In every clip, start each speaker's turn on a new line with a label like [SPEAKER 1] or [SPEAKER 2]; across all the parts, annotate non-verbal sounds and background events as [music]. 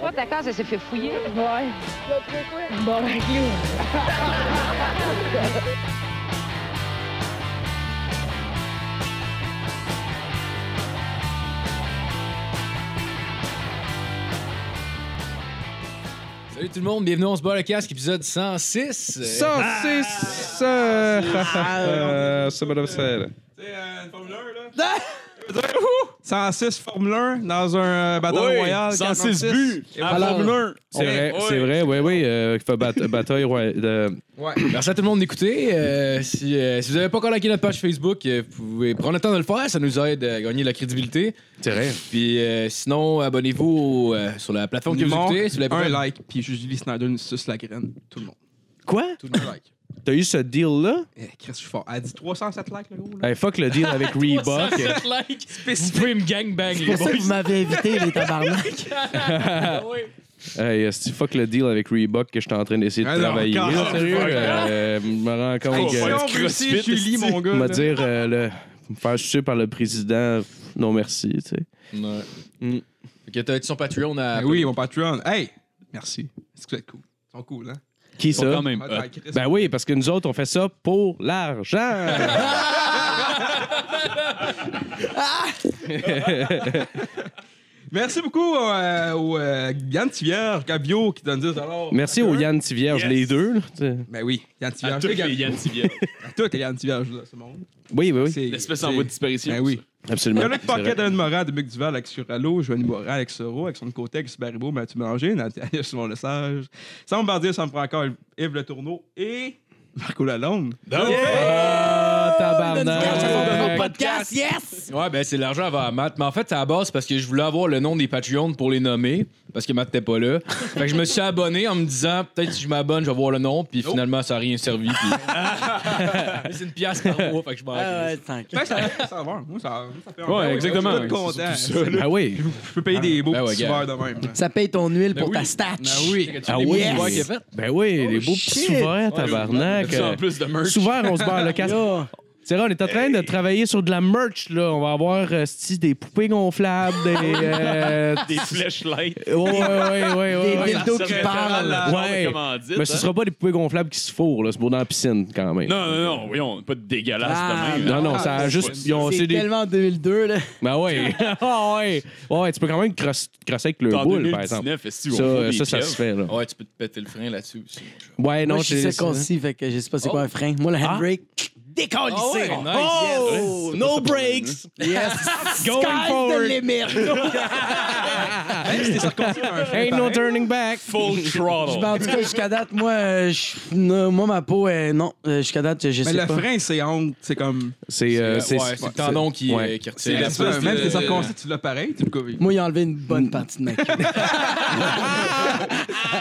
[SPEAKER 1] Toi, ta case, elle s'est fait fouiller.
[SPEAKER 2] Ouais. Bon, ben, clou.
[SPEAKER 3] Salut tout le monde, bienvenue on se bat le casque, épisode 106. Euh,
[SPEAKER 4] Ah!
[SPEAKER 5] 106! euh,
[SPEAKER 4] [laughs]
[SPEAKER 5] euh, C'est bon, c'est là. euh,
[SPEAKER 6] une Formule 1, là.
[SPEAKER 5] 106 Formule 1 dans un euh, Battle
[SPEAKER 6] Oui,
[SPEAKER 5] Royale.
[SPEAKER 6] 106
[SPEAKER 5] 46.
[SPEAKER 6] buts à
[SPEAKER 5] voilà.
[SPEAKER 6] Formule 1.
[SPEAKER 5] C'est vrai, c'est vrai, oui, oui. Euh, qui fait bat- bataille royale. de-
[SPEAKER 3] Merci à tout le monde d'écouter. Euh, si, euh, si vous n'avez pas encore liké notre page Facebook, euh, vous pouvez prendre le temps de le faire, ça nous aide à gagner de la crédibilité.
[SPEAKER 5] C'est vrai.
[SPEAKER 3] Puis euh, sinon, abonnez-vous au, euh, sur la plateforme que vous
[SPEAKER 5] Montre
[SPEAKER 3] écoutez. Si vous l'avez
[SPEAKER 5] un
[SPEAKER 3] pas-
[SPEAKER 5] like, puis Julie Snyder nous suce la graine. Tout le monde.
[SPEAKER 4] Quoi?
[SPEAKER 3] Tout le monde like.
[SPEAKER 4] T'as eu ce deal-là?
[SPEAKER 5] Eh, Chris, je suis fort. Elle dit 307 likes, le gros. Là.
[SPEAKER 4] Hey, fuck le deal [laughs] avec Reebok.
[SPEAKER 3] Vous pouvez me gangbang, les
[SPEAKER 4] pour
[SPEAKER 3] boys.
[SPEAKER 4] ça que vous m'avez invité, les tabarnak. hey, esti, fuck le deal avec Reebok que j'étais en train d'essayer de
[SPEAKER 5] Ah non,
[SPEAKER 4] travailler.
[SPEAKER 5] encore.
[SPEAKER 4] là, sérieux,
[SPEAKER 5] Fuck
[SPEAKER 4] euh, je me
[SPEAKER 3] Eh,
[SPEAKER 4] rends compte
[SPEAKER 5] Si
[SPEAKER 4] que...
[SPEAKER 5] on veut aussi
[SPEAKER 6] crossfit,
[SPEAKER 5] Julie,
[SPEAKER 6] esti.
[SPEAKER 5] mon gars.
[SPEAKER 4] Me
[SPEAKER 5] là.
[SPEAKER 4] dire, euh, le, me faire sucer par le président, non merci, tu sais.
[SPEAKER 3] Ouais.
[SPEAKER 4] Mm.
[SPEAKER 3] Fait que t'as dit son Patreon à.
[SPEAKER 5] Ben oui, mon Patreon. Hey! Merci. Est-ce que vous êtes cool? Ils sont cool, hein?
[SPEAKER 4] Qui
[SPEAKER 6] Ils sont
[SPEAKER 4] ça?
[SPEAKER 6] quand même. euh, hot.
[SPEAKER 5] Ah, Chris,
[SPEAKER 4] Ben oui, parce que nous autres, on fait ça pour l'argent.
[SPEAKER 5] Merci beaucoup euh, au euh, Yann Tivierge, Gabio qui donne 10
[SPEAKER 4] Merci aux Yann Tivierge,
[SPEAKER 6] Yes.
[SPEAKER 4] les deux. là, tu sais.
[SPEAKER 5] Ben oui, Yann
[SPEAKER 6] À
[SPEAKER 5] Tivierge.
[SPEAKER 6] toutes les Yann Tivier.
[SPEAKER 5] [laughs] À tous les Yann Tivierge de ce monde.
[SPEAKER 4] Oui, oui, oui.
[SPEAKER 5] C'est-
[SPEAKER 6] L'espèce en
[SPEAKER 5] c'est-
[SPEAKER 6] voie de disparition.
[SPEAKER 5] Ben oui.
[SPEAKER 4] Absolument.
[SPEAKER 5] Yannick
[SPEAKER 4] [laughs] C'est vrai.
[SPEAKER 5] Paquet, Alain Morin, Dominique Duval, avec Suralo, Joanny Morin, avec Soro, avec son côté, avec Baribo, Mathieu Mélanger, Nathalie Simon Lesage, Sam Bardier, Sam Francard, Yves Le Tourneau et Marco Lalonde.
[SPEAKER 6] Donc,
[SPEAKER 4] Ah,
[SPEAKER 6] Euh,
[SPEAKER 4] tabarnak.
[SPEAKER 6] podcast,
[SPEAKER 1] [laughs] yes!
[SPEAKER 3] Ouais, ben c'est l'argent va à Matt. Mais en fait, c'est à la base parce que je voulais avoir le nom des Patreons pour les nommer, parce que Matt n'était pas là. Fait que je me suis abonné en me disant, peut-être si je m'abonne, je vais voir le nom, puis finalement, ça n'a rien servi. puis- Mais c'est une pièce par mois, fait que je m'en
[SPEAKER 1] Ah,
[SPEAKER 3] crisse.
[SPEAKER 1] ouais, tant que-
[SPEAKER 5] Ben, ça, ça va, moi, ça, moi, ça fait un
[SPEAKER 6] Ouais, exactement.
[SPEAKER 5] Je suis tout content.
[SPEAKER 4] Ah oui.
[SPEAKER 5] Je peux payer des beaux
[SPEAKER 3] Ben ouais,
[SPEAKER 5] petits
[SPEAKER 3] gars.
[SPEAKER 5] verres de même. là.
[SPEAKER 1] Ça paye ton huile
[SPEAKER 3] Ben
[SPEAKER 1] pour
[SPEAKER 3] oui.
[SPEAKER 1] ta stache.
[SPEAKER 5] oui.
[SPEAKER 4] Ah
[SPEAKER 3] Les
[SPEAKER 4] oui.
[SPEAKER 3] mots d'hiver qu'il a fait.
[SPEAKER 4] Ben oui, les beaux petits
[SPEAKER 1] shit.
[SPEAKER 4] souverains,
[SPEAKER 6] Fais
[SPEAKER 4] tabarnak.
[SPEAKER 6] ça en plus de merch.
[SPEAKER 4] Souvent, on se barre le casque.
[SPEAKER 1] Là,
[SPEAKER 4] C'est vrai, on est en train de travailler sur de la merch, là. On va avoir euh, sti, des poupées gonflables, des. euh,
[SPEAKER 6] Des flashlights.
[SPEAKER 4] ouais, ouais, ouais, ouais,
[SPEAKER 1] Des
[SPEAKER 4] ouais.
[SPEAKER 1] billes d'eau qui
[SPEAKER 6] Ça
[SPEAKER 1] parlent.
[SPEAKER 6] référent à la
[SPEAKER 4] Ouais.
[SPEAKER 6] genre de commandite,
[SPEAKER 4] Mais ce
[SPEAKER 6] hein.
[SPEAKER 4] sera pas des poupées gonflables qui se fourrent, là. C'est pour dans la piscine, quand même.
[SPEAKER 6] Non, non, non, voyons, pas de dégueulasse
[SPEAKER 1] Ah,
[SPEAKER 6] de même.
[SPEAKER 4] Non, non, ça a
[SPEAKER 6] Ah,
[SPEAKER 4] juste. Ils ont,
[SPEAKER 1] C'est
[SPEAKER 4] c'est des...
[SPEAKER 1] tellement 2002, [laughs] là.
[SPEAKER 4] Ben ouais. [laughs] Ah ouais. Ouais, tu peux quand même cross- crosser avec le
[SPEAKER 6] En
[SPEAKER 4] boule, par exemple.
[SPEAKER 6] 2019, est-ce
[SPEAKER 4] Ça,
[SPEAKER 6] qu'on
[SPEAKER 4] ça, ça se fait, là.
[SPEAKER 3] Ouais, tu peux te péter le frein là-dessus aussi.
[SPEAKER 4] Ouais, non,
[SPEAKER 1] Moi, je suis
[SPEAKER 4] c'est-
[SPEAKER 1] circoncis, fait que je sais pas c'est quoi un frein. Moi, le handbrake, décolle
[SPEAKER 3] Ah ouais,
[SPEAKER 1] ici.
[SPEAKER 3] nice.
[SPEAKER 1] Oh! No brakes! [laughs] Yes!
[SPEAKER 4] Going
[SPEAKER 1] Sky's
[SPEAKER 4] forward.
[SPEAKER 1] the limit! [laughs]
[SPEAKER 5] Hey, c'était circoncis, un fait
[SPEAKER 4] Ain't no
[SPEAKER 5] pareil.
[SPEAKER 4] turning back.
[SPEAKER 6] [laughs] Full
[SPEAKER 1] Je
[SPEAKER 6] throttle.
[SPEAKER 1] pense que jusqu'à date, moi, euh, je- non, moi, ma peau, euh, non, euh, jusqu'à date, je
[SPEAKER 5] Mais
[SPEAKER 1] sais
[SPEAKER 5] le
[SPEAKER 1] pas.
[SPEAKER 5] frein, c'est honte. C'est comme.
[SPEAKER 4] C'est euh,
[SPEAKER 3] Ouais,
[SPEAKER 4] c'est-
[SPEAKER 3] c'est le tendon qui,
[SPEAKER 4] ouais.
[SPEAKER 3] euh, qui retire
[SPEAKER 5] Même
[SPEAKER 3] la
[SPEAKER 5] si
[SPEAKER 3] pousse, euh,
[SPEAKER 5] t'es circoncis, tu l'as pareil, tu le couvres.
[SPEAKER 1] Moi, il a enlevé une bonne partie de ma queue.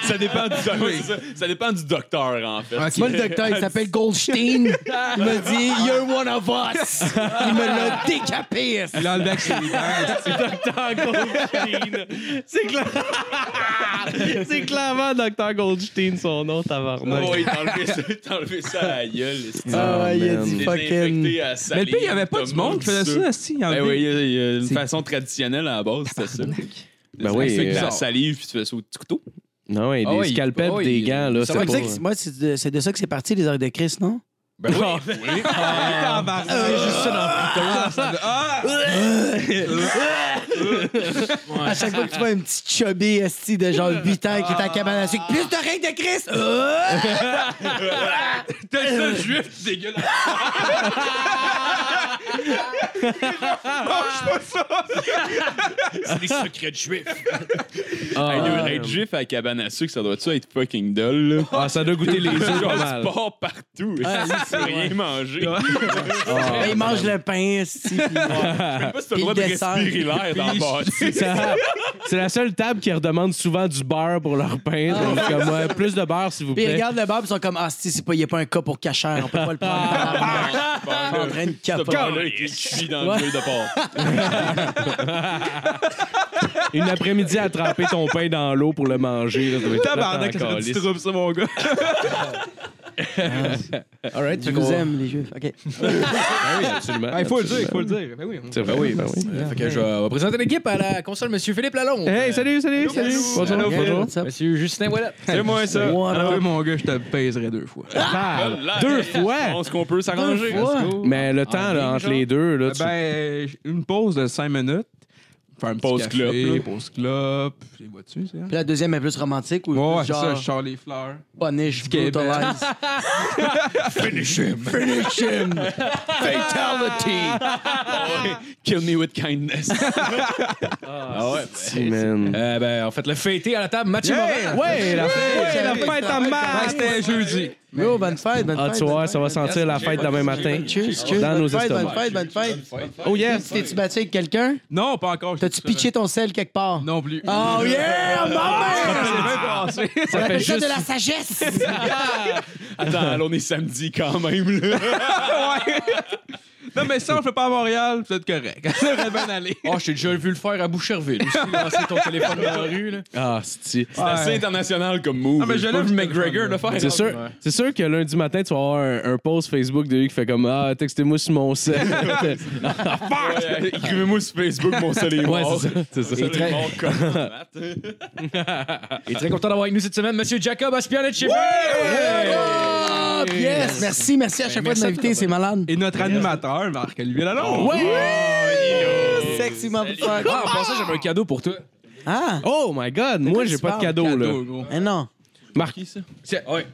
[SPEAKER 6] Ça dépend du docteur. [laughs] Ça dépend du docteur, en fait.
[SPEAKER 1] Moi, le docteur, il s'appelle Goldstein. Il m'a dit, You're one of us. Il me l'a décapé. est-ce.
[SPEAKER 5] Tu l'as enlevé avec ses dents.
[SPEAKER 6] Ah,
[SPEAKER 4] Docteur Goldstein. C'est clair. C'est clairement Docteur Goldstein son nom, tabarnak.
[SPEAKER 6] Ouais, il t'a enlevé ça- il t'a enlevé ça à la gueule.
[SPEAKER 1] Ah ouais, il a
[SPEAKER 4] man.
[SPEAKER 1] dit fucking.
[SPEAKER 6] Désinfecté à
[SPEAKER 5] Mais le pire, il n'y avait pas du monde qui faisait ça, si.
[SPEAKER 6] Ben oui, il y a- il y a une façon traditionnelle à la base, c'était ça.
[SPEAKER 4] Ben oui,
[SPEAKER 6] C'est
[SPEAKER 4] euh,
[SPEAKER 6] que la salive, puis tu fais ça au petit couteau.
[SPEAKER 4] Non, ouais,
[SPEAKER 3] Ah
[SPEAKER 4] des
[SPEAKER 3] ouais, il-
[SPEAKER 4] scalpels,
[SPEAKER 3] ah ouais,
[SPEAKER 4] des
[SPEAKER 3] il-
[SPEAKER 4] gants, là.
[SPEAKER 3] ça
[SPEAKER 4] C'est
[SPEAKER 3] va
[SPEAKER 1] Ouais,
[SPEAKER 4] pas...
[SPEAKER 1] exact, c'est- Moi, c'est de, c'est de ça que c'est parti, les heures de Christ, non?
[SPEAKER 3] Ben oui.
[SPEAKER 4] juste ça
[SPEAKER 5] Ah,
[SPEAKER 1] À chaque fois que tu vois une petite chubby esti de genre 8 ans qui est en cabane à sucre, plus de règles de Christ! Ah!
[SPEAKER 5] T'es le seul juif, tu dégueules.
[SPEAKER 3] C'est des secrets de juifs.
[SPEAKER 4] Ah.
[SPEAKER 6] Hey, dude, [laughs] être juif à la cabane à sucre, ça doit-tu être fucking [laughs] dull, là?
[SPEAKER 4] Ah, ça doit goûter les œufs pas
[SPEAKER 6] Genre,
[SPEAKER 4] mal.
[SPEAKER 6] sport partout.
[SPEAKER 1] Ah,
[SPEAKER 6] Tu peux
[SPEAKER 1] c'est
[SPEAKER 6] rien manger. Je
[SPEAKER 1] Et Il mange le pain, esti. puis-
[SPEAKER 6] sais pas si t'as le
[SPEAKER 1] Puis
[SPEAKER 6] droit de
[SPEAKER 1] le dessert.
[SPEAKER 6] respirer l'air dans le bâtiment.
[SPEAKER 4] Ça- C'est la seule table qui redemande souvent du beurre pour leur pain. donc, comme, ouais, plus de beurre, s'il vous
[SPEAKER 1] Puis ils
[SPEAKER 4] plaît.
[SPEAKER 1] regardent le bar, puis ils sont comme, ah, si, c'est pas, il n'y a pas un cas pour cachère, on peut pas le prendre. Ils sont en train de
[SPEAKER 6] Ce
[SPEAKER 1] capoter.
[SPEAKER 6] bras-là était cuit dans le
[SPEAKER 1] Ouais.
[SPEAKER 6] l'huile de porc.
[SPEAKER 4] Une après-midi à tremper ton pain dans l'eau pour le manger. Là, ça doit être plate en
[SPEAKER 5] Tabarnak, ça fait du
[SPEAKER 4] calice.
[SPEAKER 5] trouble, ça, mon gars.
[SPEAKER 2] All right,
[SPEAKER 1] Je
[SPEAKER 2] fait
[SPEAKER 1] vous
[SPEAKER 2] qu'on-
[SPEAKER 1] aime, les juifs. OK.
[SPEAKER 6] oui, absolument.
[SPEAKER 5] Ah, Il faut le dire, il faut le dire. Ben oui, on-
[SPEAKER 6] C'est vrai, oui, ben oui.
[SPEAKER 3] Fait que je vais présenter l'équipe à la console, Monsieur Philippe Lalonde.
[SPEAKER 7] Hey, salut, salut, salut. Bonjour,
[SPEAKER 5] Allô,
[SPEAKER 7] bonjour.
[SPEAKER 1] What's up?
[SPEAKER 3] Monsieur Justin Ouellet.
[SPEAKER 5] C'est moi [laughs] ça.
[SPEAKER 1] Voilà.
[SPEAKER 5] Alors, oui, mon gars, je te pèserai deux fois.
[SPEAKER 7] Deux fois.
[SPEAKER 6] On ce qu'on peut s'arranger.
[SPEAKER 1] Ouais.
[SPEAKER 4] Mais le temps là, entre les deux, là, tu-
[SPEAKER 5] Ben, une pause de 5 minutes. Faire une
[SPEAKER 6] Pause
[SPEAKER 5] pause
[SPEAKER 6] clope,
[SPEAKER 5] clope. Pause clope. Les vois-tu, c'est
[SPEAKER 1] Puis la deuxième est plus romantique ou
[SPEAKER 5] Ouais,
[SPEAKER 1] plus
[SPEAKER 5] c'est
[SPEAKER 1] genre
[SPEAKER 5] ça, je sors les fleurs.
[SPEAKER 1] punish,
[SPEAKER 5] Québec.
[SPEAKER 1] brutalize.
[SPEAKER 2] Finish him. Finish him. Fatality.
[SPEAKER 6] Kill me with kindness. ah ouais.
[SPEAKER 4] man.
[SPEAKER 3] Euh, ben, en fait, le fêté à la table, Mathieu
[SPEAKER 5] Yeah!
[SPEAKER 3] Morin.
[SPEAKER 7] Ouais, la
[SPEAKER 5] Ouais,
[SPEAKER 7] fête, la
[SPEAKER 5] salut.
[SPEAKER 7] fête en
[SPEAKER 5] Ben,
[SPEAKER 7] masse.
[SPEAKER 5] c'était jeudi.
[SPEAKER 1] Yo, oh, bonne fête, bonne
[SPEAKER 4] Ah,
[SPEAKER 1] fête.
[SPEAKER 4] tu vois, ça va sentir la fête demain matin
[SPEAKER 1] Cheers, cheers.
[SPEAKER 4] dans
[SPEAKER 1] bonne
[SPEAKER 4] nos
[SPEAKER 1] fête, bonne
[SPEAKER 4] estomacs.
[SPEAKER 1] fête, bonne fête.
[SPEAKER 7] Oh
[SPEAKER 1] Tu
[SPEAKER 7] yes.
[SPEAKER 1] T'es-tu battu avec quelqu'un?
[SPEAKER 5] Non, pas encore.
[SPEAKER 1] T'as-tu
[SPEAKER 5] j'étais
[SPEAKER 1] pitché ton sel quelque part?
[SPEAKER 5] seul. Non plus. [laughs]
[SPEAKER 1] Oh yeah,
[SPEAKER 5] Ça
[SPEAKER 1] maman!
[SPEAKER 5] s'est bien passé.
[SPEAKER 1] On appelle ça de la sagesse!
[SPEAKER 6] [laughs] Attends, là, on est samedi quand même, là.
[SPEAKER 5] Ah, [laughs] Non, mais si on le fait pas à Montréal, vous êtes correct. [laughs] Ça aurait bien allé.
[SPEAKER 3] Oh, je t'ai déjà vu le faire à Boucherville. Tu sais, lancer ton téléphone dans la rue, là.
[SPEAKER 4] Ah, c'est
[SPEAKER 6] C'est assez international comme move.
[SPEAKER 5] Ah, mais je
[SPEAKER 6] J'ai pas
[SPEAKER 5] l'aime,
[SPEAKER 6] vu
[SPEAKER 5] ce
[SPEAKER 6] McGregor
[SPEAKER 5] téléphone-là.
[SPEAKER 6] le faire.
[SPEAKER 4] c'est sûr, c'est sûr que lundi matin, tu vas avoir un, un post Facebook de lui qui fait comme Ah, textez-moi sur mon set.
[SPEAKER 6] Ouais, Écrivez-moi sur Facebook, mon seul est mort.
[SPEAKER 4] c'est ça, c'est ça.
[SPEAKER 6] Mon seul
[SPEAKER 4] [laughs]
[SPEAKER 6] est mort comme Matt.
[SPEAKER 3] Et très content d'avoir avec nous cette semaine, Monsieur Jacob Aspialet chez
[SPEAKER 1] Oh, yes! Merci, merci à chaque fois de m'inviter, c'est malade.
[SPEAKER 5] Et notre animateur, Marc-Olivier Lalonde.
[SPEAKER 4] Ah, oh.
[SPEAKER 1] Sexy motherfucker!
[SPEAKER 3] Ah, en passant, j'avais un cadeau pour toi.
[SPEAKER 1] Ah!
[SPEAKER 4] Oh my god, moi j'ai
[SPEAKER 1] tu
[SPEAKER 4] pas de
[SPEAKER 1] parles,
[SPEAKER 4] cadeau là.
[SPEAKER 5] Cadeau, gros.
[SPEAKER 1] Mais non!
[SPEAKER 4] Marquis ça.
[SPEAKER 3] Tiens, ouais.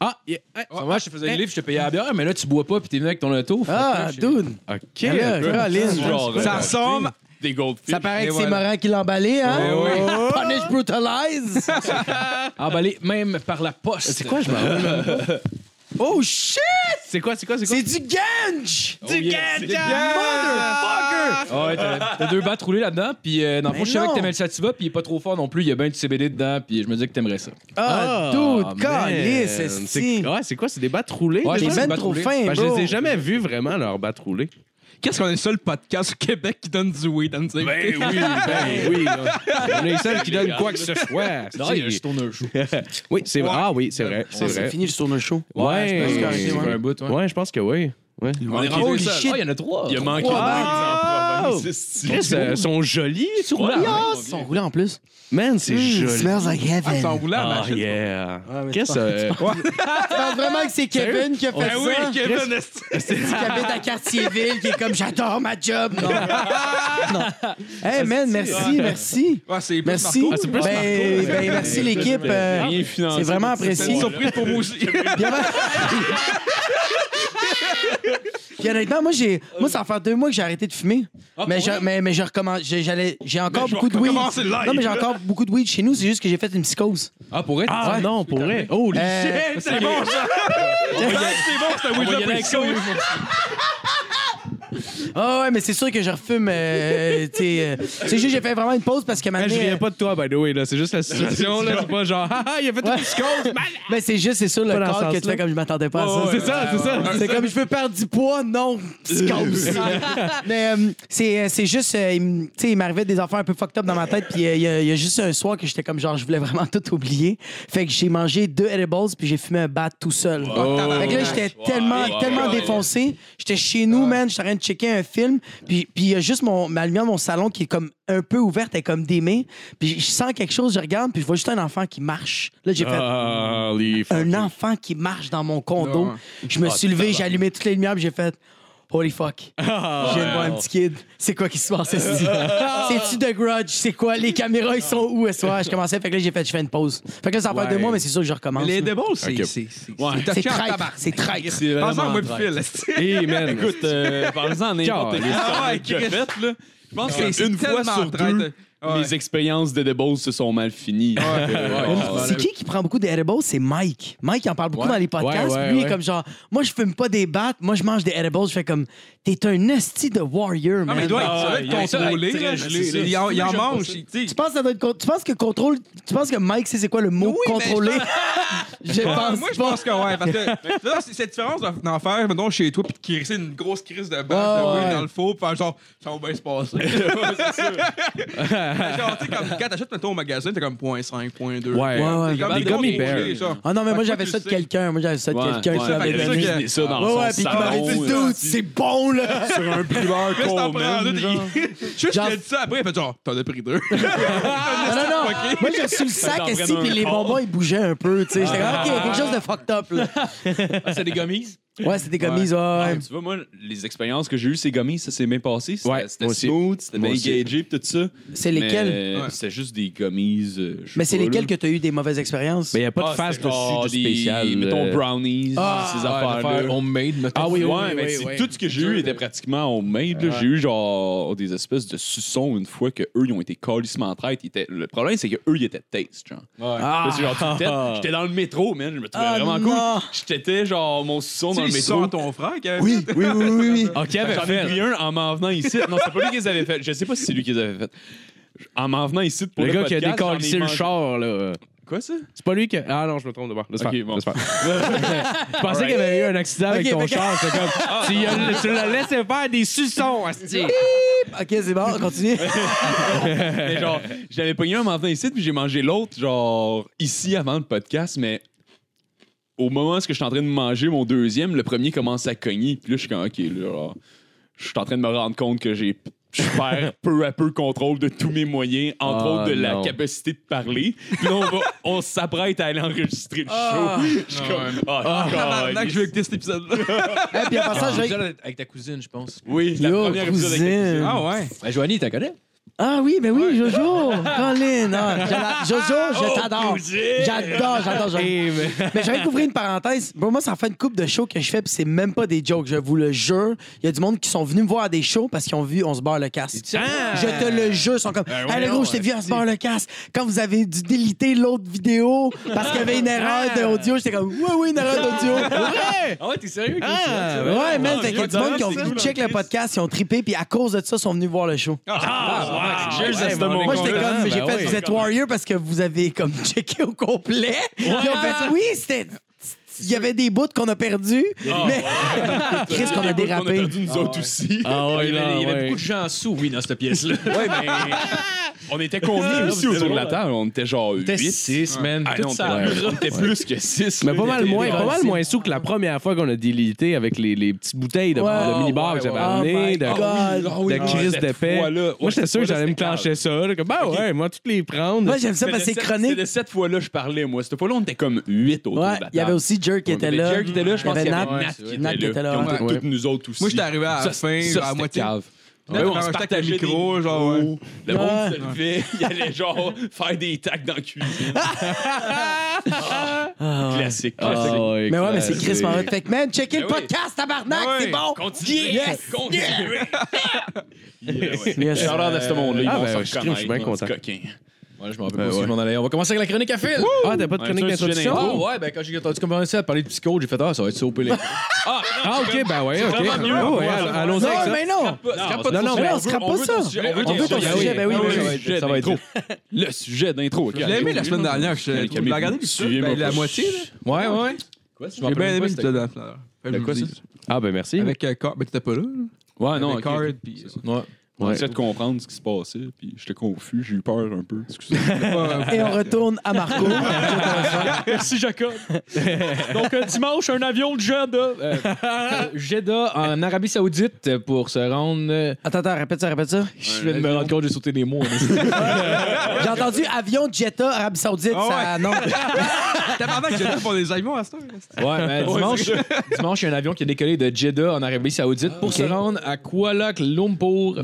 [SPEAKER 4] Ah, yeah.
[SPEAKER 3] Ça, Moi, je te faisais le livre, je te payais la bière, mais là, tu bois pas puis t'es venu avec ton auto.
[SPEAKER 1] Ah, dude!
[SPEAKER 4] ok.
[SPEAKER 1] Là, Caroline.
[SPEAKER 6] Genre,
[SPEAKER 5] Ça
[SPEAKER 6] euh,
[SPEAKER 5] ressemble.
[SPEAKER 6] des goldfish.
[SPEAKER 1] Ça paraît
[SPEAKER 5] Et
[SPEAKER 1] que c'est
[SPEAKER 5] voilà.
[SPEAKER 1] Morin qui l'a emballé, hein?
[SPEAKER 5] Eh oui.
[SPEAKER 1] Oh. Punish, brutalize!
[SPEAKER 3] Emballé même par la poste.
[SPEAKER 4] C'est quoi, je m'en
[SPEAKER 1] Oh shit!
[SPEAKER 4] C'est quoi, c'est quoi, c'est quoi?
[SPEAKER 1] C'est du ganj!
[SPEAKER 3] Oh, Ah ouais, t'as t'as deux battes roulées là-dedans, puis euh, dans le
[SPEAKER 1] Mais
[SPEAKER 3] fond, je savais
[SPEAKER 1] non.
[SPEAKER 3] que t'aimais le sativa, puis il est pas trop fort non plus, il y a bien du CBD dedans, puis je me disais que t'aimerais ça.
[SPEAKER 1] Ah,
[SPEAKER 4] man.
[SPEAKER 1] dude, calice,
[SPEAKER 4] C'est-
[SPEAKER 1] esti!
[SPEAKER 4] Ouais, c'est quoi, c'est des battes roulées?
[SPEAKER 3] Ouais,
[SPEAKER 4] déjà?
[SPEAKER 1] T'es
[SPEAKER 3] c'est
[SPEAKER 1] ben
[SPEAKER 3] une
[SPEAKER 1] trop
[SPEAKER 3] batte
[SPEAKER 1] fin,
[SPEAKER 4] Ben, je
[SPEAKER 1] bro.
[SPEAKER 4] les ai jamais vus vraiment, leurs battes roulées.
[SPEAKER 5] Qu'est-ce qu'on est le seul podcast au Québec qui donne du weed hein, à nous
[SPEAKER 4] Ben oui,
[SPEAKER 6] Ah,
[SPEAKER 5] [laughs]
[SPEAKER 4] ben oui. On est les seuls qui donnent quoi que ce soit.
[SPEAKER 3] Non, il y a juste tourneur chaud.
[SPEAKER 4] [laughs] Oui, c'est vrai. Ah oui, c'est vrai, c'est
[SPEAKER 1] Ah, C'est
[SPEAKER 4] vrai.
[SPEAKER 1] fini le tourne show.
[SPEAKER 4] Ouais,
[SPEAKER 1] pense que c'est
[SPEAKER 4] c'est
[SPEAKER 1] arrêté,
[SPEAKER 4] vrai.
[SPEAKER 3] un bout, ouais.
[SPEAKER 4] Ouais, je pense que oui. Ouais.
[SPEAKER 6] On est
[SPEAKER 3] Oh,
[SPEAKER 6] rendu
[SPEAKER 3] les
[SPEAKER 6] seul.
[SPEAKER 3] shit, il y en a trois. Ah,
[SPEAKER 6] Il a manqué
[SPEAKER 1] Oh!
[SPEAKER 6] de
[SPEAKER 4] Wow!
[SPEAKER 6] wow. province.
[SPEAKER 4] Ah! Chris, euh, sont jolis, tu vois.
[SPEAKER 1] Ils sont roulés en plus.
[SPEAKER 4] Man, c'est
[SPEAKER 1] Mm,
[SPEAKER 4] joli.
[SPEAKER 1] Smells like
[SPEAKER 5] Ils sont
[SPEAKER 1] heaven.
[SPEAKER 5] roulants,
[SPEAKER 4] Ah,
[SPEAKER 5] machin.
[SPEAKER 4] yeah. euh,
[SPEAKER 1] Ouais, mais
[SPEAKER 4] Qu'est-ce
[SPEAKER 1] tu
[SPEAKER 4] que
[SPEAKER 1] Je pense Ah, vraiment que c'est Ah Kevin qui a fait
[SPEAKER 5] Ben oui,
[SPEAKER 1] ça.
[SPEAKER 4] euh,
[SPEAKER 5] Kevin, est-
[SPEAKER 1] Qui habite à Cartierville, qui est comme j'adore ma job. Non. [laughs] non. Hey man, merci, merci.
[SPEAKER 5] Ah, c'est plus
[SPEAKER 1] Merci.
[SPEAKER 5] Marco.
[SPEAKER 4] plus
[SPEAKER 1] Ben, ben, merci l'équipe. euh,
[SPEAKER 6] Rien financé.
[SPEAKER 1] c'est vraiment
[SPEAKER 5] C'est
[SPEAKER 1] apprécié.
[SPEAKER 5] une surprise pour moi aussi.
[SPEAKER 1] Puis avant- Puis honnêtement, moi, j'ai, moi, ça va faire deux mois que j'ai arrêté de fumer.
[SPEAKER 4] Ah,
[SPEAKER 1] mais, j'ai, mais, mais je recommence. J'ai, j'allais- j'ai encore
[SPEAKER 5] je vais
[SPEAKER 1] beaucoup de weed.
[SPEAKER 5] recommencer le live.
[SPEAKER 1] Non, mais j'ai encore beaucoup de weed chez nous. C'est juste que j'ai fait une psychose.
[SPEAKER 3] Ah, pour être.
[SPEAKER 4] Ah non, pour vrai. Oh, les
[SPEAKER 1] Euh,
[SPEAKER 5] C'est bon, ça. C'est bon, c'est un
[SPEAKER 3] On va y
[SPEAKER 5] weed
[SPEAKER 3] aller
[SPEAKER 5] de
[SPEAKER 3] avec ça,
[SPEAKER 5] pression.
[SPEAKER 1] Ah ouais, mais c'est sûr que je refume. euh, tu sais, euh, c'est juste que j'ai fait vraiment une pause parce que ma
[SPEAKER 4] Hey, je riais pas de toi, by the way, là. C'est juste
[SPEAKER 1] [laughs]
[SPEAKER 4] la situation, là. C'est pas genre, [laughs] ah, ah, il a fait une psychose.
[SPEAKER 1] Mais c'est juste, c'est sûr, le
[SPEAKER 4] Pas dans ce
[SPEAKER 1] corps que tu
[SPEAKER 4] sens-là.
[SPEAKER 1] fais comme je m'attendais pas à ça.
[SPEAKER 4] C'est ça, c'est ça.
[SPEAKER 1] C'est comme je veux perdre du poids, non, psychose. [laughs] Mais euh, c'est, euh, c'est juste, euh, il m- tu sais, il m'arrivait des affaires un peu fucked up dans ma tête, puis euh, il y, a- il y a juste un soir que j'étais comme genre, je voulais vraiment tout oublier. Fait que j'ai mangé deux edibles, puis j'ai fumé un bat tout seul. Fait que là, j'étais tellement, tellement défoncé. J'étais chez nous, man, j'étais en train de checker un film, puis puis il y a juste mon, ma lumière de mon salon qui est comme un peu ouverte, elle est comme démée, puis je sens quelque chose, je regarde, puis je vois juste un enfant qui marche. Là, j'ai fait
[SPEAKER 4] Ah, les
[SPEAKER 1] un enfant qui marche dans mon condo.
[SPEAKER 5] Non.
[SPEAKER 1] Je me suis levé, j'ai allumé toutes les lumières, puis j'ai fait
[SPEAKER 5] [laughs]
[SPEAKER 1] Holy fuck.
[SPEAKER 5] Ah,
[SPEAKER 1] Je viens de voir un petit kid. C'est quoi qui se passe ici? C'est-tu de grudge? C'est quoi? Les caméras, ils sont où ce soir? Je commençais, fait que là, j'ai fait, je fais une pause. Fait que là, ça va faire deux mois, mais c'est sûr que je recommence.
[SPEAKER 5] Les
[SPEAKER 1] là.
[SPEAKER 5] déballs, c'est. C'est c'est-
[SPEAKER 1] C'est
[SPEAKER 5] touché en
[SPEAKER 1] traître.
[SPEAKER 5] tabarnak.
[SPEAKER 1] C'est traître.
[SPEAKER 6] C'est
[SPEAKER 5] Pense à
[SPEAKER 6] vraiment
[SPEAKER 5] moi, Phil. est-ce que-
[SPEAKER 4] Hey, man.
[SPEAKER 6] Écoute, euh, parlez-en à n'importe
[SPEAKER 4] Car-
[SPEAKER 6] qui.
[SPEAKER 5] [laughs] Ah ouais,
[SPEAKER 6] Que
[SPEAKER 5] Chris.
[SPEAKER 6] fait, là. Je pense
[SPEAKER 5] C'est- c'est
[SPEAKER 6] qu'une fois
[SPEAKER 5] tellement
[SPEAKER 6] sur
[SPEAKER 5] traître.
[SPEAKER 6] deux,
[SPEAKER 5] Ouais.
[SPEAKER 6] mes expériences de Debose se sont mal finies.
[SPEAKER 5] Ah,
[SPEAKER 1] C'est qui qui prend beaucoup d'edibles? C'est Mike. Mike, il en parle beaucoup dans les podcasts.
[SPEAKER 4] ouais, ouais,
[SPEAKER 1] Lui, il est
[SPEAKER 4] ouais.
[SPEAKER 1] comme genre, moi, je fume pas des battes, moi, je mange des edibles. Je fais comme, t'es un hostie de warrior,
[SPEAKER 5] Non,
[SPEAKER 1] man.
[SPEAKER 5] mais il doit être, ça doit
[SPEAKER 3] Ah, il y a
[SPEAKER 5] être
[SPEAKER 3] ça,
[SPEAKER 5] contrôlé.
[SPEAKER 3] très
[SPEAKER 5] là.
[SPEAKER 3] gelé, là.
[SPEAKER 5] Il en- il en
[SPEAKER 3] J'aime pas
[SPEAKER 5] mange.
[SPEAKER 3] ça.
[SPEAKER 5] il- tu sais,
[SPEAKER 1] Tu penses, que ça doit être con- tu penses que contrôle, tu penses que Mike sait c'est quoi le mot
[SPEAKER 5] Oui, mais
[SPEAKER 1] contrôler? [laughs] Je pense
[SPEAKER 5] Euh, moi, je
[SPEAKER 1] pas.
[SPEAKER 5] pense que ouais. Parce que là, c'est cette différence d'en- d'en faire, mettons, chez toi, puis de crisser une grosse crise de base
[SPEAKER 1] Ah,
[SPEAKER 5] de
[SPEAKER 1] ouais.
[SPEAKER 5] dans le four, puis faire genre, ça va bien se passer. Mais genre, tu sais, comme quand t'achètes, mettons, au magasin, t'es comme 0.5, 0.2.
[SPEAKER 4] Ouais,
[SPEAKER 1] Ouais, ouais.
[SPEAKER 5] T'es comme
[SPEAKER 4] Des gummy
[SPEAKER 5] gros
[SPEAKER 4] bears.
[SPEAKER 5] rochers, genre.
[SPEAKER 1] Ah non, mais
[SPEAKER 5] Fait
[SPEAKER 1] moi,
[SPEAKER 5] que
[SPEAKER 1] j'avais
[SPEAKER 5] tu
[SPEAKER 1] ça de
[SPEAKER 5] sais.
[SPEAKER 1] quelqu'un. Moi, j'avais ça de quelqu'un qui
[SPEAKER 6] ouais,
[SPEAKER 1] l'avait
[SPEAKER 6] fait que
[SPEAKER 1] donné.
[SPEAKER 6] ça, qu'il y a ça dans
[SPEAKER 1] Ouais, ouais,
[SPEAKER 6] son
[SPEAKER 1] puis qui m'avait dit,
[SPEAKER 6] salon.
[SPEAKER 1] dude, c'est bon,
[SPEAKER 6] [laughs]
[SPEAKER 1] là.
[SPEAKER 4] Sur un
[SPEAKER 5] [laughs]
[SPEAKER 4] brûleur
[SPEAKER 5] Puis là, t'en prends deux,
[SPEAKER 4] Coleman,
[SPEAKER 5] t'es-
[SPEAKER 4] genre.
[SPEAKER 5] Juste,
[SPEAKER 1] Genre-
[SPEAKER 5] il a dit ça après, il a fait genre, t'en as pris deux.
[SPEAKER 1] Non, non, non. Moi, j'ai reçu le sac, ici, puis les bonbons, ils bougeaient un peu, tu sais. J'étais
[SPEAKER 6] Ah.
[SPEAKER 1] comme, OK, il y a quelque chose de fucked up, là.
[SPEAKER 3] c'est des gummies?
[SPEAKER 1] Ouais, c'était comme ouais.
[SPEAKER 6] Ah, tu vois, moi, les expériences que j'ai eues, c'est gummies, ça s'est bien passé. C'était
[SPEAKER 4] Ouais,
[SPEAKER 6] c'était
[SPEAKER 4] moi aussi.
[SPEAKER 6] smooth, c'était
[SPEAKER 4] Moi
[SPEAKER 6] bien
[SPEAKER 4] aussi.
[SPEAKER 6] engagé, tout ça.
[SPEAKER 1] C'est lesquels?
[SPEAKER 6] Mais, euh,
[SPEAKER 5] Ouais.
[SPEAKER 6] C'était juste des gummies. euh, je sais
[SPEAKER 1] Mais c'est
[SPEAKER 6] pas,
[SPEAKER 1] lesquels
[SPEAKER 6] là.
[SPEAKER 1] que t'as eu des mauvaises expériences?
[SPEAKER 4] Mais il n'y a pas
[SPEAKER 6] Ah,
[SPEAKER 4] de face
[SPEAKER 6] c'était genre
[SPEAKER 4] dessus du
[SPEAKER 6] des-
[SPEAKER 4] spécial.
[SPEAKER 6] Mettons
[SPEAKER 4] euh,
[SPEAKER 6] brownies,
[SPEAKER 1] Ah,
[SPEAKER 6] ces
[SPEAKER 3] Ouais,
[SPEAKER 6] affaires-là.
[SPEAKER 3] l'affaire homemade, mettons.
[SPEAKER 6] Ah oui, ouais,
[SPEAKER 3] oui,
[SPEAKER 6] mais
[SPEAKER 3] oui,
[SPEAKER 6] c'est-
[SPEAKER 3] oui.
[SPEAKER 6] tout ce que j'ai eu était pratiquement homemade. là. J'ai eu genre des espèces de suçons une fois que eux ils ont été calissement traite. Le problème c'est que eux ils étaient taste, genre. Parce que, genre, tu me
[SPEAKER 3] Ah.
[SPEAKER 6] têtes, J'étais dans le métro, man, je me trouvais
[SPEAKER 1] Ah,
[SPEAKER 6] vraiment
[SPEAKER 1] non.
[SPEAKER 6] cool. Je t'étais genre mon suçon dans
[SPEAKER 5] Tu
[SPEAKER 6] le
[SPEAKER 5] sais, ils sont
[SPEAKER 6] métro.
[SPEAKER 5] à ton frère, quand même.
[SPEAKER 1] Oui, oui, oui, oui, oui.
[SPEAKER 4] Ah, qui avait
[SPEAKER 6] J'en ai
[SPEAKER 4] fait?
[SPEAKER 6] pris un en m'en venant ici. Non, c'est pas lui qui les avait fait. Je sais pas si c'est lui qui les avait fait. En m'en venant ici pour
[SPEAKER 4] Le
[SPEAKER 6] le,
[SPEAKER 4] gars qui a
[SPEAKER 6] podcast, j'en ai
[SPEAKER 4] décalissé le
[SPEAKER 6] mangé-
[SPEAKER 4] char, là.
[SPEAKER 6] Quoi ça?
[SPEAKER 4] C'est pas lui qui. a- Ah non, je me trompe de bord. Laisse
[SPEAKER 6] Ok,
[SPEAKER 4] faire,
[SPEAKER 6] bon.
[SPEAKER 4] laisse
[SPEAKER 6] [laughs]
[SPEAKER 4] faire. Je pensais qu'il y avait eu un accident avec
[SPEAKER 1] Ok,
[SPEAKER 4] ton
[SPEAKER 1] fait que-
[SPEAKER 4] char. C'est
[SPEAKER 6] Ah.
[SPEAKER 4] comme. tu, y as- tu l'as laissé faire des suçons, asti.
[SPEAKER 1] OK, c'est bon,
[SPEAKER 6] [laughs]
[SPEAKER 1] continue.
[SPEAKER 6] Mais genre, [laughs] j'avais pogné un en m'en venant ici, puis j'ai mangé l'autre, genre, ici avant le podcast, mais au moment où je suis en train de manger mon deuxième, le premier commence à cogner, puis là, je suis comme, OK, là, genre, je suis en train de me rendre compte que j'ai. Je
[SPEAKER 3] [laughs]
[SPEAKER 6] perds peu à peu contrôle de tous mes moyens, entre
[SPEAKER 4] Ah,
[SPEAKER 6] autres de la
[SPEAKER 4] non.
[SPEAKER 6] capacité de parler. Puis là, on, va- on s'apprête à aller enregistrer le show. [laughs] Je suis comme, ah,
[SPEAKER 5] Tabarnak, je veux écouter cet épisode-là.
[SPEAKER 1] Et Ben, puis, en passant, j'ai...
[SPEAKER 3] Avec ta cousine, je pense.
[SPEAKER 6] Oui, Ah, la
[SPEAKER 1] Yo,
[SPEAKER 6] première épisode avec
[SPEAKER 1] cousine.
[SPEAKER 5] Ah ouais.
[SPEAKER 3] Ben, Joanie, t'as connais?
[SPEAKER 1] Ah oui, ben oui, [laughs] Jojo. Colin. ah, j'adore- Jojo, je t'adore. J'adore, j'adore, j'adore. Oh, Eh, [laughs] Mais j'avais couvrir une parenthèse. Bon, moi, ça fait une coupe de shows que je fais, puis c'est même pas des jokes, je vous le jure. Il y a du monde qui sont venus me voir à des shows parce qu'ils ont vu On se barre le casque. Je te le jure, ils sont comme Hey, le gros, je t'ai vu On se barre le casque. Quand vous avez dû déliter l'autre vidéo parce qu'il y avait une erreur d'audio, j'étais comme Oui, oui, une erreur d'audio.
[SPEAKER 3] Ah ouais, t'es sérieux?
[SPEAKER 7] Ah,
[SPEAKER 1] Ouais, man,
[SPEAKER 5] Ah,
[SPEAKER 1] fait qu'il y a du monde qui ont
[SPEAKER 5] c'est
[SPEAKER 1] ils
[SPEAKER 5] cool,
[SPEAKER 1] check
[SPEAKER 5] en
[SPEAKER 1] le
[SPEAKER 5] Christ.
[SPEAKER 1] podcast, ils ont trippé, puis à cause de ça, ils sont venus voir le show.
[SPEAKER 6] Ah,
[SPEAKER 4] ouais,
[SPEAKER 6] cheers à
[SPEAKER 4] ouais,
[SPEAKER 6] ce
[SPEAKER 4] mon
[SPEAKER 6] moment
[SPEAKER 1] Moi, j'étais
[SPEAKER 4] Congrats,
[SPEAKER 1] comme,
[SPEAKER 4] ben
[SPEAKER 1] j'ai fait,
[SPEAKER 4] oui.
[SPEAKER 1] vous êtes Warrior parce que vous avez comme [laughs] checké au complet. Puis ils ont fait, oui, c'était. Il y avait des bouts qu'on a perdus, mais. Chris, qu'on a dérapé.
[SPEAKER 6] nous autres aussi.
[SPEAKER 4] Ah ouais,
[SPEAKER 3] Il y
[SPEAKER 4] non,
[SPEAKER 3] avait, il y avait
[SPEAKER 4] ouais.
[SPEAKER 3] beaucoup de gens sous, oui, dans cette pièce-là.
[SPEAKER 6] Ouais, mais on était combien aussi autour de la table? On était genre 8.
[SPEAKER 3] man.
[SPEAKER 6] Ah non, on était- ouais, on était plus que 6.
[SPEAKER 4] Mais pas mal moins,
[SPEAKER 6] Ouais,
[SPEAKER 4] pas mal moins sous que la première fois qu'on a délité avec les, les petites bouteilles de,
[SPEAKER 1] Ouais,
[SPEAKER 4] de mini-bar
[SPEAKER 3] ouais,
[SPEAKER 4] que j'avais
[SPEAKER 3] ouais.
[SPEAKER 1] Oh
[SPEAKER 4] amenées,
[SPEAKER 1] my
[SPEAKER 4] de,
[SPEAKER 1] God.
[SPEAKER 4] de crise
[SPEAKER 6] cette
[SPEAKER 4] de paix.
[SPEAKER 6] fois-là, ouais,
[SPEAKER 4] moi, j'étais
[SPEAKER 6] cette
[SPEAKER 4] sûr que
[SPEAKER 6] fois-là,
[SPEAKER 4] j'allais me
[SPEAKER 6] c'était
[SPEAKER 4] clencher ça. là, comme, ben ouais, moi, toutes les prendre.
[SPEAKER 1] Moi, j'aime ça parce que c'est chronique.
[SPEAKER 6] C'était de cette fois-là que je parlais, moi. Cette fois-là, on était comme 8 autour
[SPEAKER 1] Ouais,
[SPEAKER 6] de la table.
[SPEAKER 1] il y avait aussi Jerk qui
[SPEAKER 6] On
[SPEAKER 1] était
[SPEAKER 6] avait
[SPEAKER 1] là.
[SPEAKER 6] Jerry qui était là,
[SPEAKER 1] Il
[SPEAKER 6] je
[SPEAKER 1] y
[SPEAKER 6] pense
[SPEAKER 1] avait
[SPEAKER 6] qu'il y
[SPEAKER 1] Nat.
[SPEAKER 6] avait Nat qui
[SPEAKER 1] Nat qui
[SPEAKER 6] était
[SPEAKER 1] était là,
[SPEAKER 6] là. Puis
[SPEAKER 1] ouais.
[SPEAKER 6] on était toutes nous autres aussi.
[SPEAKER 5] Moi, j'étais arrivé à la
[SPEAKER 6] Ça,
[SPEAKER 5] fin,
[SPEAKER 6] ça,
[SPEAKER 5] genre, à
[SPEAKER 6] c'était
[SPEAKER 5] moitié.
[SPEAKER 6] cave.
[SPEAKER 5] Là,
[SPEAKER 6] Ouais,
[SPEAKER 5] on se partageait
[SPEAKER 6] partageait
[SPEAKER 5] le micro,
[SPEAKER 6] des
[SPEAKER 5] genre,
[SPEAKER 6] micros. Le monde
[SPEAKER 1] Ouais.
[SPEAKER 6] se levait, [laughs] il allait genre faire des tacs dans le cuisine. Ah. Classique. classique.
[SPEAKER 1] Mais ouais, mais c'est Chris Morin. Fait que, man, checkez le
[SPEAKER 6] Ben oui.
[SPEAKER 1] podcast, tabarnak,
[SPEAKER 5] Ben oui.
[SPEAKER 1] c'est bon.
[SPEAKER 6] Continuez!
[SPEAKER 1] Yes.
[SPEAKER 6] Continuez!
[SPEAKER 1] Yes.
[SPEAKER 6] Shout out à ce monde-là, ils
[SPEAKER 4] Ah,
[SPEAKER 6] vont
[SPEAKER 4] ben, je
[SPEAKER 6] se
[SPEAKER 4] suis
[SPEAKER 6] reconnaître,
[SPEAKER 4] bien
[SPEAKER 6] mon
[SPEAKER 4] content.
[SPEAKER 6] petit coquin.
[SPEAKER 3] Ben Ouais, je m'en rappelle pas si je m'en allais. On va commencer avec la chronique à fil.
[SPEAKER 4] Ah, t'as pas de
[SPEAKER 6] Ouais,
[SPEAKER 4] chronique
[SPEAKER 6] ça, c'est
[SPEAKER 4] d'introduction?
[SPEAKER 6] gênant.
[SPEAKER 3] Ah ouais, ben quand j'ai entendu commencer à parler de psycho, j'ai fait Ah, ça va être ça au [laughs] PL.
[SPEAKER 4] Ah, ok, ben ouais, ok.
[SPEAKER 6] Oh, vraiment mieux.
[SPEAKER 4] Ah ouais, all- Allons-y avec
[SPEAKER 1] Non,
[SPEAKER 4] ça.
[SPEAKER 1] mais
[SPEAKER 3] Non,
[SPEAKER 1] non.
[SPEAKER 3] non,
[SPEAKER 1] mais
[SPEAKER 3] mais
[SPEAKER 1] on se crappe pas ça. On veut ton sujet, ben oui, ben oui.
[SPEAKER 6] Ça va être le sujet d'intro.
[SPEAKER 5] Je l'ai aimé la semaine dernière. Je
[SPEAKER 6] Allez,
[SPEAKER 5] l'ai regardé l'épisode,
[SPEAKER 6] suivez-moi
[SPEAKER 5] ben, la
[SPEAKER 6] pas.
[SPEAKER 5] moitié, là.
[SPEAKER 3] Ouais, ouais.
[SPEAKER 5] J'ai bien aimé l'épisode de la fleur. Fait que je
[SPEAKER 6] quoi,
[SPEAKER 5] vous
[SPEAKER 6] ça?
[SPEAKER 5] dis.
[SPEAKER 4] Ah, ben merci.
[SPEAKER 5] Avec euh, Card. Ben, t'étais pas là.
[SPEAKER 6] Ouais, non,
[SPEAKER 5] Avec
[SPEAKER 6] ok.
[SPEAKER 5] Card, puis.
[SPEAKER 3] Ouais.
[SPEAKER 6] On essaie de comprendre ce qui se passait, puis j'étais confus, j'ai eu peur un peu.
[SPEAKER 1] Et on retourne à Marco.
[SPEAKER 3] Merci, Jacob. Donc, euh, dimanche, un avion de Jeddah. euh, euh, Jeddah en Arabie Saoudite euh, pour se rendre. euh,
[SPEAKER 1] Attends, attends, répète ça, répète ça.
[SPEAKER 3] je viens de me rendre compte, j'ai sauté des mots.
[SPEAKER 1] J'ai entendu avion Jetta, Arabie Saoudite.
[SPEAKER 5] Ah
[SPEAKER 1] ça, non.
[SPEAKER 5] Tabarnak, j'ai fait pour des avions à ce temps.
[SPEAKER 3] Ouais, mais dimanche, dimanche, il y a un avion qui est décollé de Jeddah en Arabie Saoudite pour se rendre à Kuala Lumpur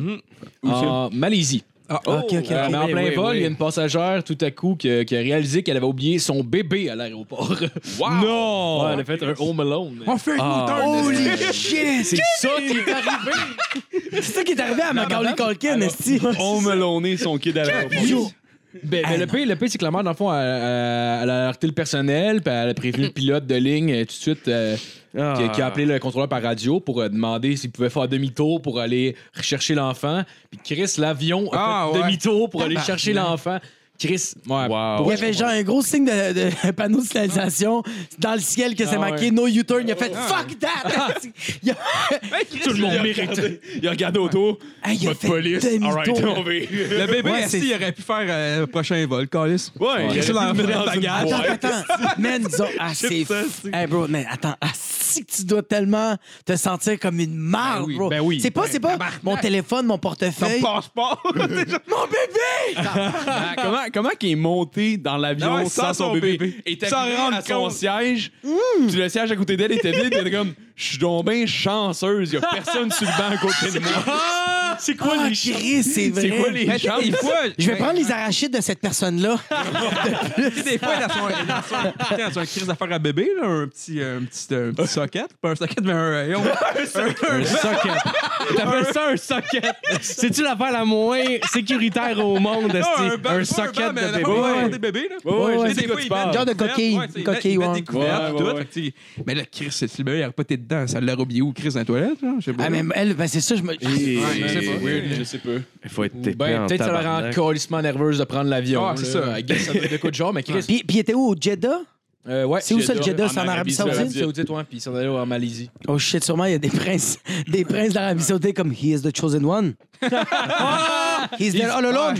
[SPEAKER 3] en Malaisie.
[SPEAKER 1] Ah, OK, OK,
[SPEAKER 3] Euh, mais
[SPEAKER 1] OK.
[SPEAKER 3] en plein
[SPEAKER 4] oui,
[SPEAKER 3] vol,
[SPEAKER 4] oui.
[SPEAKER 3] il y a une passagère tout à coup qui, qui a réalisé qu'elle avait oublié son bébé à l'aéroport.
[SPEAKER 4] Non!
[SPEAKER 3] Ouais, elle a fait un home alone.
[SPEAKER 5] On fait un
[SPEAKER 1] Holy shit!
[SPEAKER 3] Oh, C'est
[SPEAKER 1] [laughs]
[SPEAKER 3] ça qui est arrivé.
[SPEAKER 1] C'est ça qui est arrivé à Macaulay Culkin, esti.
[SPEAKER 6] On me l'onnait son kid à l'aéroport.
[SPEAKER 3] Ben, ben, le pire, le pire, c'est que la mère, dans le fond, elle, elle- elle a alerté le personnel, puis elle a prévenu le pilote de ligne euh, tout de suite, euh, qui,
[SPEAKER 5] Ah.
[SPEAKER 3] qui a appelé le contrôleur par radio pour euh, demander s'il pouvait faire demi-tour pour aller rechercher l'enfant. Puis Chris, l'avion, a
[SPEAKER 5] Ah,
[SPEAKER 3] fait
[SPEAKER 5] ouais.
[SPEAKER 3] demi-tour pour aller chercher l'enfant. Chris, Ah ouais.
[SPEAKER 7] Wow.
[SPEAKER 3] pour
[SPEAKER 1] Il y
[SPEAKER 3] vrai,
[SPEAKER 1] avait genre un gros signe de, de- un panneau de signalisation dans le ciel que c'est marqué No U-turn. Il a fait Fuck that! [laughs] il a,
[SPEAKER 3] tout le monde mérite.
[SPEAKER 6] Il a regardé autour.
[SPEAKER 1] Hey, il a
[SPEAKER 6] Pas de
[SPEAKER 1] fait
[SPEAKER 6] police.
[SPEAKER 1] demi-tour.
[SPEAKER 6] All right, on va. Ouais,
[SPEAKER 5] Le bébé,
[SPEAKER 1] Ouais,
[SPEAKER 5] assis,
[SPEAKER 1] c'est-
[SPEAKER 5] il aurait pu faire euh, le prochain vol, Calis.
[SPEAKER 6] il
[SPEAKER 5] Qu'est-ce
[SPEAKER 6] aurait
[SPEAKER 5] qu'il
[SPEAKER 6] pu
[SPEAKER 5] en fait,
[SPEAKER 6] le mettre dans
[SPEAKER 5] ta
[SPEAKER 6] une
[SPEAKER 5] gage?
[SPEAKER 6] boîte.
[SPEAKER 1] Attends, man, ils ont- ah, c'est
[SPEAKER 5] ça,
[SPEAKER 1] f- Hey, bro, mais attends, ah, si que tu dois tellement te sentir comme une marde,
[SPEAKER 5] oui,
[SPEAKER 1] bro.
[SPEAKER 3] ben oui.
[SPEAKER 1] C'est pas, c'est pas mon téléphone, mon
[SPEAKER 5] Ton
[SPEAKER 1] portefeuille.
[SPEAKER 5] passeport.
[SPEAKER 1] [laughs] Mon bébé!
[SPEAKER 6] Ah, comment comment qu'il est monté dans l'avion
[SPEAKER 5] Ah ouais,
[SPEAKER 6] sans, son bébé? Il est
[SPEAKER 5] Sans
[SPEAKER 6] arrivé
[SPEAKER 5] rendre
[SPEAKER 6] à son
[SPEAKER 5] compte.
[SPEAKER 6] siège. puis le siège à côté d'elle était vide. puis Elle était comme « Je suis donc bien chanceuse. Il n'y a personne sur le banc à côté de moi.
[SPEAKER 7] C'est quoi
[SPEAKER 1] Ah,
[SPEAKER 7] les chiens?
[SPEAKER 1] Chris, c'est vrai.
[SPEAKER 6] [laughs] C'est quoi les chances?
[SPEAKER 5] Des fois,
[SPEAKER 1] Je vais
[SPEAKER 5] ben,
[SPEAKER 1] prendre les arachides de cette personne-là.
[SPEAKER 5] tu sais, des fois, il a son, il a son, il a son crise d'affaires à bébé, là, un petit, euh, un petit, un petit socket. Pas un socket, mais un euh, rayon.
[SPEAKER 7] [laughs] Un socket. T'appelles ça un socket? C'est-tu l'affaire la moins sécuritaire au monde, esti? Un socket de bébé.
[SPEAKER 5] des bébés, là.
[SPEAKER 6] Ouais,
[SPEAKER 1] ouais,
[SPEAKER 6] je sais
[SPEAKER 5] Des
[SPEAKER 6] de
[SPEAKER 5] fois,
[SPEAKER 6] quoi tu
[SPEAKER 5] ils mettent
[SPEAKER 6] parles.
[SPEAKER 1] Genre de
[SPEAKER 5] des couvertes,
[SPEAKER 1] coquille,
[SPEAKER 5] ouais, tu sais, ils mettent-
[SPEAKER 1] coquille,
[SPEAKER 5] ils
[SPEAKER 1] ouais.
[SPEAKER 5] mettent des couvertes,
[SPEAKER 6] Ouais,
[SPEAKER 5] tout,
[SPEAKER 6] ouais, ouais.
[SPEAKER 5] fait que, tu sais, Mais là, Chris, c'est le bébé, il n'aurait pas été dedans. Ça l'aurait oublié où, Chris, dans la toilette, là? Je sais pas.
[SPEAKER 1] Ah, mais elle, ben c'est ça, je me.
[SPEAKER 6] Je sais pas.
[SPEAKER 5] weird,
[SPEAKER 6] Je sais pas.
[SPEAKER 7] Il faut être épais
[SPEAKER 3] Ben,
[SPEAKER 7] en
[SPEAKER 3] peut-être que ça leur rend
[SPEAKER 7] tabarnak.
[SPEAKER 3] colissement nerveuse de prendre l'avion.
[SPEAKER 5] Ah, c'est
[SPEAKER 3] là.
[SPEAKER 5] ça.
[SPEAKER 3] I guess, ça doit être de coup de genre, mais Chris.
[SPEAKER 1] Puis, puis il était où? Au Jeddah?
[SPEAKER 3] euh, ouais,
[SPEAKER 1] C'est où ça, le Jeddah? C'est en Arabie
[SPEAKER 3] Arabie
[SPEAKER 1] Saoudite?
[SPEAKER 3] Saoudite, ouais, puis ils sont allés en Malaisie.
[SPEAKER 1] Oh shit, sûrement, il y a des princes, [laughs] des princes d'Arabie Saoudite comme He is the chosen one. He is the all alone.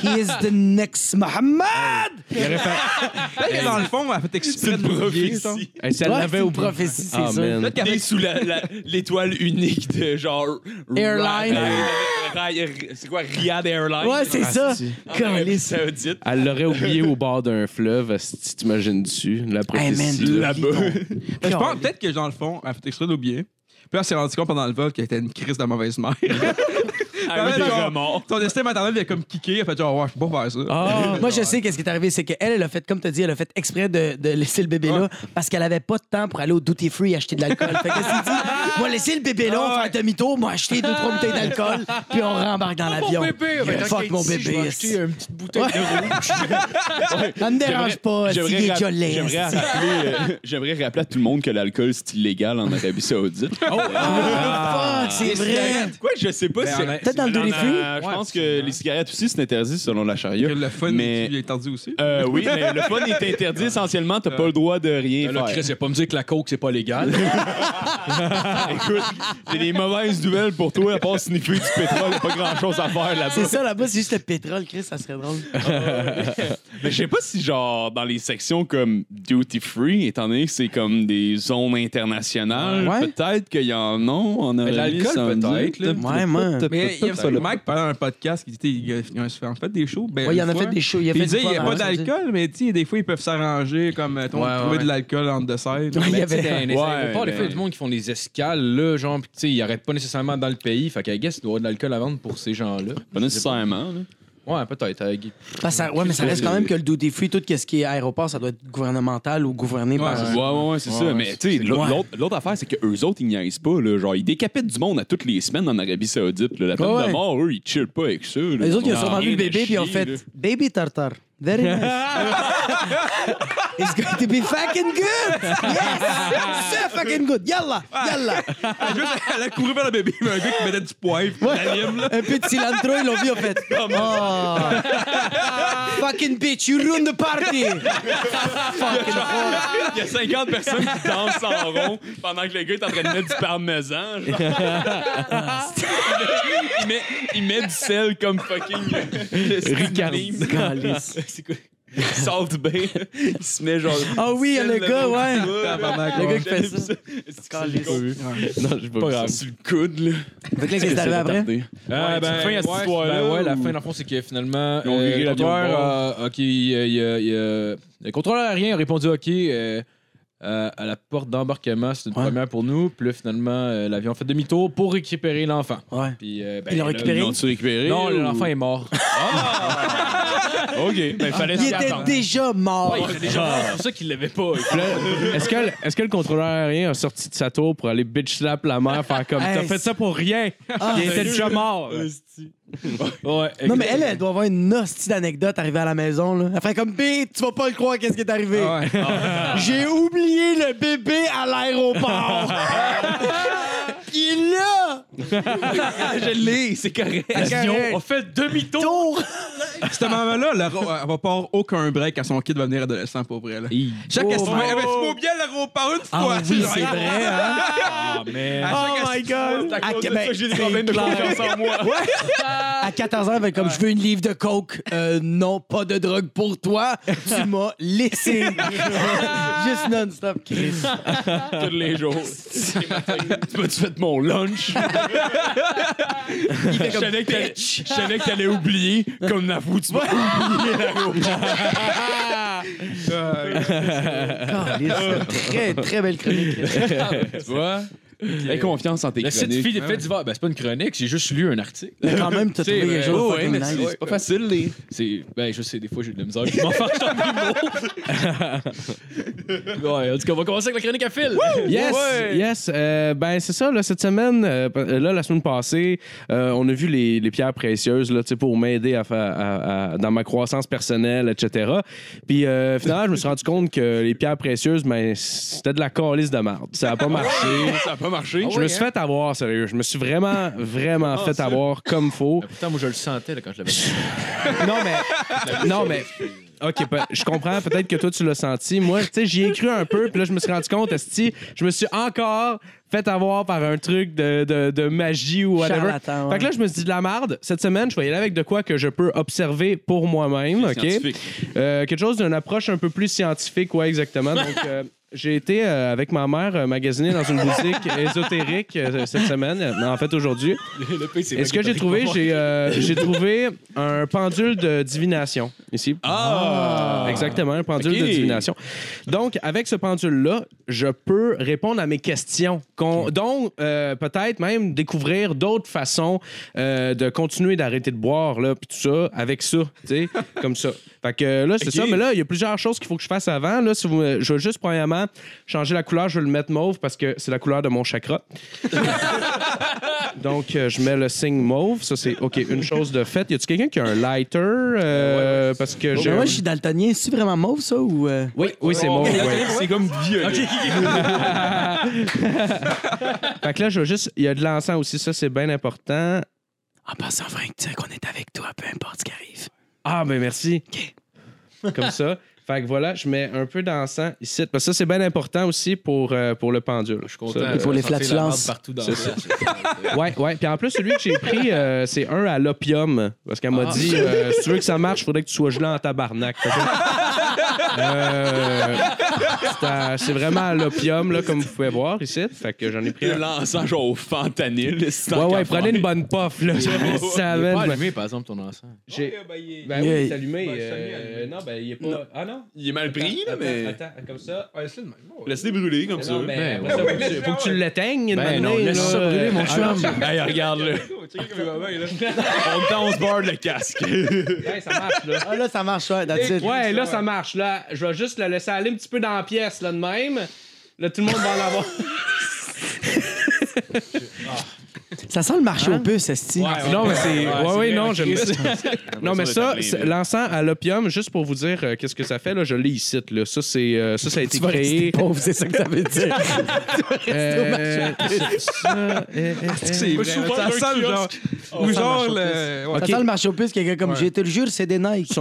[SPEAKER 1] He is the next Muhammad.
[SPEAKER 5] Il aurait fait. Peut-être que dans le fond, elle a fait exprès de l'oublier, genre.
[SPEAKER 7] Hey, si elle
[SPEAKER 1] Ouais,
[SPEAKER 7] l'avait
[SPEAKER 1] c'est
[SPEAKER 7] au
[SPEAKER 1] une prophétie, c'est
[SPEAKER 7] Ah,
[SPEAKER 1] ça.
[SPEAKER 7] man.
[SPEAKER 5] Peut-être qu'elle
[SPEAKER 6] T'es
[SPEAKER 5] a fait-
[SPEAKER 6] sous la- la- l'étoile [laughs] unique de genre...
[SPEAKER 1] Airline.
[SPEAKER 6] Ra- Ra- C'est quoi? Riyadh Airlines?
[SPEAKER 1] Ouais, c'est ça.
[SPEAKER 6] En Arabie
[SPEAKER 1] Câlisse.
[SPEAKER 6] [laughs] Saoudite.
[SPEAKER 7] Elle l'aurait oublié au bord d'un fleuve, si t'imagines dessus, la prophétie.
[SPEAKER 1] man.
[SPEAKER 7] là.
[SPEAKER 6] Là-bas.
[SPEAKER 5] Je pense peut-être que dans le fond, elle a fait exprès de l'oublier. Puis là, elle s'est rendue compte pendant le vol qu'elle était une crise de mauvaise
[SPEAKER 7] Ah
[SPEAKER 5] mère.
[SPEAKER 6] Avec des
[SPEAKER 5] Genre-
[SPEAKER 6] remords.
[SPEAKER 5] Son destin maternel, il a comme kické. Elle a fait genre, ouais, je peux pas faire ça.
[SPEAKER 7] Ah,
[SPEAKER 1] Moi, je sais qu'est-ce qui est arrivé, c'est qu'elle, elle a fait, comme tu dit, elle a fait exprès de, de laisser le bébé là
[SPEAKER 6] Ah.
[SPEAKER 1] parce qu'elle avait pas de temps pour aller au duty free acheter de l'alcool. Fait qu'elle s'est
[SPEAKER 6] [laughs]
[SPEAKER 1] dit, moi, laisser le bébé là, on
[SPEAKER 6] Ah,
[SPEAKER 1] va faire demi-tour, moi, acheter deux, trois bouteilles
[SPEAKER 6] [laughs]
[SPEAKER 1] d'alcool, puis on rembarque
[SPEAKER 6] Ah,
[SPEAKER 1] dans l'avion.
[SPEAKER 6] ben,
[SPEAKER 1] Yeah, Fuck mon bébé.
[SPEAKER 3] acheté une petite bouteille
[SPEAKER 1] Ouais. [laughs] Ça me dérange pas, c'est
[SPEAKER 6] J'aimerais
[SPEAKER 1] il est
[SPEAKER 6] rapp-
[SPEAKER 1] jolé,
[SPEAKER 6] j'aimerais
[SPEAKER 1] c'est-
[SPEAKER 6] rappeler, euh, [laughs] j'aimerais rappeler à tout le monde que l'alcool, c'est illégal en Arabie Saoudite.
[SPEAKER 1] Ah, fuck, c'est vrai.
[SPEAKER 6] Quoi, je sais pas
[SPEAKER 3] Ben,
[SPEAKER 6] si.
[SPEAKER 3] en-
[SPEAKER 1] Peut-être dans le
[SPEAKER 6] en-
[SPEAKER 1] duty free.
[SPEAKER 6] euh, Je pense que les cigarettes aussi, c'est interdit selon la charia.
[SPEAKER 5] Que le fun,
[SPEAKER 6] Mais-
[SPEAKER 5] tu lui as tendu aussi.
[SPEAKER 6] Euh, oui, mais le fun est interdit essentiellement, t'as pas le droit de rien
[SPEAKER 3] Là, Chris,
[SPEAKER 6] faire.
[SPEAKER 3] il a pas me dire que la coke, c'est pas légal.
[SPEAKER 6] [laughs] Écoute, j'ai des mauvaises nouvelles pour toi, à part sniffer du pétrole, y'a pas grand chose à faire
[SPEAKER 1] C'est
[SPEAKER 6] là-bas.
[SPEAKER 1] ça, là-bas, c'est juste le pétrole, Chris, ça serait drôle.
[SPEAKER 6] Mais je sais pas si, genre, dans les sections comme duty free, étant donné que c'est comme des zones internationales,
[SPEAKER 1] Ouais.
[SPEAKER 6] peut-être qu'il y en a en
[SPEAKER 3] de
[SPEAKER 6] Arabie
[SPEAKER 3] l'alcool,
[SPEAKER 6] Saoudite.
[SPEAKER 3] peut-être, là.
[SPEAKER 1] Ouais, man.
[SPEAKER 5] Mais il y a un mec pendant un podcast qui dit il y a- il y a en fait des shows. Ben,
[SPEAKER 1] Ouais, il y en
[SPEAKER 5] une
[SPEAKER 1] a
[SPEAKER 5] fois,
[SPEAKER 1] fait des shows. Il a
[SPEAKER 5] puis
[SPEAKER 1] fait
[SPEAKER 5] Il dit il n'y a pas
[SPEAKER 1] des fois, hein,
[SPEAKER 5] d'alcool, mais tu sais, des fois, ils peuvent s'arranger comme euh, ton-
[SPEAKER 3] Ouais,
[SPEAKER 5] trouver
[SPEAKER 3] ouais.
[SPEAKER 5] de l'alcool en
[SPEAKER 1] [laughs]
[SPEAKER 5] dessert.
[SPEAKER 1] Ouais, Il y
[SPEAKER 3] Tu sais,
[SPEAKER 1] avait.
[SPEAKER 3] dans les
[SPEAKER 6] Ouais,
[SPEAKER 3] aéroports, des fois, il y a
[SPEAKER 6] mais-
[SPEAKER 3] du monde qui font des escales, là, genre, pis tu sais, ils arrêtent pas nécessairement dans le pays. Fait qu'à guess, il doit y avoir de l'alcool à vendre pour ces gens-là.
[SPEAKER 6] Pas nécessairement. là.
[SPEAKER 3] Ouais, peut-être. à Guy.
[SPEAKER 1] Parce que ça- ouais, mais ça reste quand même que le duty free, tout ce qui est aéroport, ça doit être gouvernemental ou gouverné par.
[SPEAKER 6] Ouais, ouais, ouais, c'est ça.
[SPEAKER 3] ouais,
[SPEAKER 6] mais tu sais, l'autre- l'autre l'autre affaire, c'est qu'eux autres, ils niaisent pas. Là. Genre, ils décapitent du monde à toutes les semaines en Arabie Saoudite. là. La peine
[SPEAKER 1] Ouais, ouais.
[SPEAKER 6] de mort, eux, ils chillent pas avec ça. là.
[SPEAKER 1] Les autres, ils ont
[SPEAKER 6] Ah,
[SPEAKER 1] sûrement vu
[SPEAKER 6] rien
[SPEAKER 1] le bébé,
[SPEAKER 6] à
[SPEAKER 1] puis ils ont
[SPEAKER 6] chier, là.
[SPEAKER 1] fait Baby tartar.
[SPEAKER 5] [laughs]
[SPEAKER 1] Very nice. It's going to be fucking good. Yes. So fucking good. Yalla. Yalla.
[SPEAKER 5] Ah, Juste, elle a couru vers le bébé, mais un gars qui mettait du poivre, de la lime, là.
[SPEAKER 1] Un peu de cilantro, ils l'ont vu, en fait. Oh. fucking bitch, you ruined the party. fucking fuck.
[SPEAKER 6] Il y a 50 personnes qui dansent en rond pendant que le gars est en train de mettre du parmesan. genre. il, met, il met du sel comme fucking. Ricardi. [laughs] C'est quoi? Salt Bay. Il se met genre.
[SPEAKER 1] Ah oui, le gars, ouais. Ah, bah,
[SPEAKER 5] Tabarnak,
[SPEAKER 1] Le
[SPEAKER 5] ouais.
[SPEAKER 1] gars qui fait ça.
[SPEAKER 6] Est-ce que j'ai pas vu?
[SPEAKER 7] Non, j'ai pas,
[SPEAKER 3] Pas
[SPEAKER 7] vu
[SPEAKER 3] grave.
[SPEAKER 6] Sur le coude, là.
[SPEAKER 1] Fait que là, qu'est-ce qui est arrivé après?
[SPEAKER 3] Ah,
[SPEAKER 6] Ouais,
[SPEAKER 3] ben,
[SPEAKER 6] tu fais à cette
[SPEAKER 3] ouais,
[SPEAKER 6] histoire-là,
[SPEAKER 3] ben ouais,
[SPEAKER 6] ou-
[SPEAKER 3] la fin, dans le fond, c'est que finalement,
[SPEAKER 6] Ils ont viré
[SPEAKER 3] euh, le
[SPEAKER 6] l'avion de
[SPEAKER 3] contrôleur, euh, ok, il- il- il- il- le contrôleur aérien a répondu OK euh, euh, à la porte d'embarquement, c'est une
[SPEAKER 1] Ouais.
[SPEAKER 3] première pour nous. Puis là, finalement, euh, l'avion a fait demi-tour pour récupérer l'enfant.
[SPEAKER 1] Ouais.
[SPEAKER 3] Puis, euh, ben,
[SPEAKER 1] Ils l'ont
[SPEAKER 3] là,
[SPEAKER 1] récupéré.
[SPEAKER 6] L'ont-tu récupéré?
[SPEAKER 3] Non,
[SPEAKER 6] ou-
[SPEAKER 3] l'enfant est mort.
[SPEAKER 6] OK. Ben, fallait
[SPEAKER 1] Il
[SPEAKER 6] Ah. s'y
[SPEAKER 1] était
[SPEAKER 5] hein.
[SPEAKER 6] attendre.
[SPEAKER 1] déjà mort. Ah.
[SPEAKER 3] C'est pour ça qu'il l'avait pas.
[SPEAKER 7] Est-ce que, le- est-ce que le contrôleur aérien a sorti de sa tour pour aller bitch slap la mère, faire comme
[SPEAKER 1] Hey,
[SPEAKER 7] T'as fait ça pour rien! Il était déjà mort!
[SPEAKER 3] Ouais,
[SPEAKER 1] Non, mais elle, elle doit avoir une hostie d'anecdote arrivée à la maison. Là. Elle fait comme B, tu vas pas le croire, qu'est-ce qui est arrivé.
[SPEAKER 6] Ah
[SPEAKER 1] Ah
[SPEAKER 5] [laughs]
[SPEAKER 1] J'ai oublié le bébé à l'aéroport. Il est là.
[SPEAKER 6] je l'ai, c'est correct.
[SPEAKER 3] On fait demi-tour.
[SPEAKER 1] Tour!
[SPEAKER 5] Ce moment-là, Laura, elle va pas aucun break à son kid va devenir adolescent pour vrai. Là. Chaque
[SPEAKER 1] Oh
[SPEAKER 5] question,
[SPEAKER 1] my-
[SPEAKER 5] mais faut bien la repas une
[SPEAKER 1] Ah
[SPEAKER 5] fois.
[SPEAKER 1] oui, c'est vrai,
[SPEAKER 5] [laughs]
[SPEAKER 1] hein?
[SPEAKER 3] Ah, man.
[SPEAKER 5] Oh my god!
[SPEAKER 1] À Québec,
[SPEAKER 6] j'ai des
[SPEAKER 1] c'est
[SPEAKER 6] problèmes de
[SPEAKER 1] clair.
[SPEAKER 6] confiance en moi.
[SPEAKER 1] À 14 ans, elle fait comme je veux une livre de coke. Euh, non, pas de drogue pour toi. Tu m'as
[SPEAKER 6] [laughs]
[SPEAKER 1] laissé. Juste non-stop, Chris.
[SPEAKER 6] Tous les jours. tu m'as-tu fait mon lunch?
[SPEAKER 1] Il fait
[SPEAKER 6] Je
[SPEAKER 1] comme
[SPEAKER 6] savais que t'allais- je savais que t'allais oublier, comme Nafou, tu m'as oublié l'aéroport.
[SPEAKER 1] Caliste. Très, très belle chronique.
[SPEAKER 6] [laughs]
[SPEAKER 3] Tu vois?
[SPEAKER 6] Aie confiance en tes
[SPEAKER 3] Le site
[SPEAKER 6] chroniques.
[SPEAKER 3] fait, fait divers. Ben, c'est pas une chronique, j'ai juste lu un article.
[SPEAKER 1] Quand même, t'as trouvé
[SPEAKER 3] C'est,
[SPEAKER 1] quelque
[SPEAKER 3] euh,
[SPEAKER 1] chose de
[SPEAKER 3] oh,
[SPEAKER 1] fucking
[SPEAKER 3] ouais, mais
[SPEAKER 1] nice.
[SPEAKER 3] c'est-
[SPEAKER 6] Pas facile, les.
[SPEAKER 3] C'est. Ben, je sais, des fois, j'ai de la misère. Je m'en fais Ouais, en tout cas, on va commencer avec la chronique à fil.
[SPEAKER 4] Yes, yes. euh, ben c'est ça. Là, cette semaine, euh, là la semaine passée, euh, on a vu les, les pierres précieuses là, tu sais, pour m'aider à, fa- à- à- dans ma croissance personnelle, etc. Puis euh, finalement, je me suis rendu compte que les pierres précieuses, ben, c'était de la calice de merde. Ça a pas marché.
[SPEAKER 6] Ça a pas marché. Ah hein?
[SPEAKER 4] Je me suis fait avoir, sérieux. Je me suis vraiment, vraiment fait avoir comme faux.
[SPEAKER 3] Putain, moi, je le sentais là, quand je l'avais.
[SPEAKER 4] Non, mais. Non, mais. OK, pe- je comprends. Peut-être que toi, tu l'as senti. Moi, tu sais, j'y ai cru un peu. Puis là, je me suis rendu compte, esti, je me suis encore fait avoir par un truc de, de, de magie ou whatever.
[SPEAKER 1] Charlatan, ouais.
[SPEAKER 4] Fait que là, je me suis dit de la merde. Cette semaine, je vais y aller avec de quoi que je peux observer pour moi-même. OK?
[SPEAKER 6] Scientifique.
[SPEAKER 4] Euh, quelque chose d'une approche un peu plus scientifique, ouais, exactement. Donc, euh, j'ai été euh, avec ma mère euh, magasiner dans une boutique ésotérique euh, cette semaine, euh, en fait aujourd'hui. Et ce que j'ai trouvé, j'ai euh, j'ai trouvé un pendule de divination ici.
[SPEAKER 6] Ah!
[SPEAKER 4] Exactement, un pendule
[SPEAKER 6] Ok.
[SPEAKER 4] de divination. Donc, avec ce pendule-là, je peux répondre à mes questions, qu'on- dont euh, peut-être même découvrir d'autres façons euh, de continuer d'arrêter de boire, là, puis tout ça, avec ça, tu
[SPEAKER 6] [laughs]
[SPEAKER 4] sais, comme ça. Fait que euh, là, c'est
[SPEAKER 6] Ok.
[SPEAKER 4] ça, mais là, il y a plusieurs choses qu'il faut que je fasse avant. Là, si vous, me- je veux juste, premièrement, changer la couleur, je vais le mettre mauve parce que c'est la couleur de mon
[SPEAKER 6] [laughs]
[SPEAKER 4] chakra. Donc, euh, je mets le signe mauve. Ça, c'est OK, une chose de faite. Y a-tu quelqu'un qui a un lighter? Euh, Parce que j'ai.
[SPEAKER 1] Mais
[SPEAKER 4] un-
[SPEAKER 1] Moi, je suis daltonien. C'est vraiment mauve, ça? Ou euh?
[SPEAKER 4] Oui, oui, c'est mauve. Oh, ouais.
[SPEAKER 6] C'est comme vieux.
[SPEAKER 4] Fait que là, je veux juste. Il y a de l'encens aussi, ça, c'est bien important.
[SPEAKER 1] En passant, Frank, tu sais qu'on est avec toi, peu importe ce qui arrive.
[SPEAKER 4] Ah, ben merci. Comme [laughs] ça. Fait que voilà, je mets un peu d'encens ici. Parce que ça, c'est bien important aussi pour, euh, pour le pendule.
[SPEAKER 3] Je suis content.
[SPEAKER 4] Ça,
[SPEAKER 3] euh,
[SPEAKER 1] pour les
[SPEAKER 3] sentir la merde
[SPEAKER 1] flatulences.
[SPEAKER 3] partout dans
[SPEAKER 4] C'est
[SPEAKER 3] le-
[SPEAKER 4] ça. Ouais, ouais. Puis en plus, celui que j'ai pris, euh, c'est un à l'opium. Parce qu'elle m'a dit, euh, si tu veux que ça marche, il faudrait que tu sois gelé en tabarnak. Fait que- Euh, c'est à- c'est vraiment à l'opium, là, comme vous pouvez voir ici. Fait que j'en ai pris
[SPEAKER 6] De
[SPEAKER 4] un.
[SPEAKER 6] l'encens, genre au fentanyl. c'est
[SPEAKER 4] Ouais,
[SPEAKER 6] tant
[SPEAKER 4] ouais,
[SPEAKER 6] qu'à
[SPEAKER 4] prenez
[SPEAKER 6] faire.
[SPEAKER 4] une bonne puff, là. Ça
[SPEAKER 3] Il est pas
[SPEAKER 4] va.
[SPEAKER 3] allumé, par exemple, ton encens.
[SPEAKER 4] J'ai- Ben
[SPEAKER 1] Il
[SPEAKER 4] oui,
[SPEAKER 1] est-
[SPEAKER 4] c'est allumé.
[SPEAKER 5] Ben,
[SPEAKER 4] euh,
[SPEAKER 5] celui-là, il est allumé.
[SPEAKER 4] non, ben il est pas. Ah non?
[SPEAKER 6] Il est mal pris, là,
[SPEAKER 4] Attends,
[SPEAKER 6] mais.
[SPEAKER 4] Attends, comme ça. Ah,
[SPEAKER 6] Laisse-les brûler comme ça.
[SPEAKER 4] Non, mais
[SPEAKER 3] Ben,
[SPEAKER 4] après ça, faut
[SPEAKER 5] ouais.
[SPEAKER 4] que tu- faut que tu l'éteignes. une
[SPEAKER 3] Ben
[SPEAKER 4] bonne
[SPEAKER 3] non,
[SPEAKER 4] année,
[SPEAKER 3] laisse
[SPEAKER 4] là.
[SPEAKER 3] ça brûler, mon
[SPEAKER 4] Ah, non,
[SPEAKER 3] chum.
[SPEAKER 6] Hey, regarde-le. On temps, on se barre le casque.
[SPEAKER 4] ben, ça marche, là.
[SPEAKER 1] Ah, là, ça marche, ouais. that's it.
[SPEAKER 4] Ouais, là, ça marche. Là, je vais juste le laisser aller un petit peu dans la pièce, là, de même. Là, tout le monde va en avoir.
[SPEAKER 1] Ça sent le marché aux puces, Esti.
[SPEAKER 4] [laughs] non, mais c'est. Ouais, ouais, non, j'aime [laughs] ça. non, mais ça,
[SPEAKER 6] L'impression
[SPEAKER 4] c'est-
[SPEAKER 6] d'être
[SPEAKER 4] l'encens à l'opium, juste pour vous dire euh, qu'est-ce que ça fait, là, je l'ai ici, là. Ça, c'est, euh, ça, [laughs] ça a été
[SPEAKER 1] Tu vas rester
[SPEAKER 4] créé.
[SPEAKER 1] pauvre, c'est ça que ça veut dire.
[SPEAKER 4] Euh, [laughs] ça, euh, euh,
[SPEAKER 5] C'est vrai,
[SPEAKER 6] souvent
[SPEAKER 5] ça
[SPEAKER 6] un
[SPEAKER 5] sent le genre. Ou genre
[SPEAKER 1] marche au
[SPEAKER 5] le. ouais.
[SPEAKER 1] Ça sent le marché aux puces, quelqu'un comme j'ai, te le jure, c'est des Nike.
[SPEAKER 4] ça-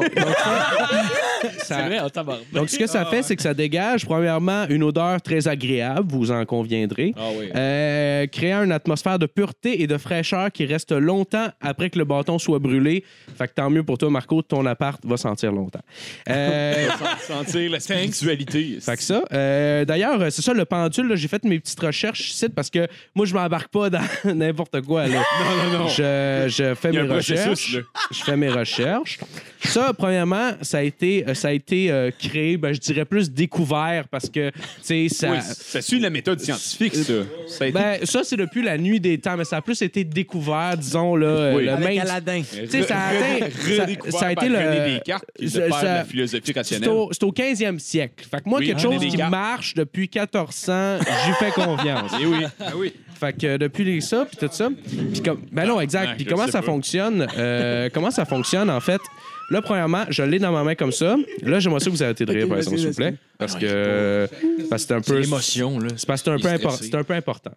[SPEAKER 4] Donc, ce que
[SPEAKER 3] Ah,
[SPEAKER 4] ça fait, c'est que ça dégage, premièrement, une odeur très agréable, vous en conviendrez.
[SPEAKER 3] Ah oui.
[SPEAKER 4] Euh, créant une atmosphère de pureté et de fraîcheur qui reste longtemps après que le bâton soit brûlé. Fait que tant mieux pour toi, Marco, ton appart va sentir longtemps.
[SPEAKER 3] [laughs]
[SPEAKER 4] Euh,
[SPEAKER 6] Sentir la spiritualité.
[SPEAKER 4] fait que ça. euh, D'ailleurs, euh, c'est ça, le pendule, là, j'ai fait mes petites recherches ici parce que moi, je m'embarque pas dans [laughs] n'importe quoi. Là.
[SPEAKER 6] [laughs] Non, non, non.
[SPEAKER 4] Je, je fais
[SPEAKER 6] Il y a
[SPEAKER 4] mes
[SPEAKER 6] un
[SPEAKER 4] recherches.
[SPEAKER 6] processus, là.
[SPEAKER 4] Je fais mes recherches. Ça, premièrement, ça a été, euh, ça a été euh, créé, ben, je dirais plus découvert parce que, tu sais, ça.
[SPEAKER 6] Oui, ça suit la méthode scientifique, ça. Ça a été-
[SPEAKER 4] Ben, ça, c'est depuis la nuit des temps, mais ça a plus été découvert, disons, là, euh,
[SPEAKER 6] Oui.
[SPEAKER 4] le
[SPEAKER 6] Avec
[SPEAKER 4] main-
[SPEAKER 1] Aladdin.
[SPEAKER 4] tu sais, ça a atteint-
[SPEAKER 6] Redécouvert
[SPEAKER 4] ça- ça a
[SPEAKER 6] par
[SPEAKER 4] été le-
[SPEAKER 6] René Descartes, qui est
[SPEAKER 4] ça-
[SPEAKER 6] le père de
[SPEAKER 4] ça-
[SPEAKER 6] la philosophie
[SPEAKER 4] C'est
[SPEAKER 6] rationnelle.
[SPEAKER 4] au, c'est au 15e siècle. Fait que moi,
[SPEAKER 6] Oui,
[SPEAKER 4] quelque
[SPEAKER 6] René
[SPEAKER 4] chose qui
[SPEAKER 6] Descartes.
[SPEAKER 4] marche depuis 1400, j'y fais confiance.
[SPEAKER 6] [laughs] Eh oui. Ah oui.
[SPEAKER 4] Fait que euh, depuis les ça, puis tout ça. Puis comme, ben non, exact.
[SPEAKER 6] Ouais,
[SPEAKER 4] Puis
[SPEAKER 6] Ah, je
[SPEAKER 4] comment
[SPEAKER 6] sais
[SPEAKER 4] ça
[SPEAKER 6] pas.
[SPEAKER 4] fonctionne? euh, [laughs] comment ça fonctionne, en fait? Là, premièrement, je l'ai dans ma main comme ça. Là, j'aimerais ça que vous arrêtez de rire,
[SPEAKER 1] Ok,
[SPEAKER 4] par exemple,
[SPEAKER 1] vas-y,
[SPEAKER 4] s'il vous plaît. Parce
[SPEAKER 3] Ah non,
[SPEAKER 4] que. Parce que c'est un peu.
[SPEAKER 3] L'émotion, là.
[SPEAKER 4] C'est parce que c'est un
[SPEAKER 3] Il
[SPEAKER 4] peu
[SPEAKER 3] est
[SPEAKER 4] impor-
[SPEAKER 3] stressé.
[SPEAKER 4] c'est un peu important.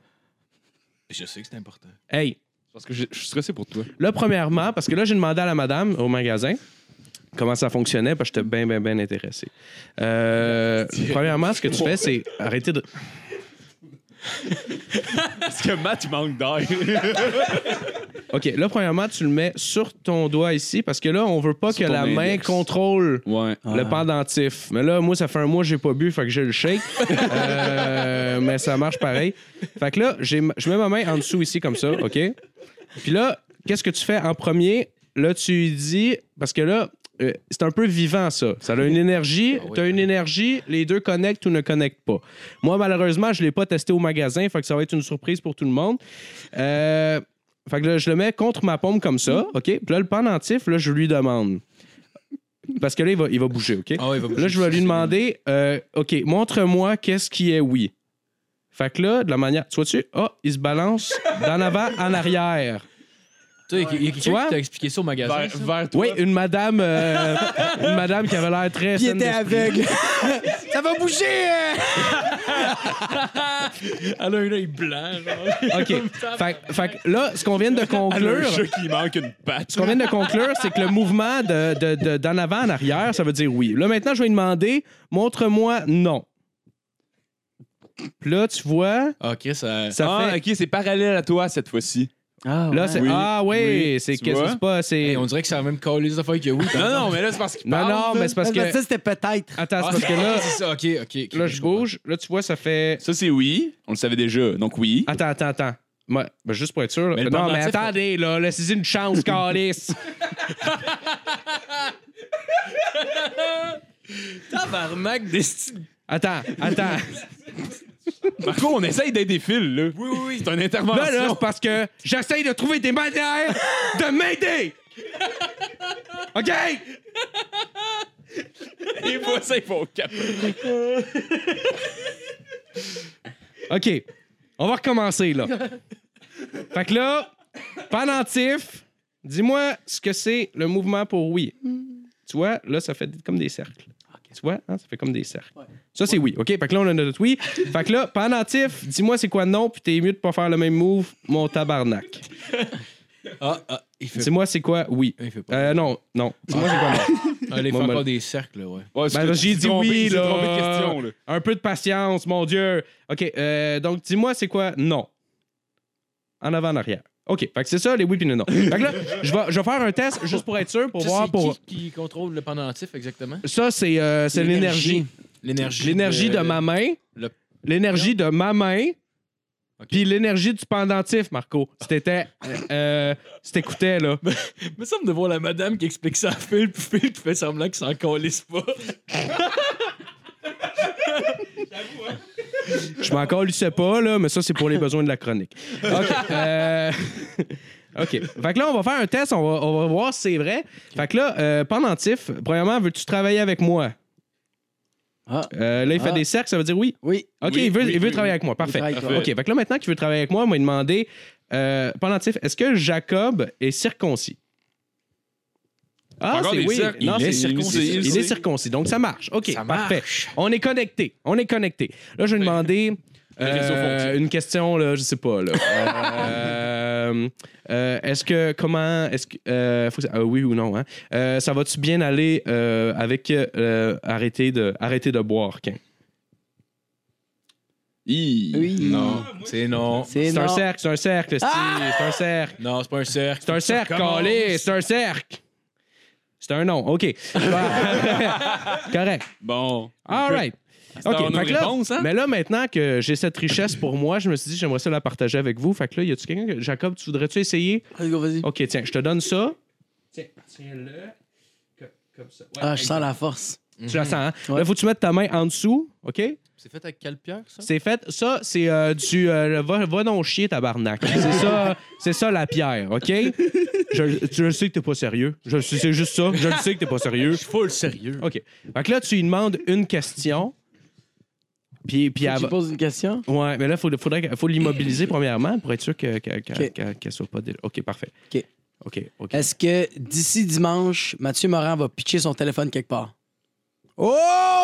[SPEAKER 3] Je sais que c'est important.
[SPEAKER 4] Hey,
[SPEAKER 6] Parce que je je suis stressé pour toi.
[SPEAKER 4] Là, premièrement, parce que là, j'ai demandé à la madame au magasin comment ça fonctionnait, parce que j'étais bien, bien, bien intéressé.
[SPEAKER 6] [laughs]
[SPEAKER 4] Euh, premièrement, ce que tu fais, c'est arrêter de.
[SPEAKER 6] Parce que Matt, il manque d'air.
[SPEAKER 4] [laughs] OK, là, premièrement, tu le mets sur ton doigt ici, parce que là, on veut pas
[SPEAKER 6] Sur
[SPEAKER 4] que
[SPEAKER 6] ton
[SPEAKER 4] la main
[SPEAKER 6] index.
[SPEAKER 4] contrôle
[SPEAKER 6] Ouais.
[SPEAKER 4] le pendentif. Mais là, moi, ça fait un mois que j'ai pas bu, fait que je le
[SPEAKER 6] [laughs]
[SPEAKER 4] shake. Euh, mais ça marche pareil. Fait que là, j'ai- je mets ma main en dessous ici, comme ça, OK? Puis là, qu'est-ce que tu fais en premier? Là, tu dis... Parce que là, euh, c'est un peu vivant, ça. Ça a une énergie.
[SPEAKER 3] Ah
[SPEAKER 4] Tu as
[SPEAKER 3] hein.
[SPEAKER 4] une énergie. Les deux connectent ou ne connectent pas. Moi, malheureusement, je l'ai pas testé au magasin, fait que ça va être une surprise pour tout le monde. Euh, Fait que là, je le mets contre ma paume comme ça, OK? Puis là, le pendentif, là, je lui demande. Parce que là, il va, il va bouger, OK?
[SPEAKER 3] Ah ouais, il va
[SPEAKER 4] Là, je vais lui demander, euh, OK, montre-moi qu'est-ce qui est oui. Fait que là, de la manière. Tu vois-tu? Ah, il se balance d'en avant en arrière.
[SPEAKER 3] Tu sais, il y a
[SPEAKER 4] Tu
[SPEAKER 3] quelqu'un
[SPEAKER 4] vois?
[SPEAKER 3] qui t'a expliqué ça au magasin.
[SPEAKER 6] Vers, vers toi.
[SPEAKER 4] Oui, une madame, euh, une madame qui avait l'air très.
[SPEAKER 1] Puis il
[SPEAKER 4] saine
[SPEAKER 1] était
[SPEAKER 4] d'esprit.
[SPEAKER 1] aveugle. [laughs] ça va bouger! euh!
[SPEAKER 3] Elle a un œil blanc.
[SPEAKER 4] OK. Fait, fait que là, ce qu'on vient de conclure.
[SPEAKER 6] Le chat qui manque une patte.
[SPEAKER 4] Ce qu'on vient de conclure, c'est que le mouvement de, de- de- d'en avant en arrière, ça veut dire oui. Là, maintenant, je vais lui demander, montre-moi non. Puis Là, tu vois,
[SPEAKER 3] Ah, Chris, ça.
[SPEAKER 4] ça
[SPEAKER 6] ah,
[SPEAKER 4] fait.
[SPEAKER 6] ok, c'est parallèle à toi cette fois-ci.
[SPEAKER 4] Là, c'est.
[SPEAKER 6] Oui.
[SPEAKER 4] Ah, oui,
[SPEAKER 6] Oui.
[SPEAKER 4] c'est
[SPEAKER 6] Tu
[SPEAKER 4] que
[SPEAKER 6] vois?
[SPEAKER 4] c'est pas. C'est...
[SPEAKER 3] Hey, Eh, on dirait que ça a même collé les affaires que oui.
[SPEAKER 6] Non, non, mais là, c'est parce qu'il
[SPEAKER 4] Non,
[SPEAKER 6] parle.
[SPEAKER 4] non, mais c'est parce que.
[SPEAKER 1] Ça, c'était peut-être.
[SPEAKER 4] Attends,
[SPEAKER 3] Ah,
[SPEAKER 4] c'est parce que là,
[SPEAKER 3] c'est ça, ok, ok. ok,
[SPEAKER 4] là, je
[SPEAKER 3] comprends.
[SPEAKER 4] bouge. Là, tu vois, ça fait.
[SPEAKER 6] Ça, c'est oui. On le savait déjà. Donc, oui.
[SPEAKER 4] Attends, attends, attends. Moi, ben, juste pour être sûr. là.
[SPEAKER 6] Mais le
[SPEAKER 4] non, mais
[SPEAKER 6] pendentif,
[SPEAKER 4] attendez, là, laissez-y une chance,
[SPEAKER 6] [laughs]
[SPEAKER 4] Carlis.
[SPEAKER 3] Tabarnak des styles.
[SPEAKER 4] Attends, attends.
[SPEAKER 6] Marco, on essaye d'aider Phil, là. Oui, oui, oui. C'est une intervention.
[SPEAKER 4] Là, là, c'est parce que j'essaye de trouver des manières de m'aider. OK?
[SPEAKER 6] Les voisins vont cap.
[SPEAKER 4] OK. On va recommencer, là. Fait que là, pendentif, dis-moi ce que c'est le mouvement pour oui. Tu vois, là, ça fait comme des cercles. Tu vois, hein, ça fait comme des cercles. Ça, c'est oui. OK? Fait que là, on a notre oui. fait que là, pendentif, dis-moi c'est quoi non, puis t'es mieux de pas faire le même move, mon tabarnak.
[SPEAKER 3] Ah, ah, il fait.
[SPEAKER 4] Dis-moi c'est quoi oui.
[SPEAKER 3] Il fait pas.
[SPEAKER 4] Euh, non, non. Dis-moi c'est quoi non.
[SPEAKER 3] Ah, il fait
[SPEAKER 4] moi, moi-
[SPEAKER 3] encore des cercles, ouais.
[SPEAKER 6] Ouais,
[SPEAKER 4] Ben, parce que j'ai dit oui, là.
[SPEAKER 6] trompé de question, là.
[SPEAKER 4] Un peu de patience, mon Dieu. OK, euh, donc dis-moi, c'est quoi? Non. En avant, en arrière. OK, fait que c'est ça, les oui puis les non. Fait que là, je vais, je vais faire un test juste pour être sûr, pour
[SPEAKER 3] Ça,
[SPEAKER 4] voir.
[SPEAKER 3] c'est
[SPEAKER 4] Pour...
[SPEAKER 3] Qui, qui contrôle le pendentif exactement
[SPEAKER 4] Ça, c'est euh, c'est l'énergie.
[SPEAKER 3] L'énergie.
[SPEAKER 4] L'énergie de ma main.
[SPEAKER 3] le-
[SPEAKER 4] L'énergie de ma main.
[SPEAKER 3] Ok.
[SPEAKER 4] Puis l'énergie du pendentif, Marco. C'était. Euh, si t'écoutais, là.
[SPEAKER 3] me semble de voir la madame qui explique ça à Phil, puis Phil qui fait semblant qu'il s'en collisse pas.
[SPEAKER 4] Je m'en calissais pas, là, mais ça, c'est pour les besoins de la chronique. OK. euh, [laughs] OK. Fait que là, on va faire un test, on va, on va voir si c'est vrai. Fait que là, euh, pendentif, premièrement, veux-tu travailler avec moi?
[SPEAKER 1] Ah.
[SPEAKER 4] Euh, là, il fait
[SPEAKER 1] Ah.
[SPEAKER 4] des cercles, ça veut dire oui.
[SPEAKER 1] Oui.
[SPEAKER 4] OK,
[SPEAKER 6] Oui,
[SPEAKER 4] il veut,
[SPEAKER 6] oui,
[SPEAKER 4] il veut
[SPEAKER 6] oui,
[SPEAKER 4] travailler
[SPEAKER 6] oui.
[SPEAKER 4] avec moi. Parfait.
[SPEAKER 1] travaille avec
[SPEAKER 6] Parfait.
[SPEAKER 4] OK. Fait que là, maintenant qu'il veut travailler avec moi, on m'a demandé, euh, pendentif, est-ce que Jacob est circoncis? Ah,
[SPEAKER 6] Encore
[SPEAKER 4] c'est
[SPEAKER 6] des
[SPEAKER 4] oui.
[SPEAKER 6] cercles.
[SPEAKER 4] Non,
[SPEAKER 6] Il
[SPEAKER 4] c'est
[SPEAKER 6] est circoncis.
[SPEAKER 4] circoncis.
[SPEAKER 6] Il
[SPEAKER 4] Il est
[SPEAKER 6] sait.
[SPEAKER 4] circoncis. Donc, ça marche. OK,
[SPEAKER 3] Ça
[SPEAKER 4] parfait. On est connecté. On est connecté. Là, je vais demander euh,
[SPEAKER 6] réseau fonctionne.
[SPEAKER 4] une question, là, je sais pas. Là. [laughs] Euh, euh, est-ce que comment est-ce que euh, faut que ça- ah, oui ou non hein? Euh, Ça va-tu bien aller euh, avec euh, arrêter de arrêter de boire Ken?
[SPEAKER 6] Hi.
[SPEAKER 1] Oui.
[SPEAKER 3] Non, c'est non.
[SPEAKER 1] C'est
[SPEAKER 4] C'est un
[SPEAKER 1] non.
[SPEAKER 4] cercle, c'est un cercle, esti, c'est un cercle,
[SPEAKER 3] Non, c'est pas un cercle.
[SPEAKER 4] c'est un cercle, calé, c'est un cercle. C'est un nom,
[SPEAKER 6] [laughs]
[SPEAKER 4] ok. Correct.
[SPEAKER 6] Bon.
[SPEAKER 4] All right.
[SPEAKER 6] Ok,
[SPEAKER 4] OK, fait que là,
[SPEAKER 6] réponse, hein?
[SPEAKER 4] mais là, maintenant que j'ai cette richesse pour moi, je me suis dit, j'aimerais ça la partager avec vous. Fait que là, y a-tu quelqu'un que. Jacob, tu voudrais-tu essayer?
[SPEAKER 1] Vas-y, vas-y.
[SPEAKER 4] OK, tiens, je te donne ça. Tiens, tiens-le. Comme ça.
[SPEAKER 1] Ah, je sens la force.
[SPEAKER 4] Tu la sens, hein?
[SPEAKER 1] Ouais.
[SPEAKER 4] Là, faut que tu mettes ta main en dessous, OK?
[SPEAKER 3] C'est fait avec quelle pierre, ça
[SPEAKER 4] C'est fait. Ça, c'est euh, du. euh, va, va non chier, tabarnak.
[SPEAKER 3] [laughs]
[SPEAKER 4] C'est ça, c'est ça la pierre, OK? Je, tu- je sais que t'es pas sérieux. Je, c'est juste ça. Je le sais que t'es pas sérieux.
[SPEAKER 3] Full sérieux.
[SPEAKER 4] OK. Fait que là, tu lui demandes une question. Puis, puis
[SPEAKER 1] Tu
[SPEAKER 4] elle va-
[SPEAKER 1] poses une question?
[SPEAKER 4] Ouais, mais là, il faudrait, faudrait- faut l'immobiliser premièrement pour être sûr que- que- que- que-
[SPEAKER 1] Ok.
[SPEAKER 4] qu'elle soit pas. dé- OK, parfait.
[SPEAKER 1] Ok.
[SPEAKER 4] OK, OK.
[SPEAKER 1] Est-ce que d'ici dimanche, Mathieu Morin va pitcher son téléphone quelque part? Oh,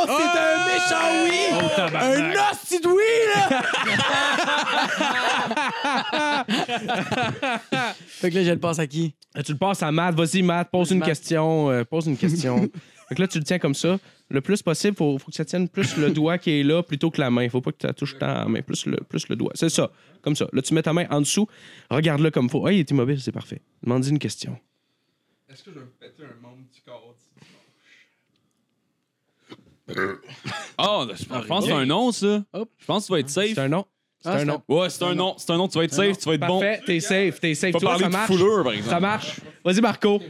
[SPEAKER 1] c'est un méchant oui!
[SPEAKER 4] Oh,
[SPEAKER 1] un hostie de oui, là! [laughs] fait que là, je le passe à qui?
[SPEAKER 4] Euh, Tu le passes à Matt. Vas-y, Matt, pose une question. euh, pose une [laughs] question. fait que là, tu le tiens comme ça. Le plus possible, faut, faut que ça tienne plus le doigt qui est là plutôt que la main. Faut pas que tu la touches tant la main, plus le, plus le doigt. C'est ça. Comme ça. Là, tu mets ta main en dessous. Regarde-le comme faut. Ah, il est immobile, c'est parfait. Demande-y une question.
[SPEAKER 5] Est-ce que je vais me péter un membre du corps
[SPEAKER 6] Ah, je pense que c'est un nom, ça. Je pense que tu vas être
[SPEAKER 4] C'est
[SPEAKER 6] safe.
[SPEAKER 4] un nom. C'est
[SPEAKER 1] Ah,
[SPEAKER 4] un nom.
[SPEAKER 6] Ouais, c'est un nom. C'est un nom. Tu vas être safe, tu vas être bon.
[SPEAKER 4] Parfait, t'es safe, t'es safe.
[SPEAKER 6] Tu
[SPEAKER 4] Tu
[SPEAKER 6] vas
[SPEAKER 4] vois,
[SPEAKER 6] parler
[SPEAKER 4] ça
[SPEAKER 6] de
[SPEAKER 4] marche.
[SPEAKER 6] fouleur, par exemple.
[SPEAKER 4] Ça marche. Vas-y, Marco.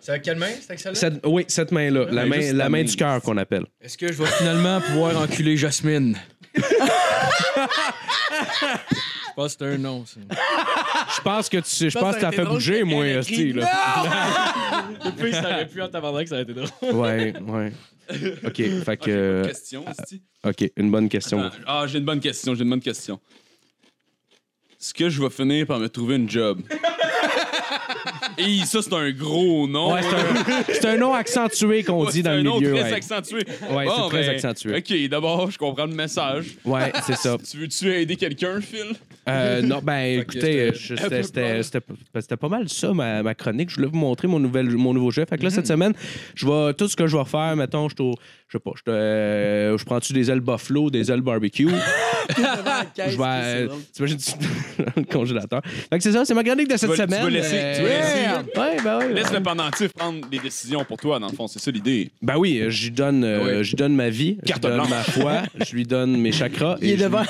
[SPEAKER 2] C'est avec quelle main? C'est avec celle-là?
[SPEAKER 4] Cette- oui, cette main-là. La
[SPEAKER 6] mais
[SPEAKER 4] main,
[SPEAKER 6] juste
[SPEAKER 4] la
[SPEAKER 6] ta
[SPEAKER 4] main
[SPEAKER 6] main.
[SPEAKER 4] du cœur qu'on appelle.
[SPEAKER 3] Est-ce que je vais finalement pouvoir enculer Jasmine?
[SPEAKER 6] [laughs]
[SPEAKER 3] je pense que c'est un non, ça.
[SPEAKER 4] Je pense que tu, je pense que t'as fait bouger, moi, hostie, là. [laughs]
[SPEAKER 3] Puis ça aurait pu en tabarnak, ça aurait été drôle.
[SPEAKER 4] Ouais, ouais. OK, fait que.
[SPEAKER 6] Une
[SPEAKER 4] euh,
[SPEAKER 6] question, aussi.
[SPEAKER 4] OK, une bonne question.
[SPEAKER 6] Ah, j'ai une bonne question, j'ai une bonne question. Est-ce que je vais finir par me trouver
[SPEAKER 4] [laughs]
[SPEAKER 6] une job? Et ça, c'est un gros nom.
[SPEAKER 4] Ouais, c'est un, c'est un nom accentué qu'on
[SPEAKER 6] Ouais,
[SPEAKER 4] dit dans
[SPEAKER 6] c'est
[SPEAKER 4] le
[SPEAKER 6] un nom
[SPEAKER 4] milieu.
[SPEAKER 6] très
[SPEAKER 4] ouais.
[SPEAKER 6] accentué.
[SPEAKER 4] Ouais,
[SPEAKER 6] Bon,
[SPEAKER 3] Oh,
[SPEAKER 4] c'est très
[SPEAKER 6] ben,
[SPEAKER 4] accentué.
[SPEAKER 6] OK, d'abord, je comprends le message.
[SPEAKER 4] Ouais, c'est ça.
[SPEAKER 6] Tu veux-tu aider quelqu'un, Phil?
[SPEAKER 4] Euh, non, ben écoutez,
[SPEAKER 3] c'était-
[SPEAKER 4] je- c'était- c'était c'était- ben, c'était pas mal ça, ma, ma chronique. Je voulais vous montrer mon, nouvel, mon nouveau jeu. Fait que là, cette semaine, je vais, tout ce que je vais faire, mettons, je suis au- je sais pas, je, suis, euh, je prends-tu des ailes buffalo, des ailes barbecue?
[SPEAKER 1] Ah,
[SPEAKER 4] je vais. euh, T'imagines, tu- dans le congélateur. Fait que c'est ça, c'est ma chronique de cette
[SPEAKER 6] vas- tu vas
[SPEAKER 4] semaine. euh,
[SPEAKER 6] laisser- tu vas laisser-
[SPEAKER 4] Ouais, ben ouais.
[SPEAKER 6] Laisse le pendentif prendre des décisions pour toi, dans le fond. C'est ça l'idée.
[SPEAKER 4] Ben oui, euh, je lui donne, euh,
[SPEAKER 6] Ouais.
[SPEAKER 4] je lui donne ma vie, je lui
[SPEAKER 6] Carte
[SPEAKER 4] donne
[SPEAKER 6] blanche.
[SPEAKER 4] ma
[SPEAKER 6] [laughs]
[SPEAKER 4] foi, je lui donne mes chakras.
[SPEAKER 1] Il
[SPEAKER 4] et
[SPEAKER 1] est
[SPEAKER 4] je lui-
[SPEAKER 1] devant,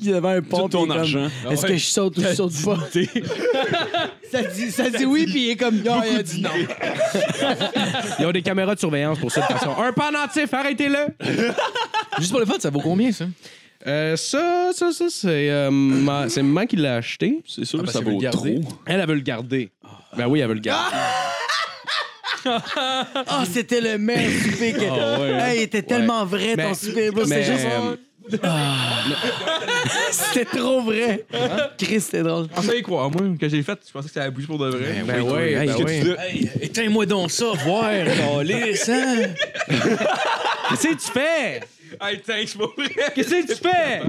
[SPEAKER 1] il est devant un
[SPEAKER 6] Tout
[SPEAKER 1] pont.
[SPEAKER 6] ton
[SPEAKER 1] puis il est comme,
[SPEAKER 6] argent.
[SPEAKER 1] Est-ce que je saute ou je saute
[SPEAKER 4] [laughs]
[SPEAKER 1] pas? [laughs] ça, dit, ça dit oui, puis il est comme. Non, il a dit non.
[SPEAKER 4] Ils ont des caméras de surveillance pour ça, de toute façon. Un pendentif, arrêtez-le!
[SPEAKER 6] [laughs]
[SPEAKER 3] Juste pour le fun, ça vaut combien, ça?
[SPEAKER 4] Euh, ça, ça, ça, c'est euh, ma- c'est maman qui l'a acheté.
[SPEAKER 6] C'est sûr,
[SPEAKER 3] Ah, parce
[SPEAKER 6] ça
[SPEAKER 3] qu'elle veut
[SPEAKER 6] vaut
[SPEAKER 3] le garder.
[SPEAKER 6] trop.
[SPEAKER 4] Elle, elle veut le garder. Ben oui, elle veut le garder.
[SPEAKER 1] Ah, c'était le meilleur souper que.
[SPEAKER 4] Ah, ouais.
[SPEAKER 1] Hey, il était tellement vrai ton
[SPEAKER 4] Mais-
[SPEAKER 1] souper. bro. C'était
[SPEAKER 4] mais- euh,
[SPEAKER 1] juste. Ah. c'était trop vrai. Chris, c'était drôle.
[SPEAKER 5] Ah, ça y croit, moi. Quand j'ai fait, je pensais que ça allait bouger pour de vrai.
[SPEAKER 4] Ben oui, ben oui.
[SPEAKER 3] Hey,
[SPEAKER 1] Ah,
[SPEAKER 3] éteins-moi donc ça, voir, calice, hein?
[SPEAKER 4] Qu'est-ce que tu fais?
[SPEAKER 5] Hey, thanks pour vrai.
[SPEAKER 4] Qu'est-ce que tu fais?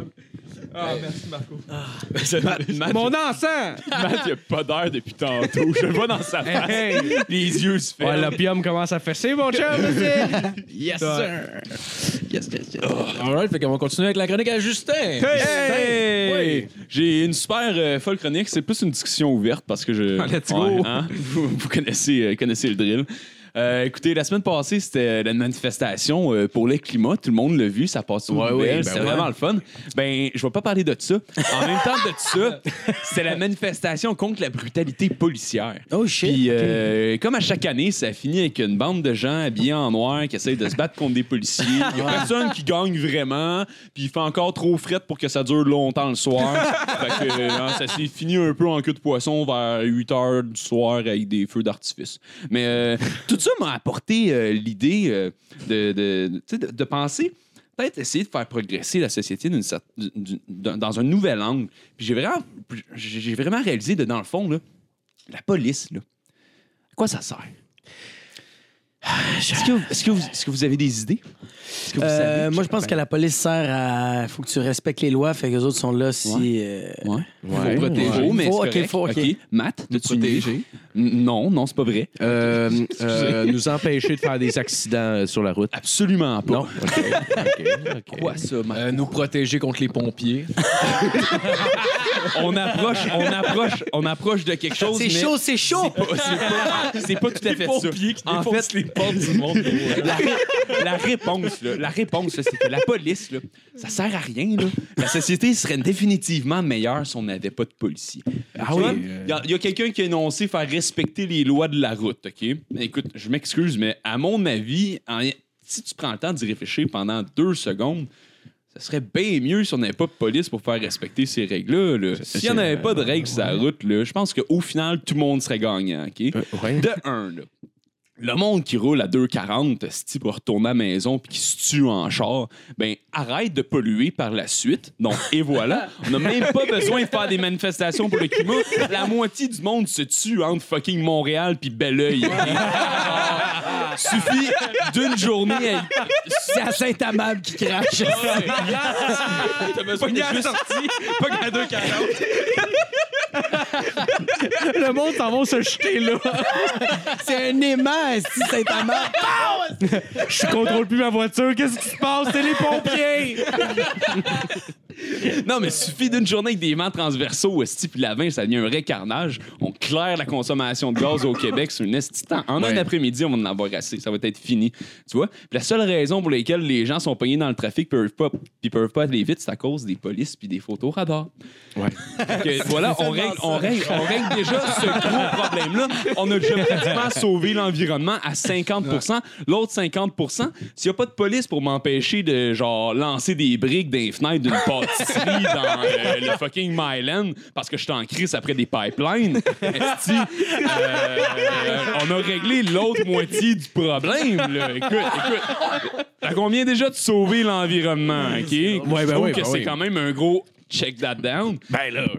[SPEAKER 5] Ah, merci, Marco.
[SPEAKER 6] Matt, Matt,
[SPEAKER 4] Mon encens!
[SPEAKER 6] Matt, il a pas d'air depuis tantôt. Je le vois dans sa face.
[SPEAKER 4] Hey, hey.
[SPEAKER 6] Les yeux se
[SPEAKER 4] [laughs] Ouais,
[SPEAKER 6] ferment.
[SPEAKER 4] l'opium commence à fesser, mon chum. monsieur. [laughs] yes, sir.
[SPEAKER 3] Alright, fait qu'on va continuer avec la chronique à Justin.
[SPEAKER 6] Hey! J'ai une super euh, folle chronique. C'est plus une discussion ouverte parce que je.
[SPEAKER 5] Ah, let's go!
[SPEAKER 6] hein? vous, vous connaissez, euh, connaissez le drill. Euh, écoutez, la semaine passée, c'était euh, la manifestation euh, pour le climat. Tout le monde l'a vu, ça passe au
[SPEAKER 3] ouais, ben
[SPEAKER 6] C'était
[SPEAKER 3] ouais.
[SPEAKER 6] vraiment le fun. Ben, je vais pas parler de ça. En même temps de ça,
[SPEAKER 4] [laughs]
[SPEAKER 6] c'était la manifestation contre la brutalité policière.
[SPEAKER 1] Oh shit.
[SPEAKER 6] Puis, euh, comme à chaque année, ça finit avec une bande de gens habillés en noir qui essayent de se battre contre des policiers. Il n'y a personne qui gagne vraiment. Puis, il fait encore trop fret pour que ça dure longtemps
[SPEAKER 3] [laughs]
[SPEAKER 6] le soir. fait que, euh, hein, ça s'est fini un peu en queue de poisson vers 8 heures du soir avec des feux d'artifice.
[SPEAKER 1] [laughs]
[SPEAKER 6] Mais euh, tout ça m'a apporté euh, l'idée euh, de, de- de- tu sais, de- de penser peut-être essayer de faire progresser la société d'une cer- d'une- d'un- dans un nouvel angle. Puis j'ai vraiment, j'ai j'ai vraiment réalisé de, dans le fond, là, la police, là, à quoi ça sert?
[SPEAKER 1] Ah,
[SPEAKER 6] Est-ce que, vous- est-ce que vous- est-ce que vous avez des idées? Est-ce que vous
[SPEAKER 1] Euh,
[SPEAKER 6] savez?
[SPEAKER 1] moi, je pense que la police sert à. Faut que tu respectes les lois, fait que les autres sont là si. euh,
[SPEAKER 6] Ouais.
[SPEAKER 4] Ouais,
[SPEAKER 6] faut protéger.
[SPEAKER 1] ouais.
[SPEAKER 6] mais
[SPEAKER 1] Faut-
[SPEAKER 6] c'est
[SPEAKER 1] ok,
[SPEAKER 6] correct.
[SPEAKER 1] faut- ok.
[SPEAKER 6] Matt, t'as-tu une idée? N- Non, non, c'est pas vrai.
[SPEAKER 3] [laughs]
[SPEAKER 4] Euh, euh, nous empêcher de faire des accidents euh, sur la route.
[SPEAKER 6] Absolument
[SPEAKER 3] [laughs]
[SPEAKER 6] pas.
[SPEAKER 4] Non? OK, OK, OK.
[SPEAKER 6] Quoi ça, Matt?
[SPEAKER 3] Euh, nous protéger contre les
[SPEAKER 6] [laughs]
[SPEAKER 3] pompiers.
[SPEAKER 6] On approche, on approche, on approche de quelque chose.
[SPEAKER 1] C'est
[SPEAKER 6] mais
[SPEAKER 1] chaud, c'est chaud!
[SPEAKER 6] C'est pas, c'est pas tout à fait ça. En fait,
[SPEAKER 3] les portes du monde.
[SPEAKER 6] [laughs] la, ré- la réponse, là, la réponse, là, c'est que la police, là, ça sert à rien. là. La société serait définitivement meilleure si on n'avait pas de policiers. Ah
[SPEAKER 4] oui,
[SPEAKER 6] Il y a, il y a quelqu'un qui a énoncé faire respecter les lois de la route, OK? Écoute, je m'excuse, mais à mon avis, en- si tu prends le temps d'y réfléchir pendant deux secondes, ça serait bien mieux si on n'avait pas de police pour faire respecter ces règles-là. là. S'il n'y en avait pas de règles sur la route, là, je pense qu'au final, tout le monde serait gagnant, OK?
[SPEAKER 4] Euh, ouais.
[SPEAKER 6] De un, là, le monde qui roule à 2,40 esti, pour retourner à la maison puis qui se tue en char, ben arrête de polluer par la suite. Donc, et voilà. On n'a même pas besoin de faire des manifestations pour le climat. La moitié du monde se tue entre fucking Montréal puis Belleuil. Suffit d'une journée à y
[SPEAKER 1] C'est à Saint-Amable qui crache.
[SPEAKER 6] T'as besoin de juste-
[SPEAKER 5] Pas qu'à 2,40.
[SPEAKER 4] Le monde s'en va se jeter là.
[SPEAKER 1] C'est un aimant, si Saint-Amable.
[SPEAKER 4] Je contrôle plus ma voiture. Qu'est-ce qui se passe? C'est les pompiers!
[SPEAKER 6] Non, mais suffit d'une journée avec des vents transversaux, esti, puis la 20, ça devient un vrai carnage. On claire la consommation de gaz au Québec sur une esti de temps. En un après-midi, on va en avoir assez. Ça va être fini. Tu vois? Puis la seule raison pour laquelle les gens sont pognés dans le trafic et peuvent pas, puis peuvent pas aller vite, c'est à cause des polices puis des photos radars. Ouais. voilà, on règle, on, règle, on règle déjà ce gros problème-là. On a déjà pratiquement sauvé l'environnement à 50 L'autre 50 s'il n'y a pas de police pour m'empêcher de genre lancer des briques d'un fenêtre d'une pâtisserie dans euh, le fucking Myland parce que je suis en crise après des pipelines, [laughs] esti, euh, on a réglé l'autre moitié du problème. là. Écoute, écoute. Fait qu'on vient déjà de sauver l'environnement, OK? je trouve
[SPEAKER 4] oui,
[SPEAKER 6] que
[SPEAKER 4] ben
[SPEAKER 6] c'est
[SPEAKER 4] oui.
[SPEAKER 6] quand même un gros check that down.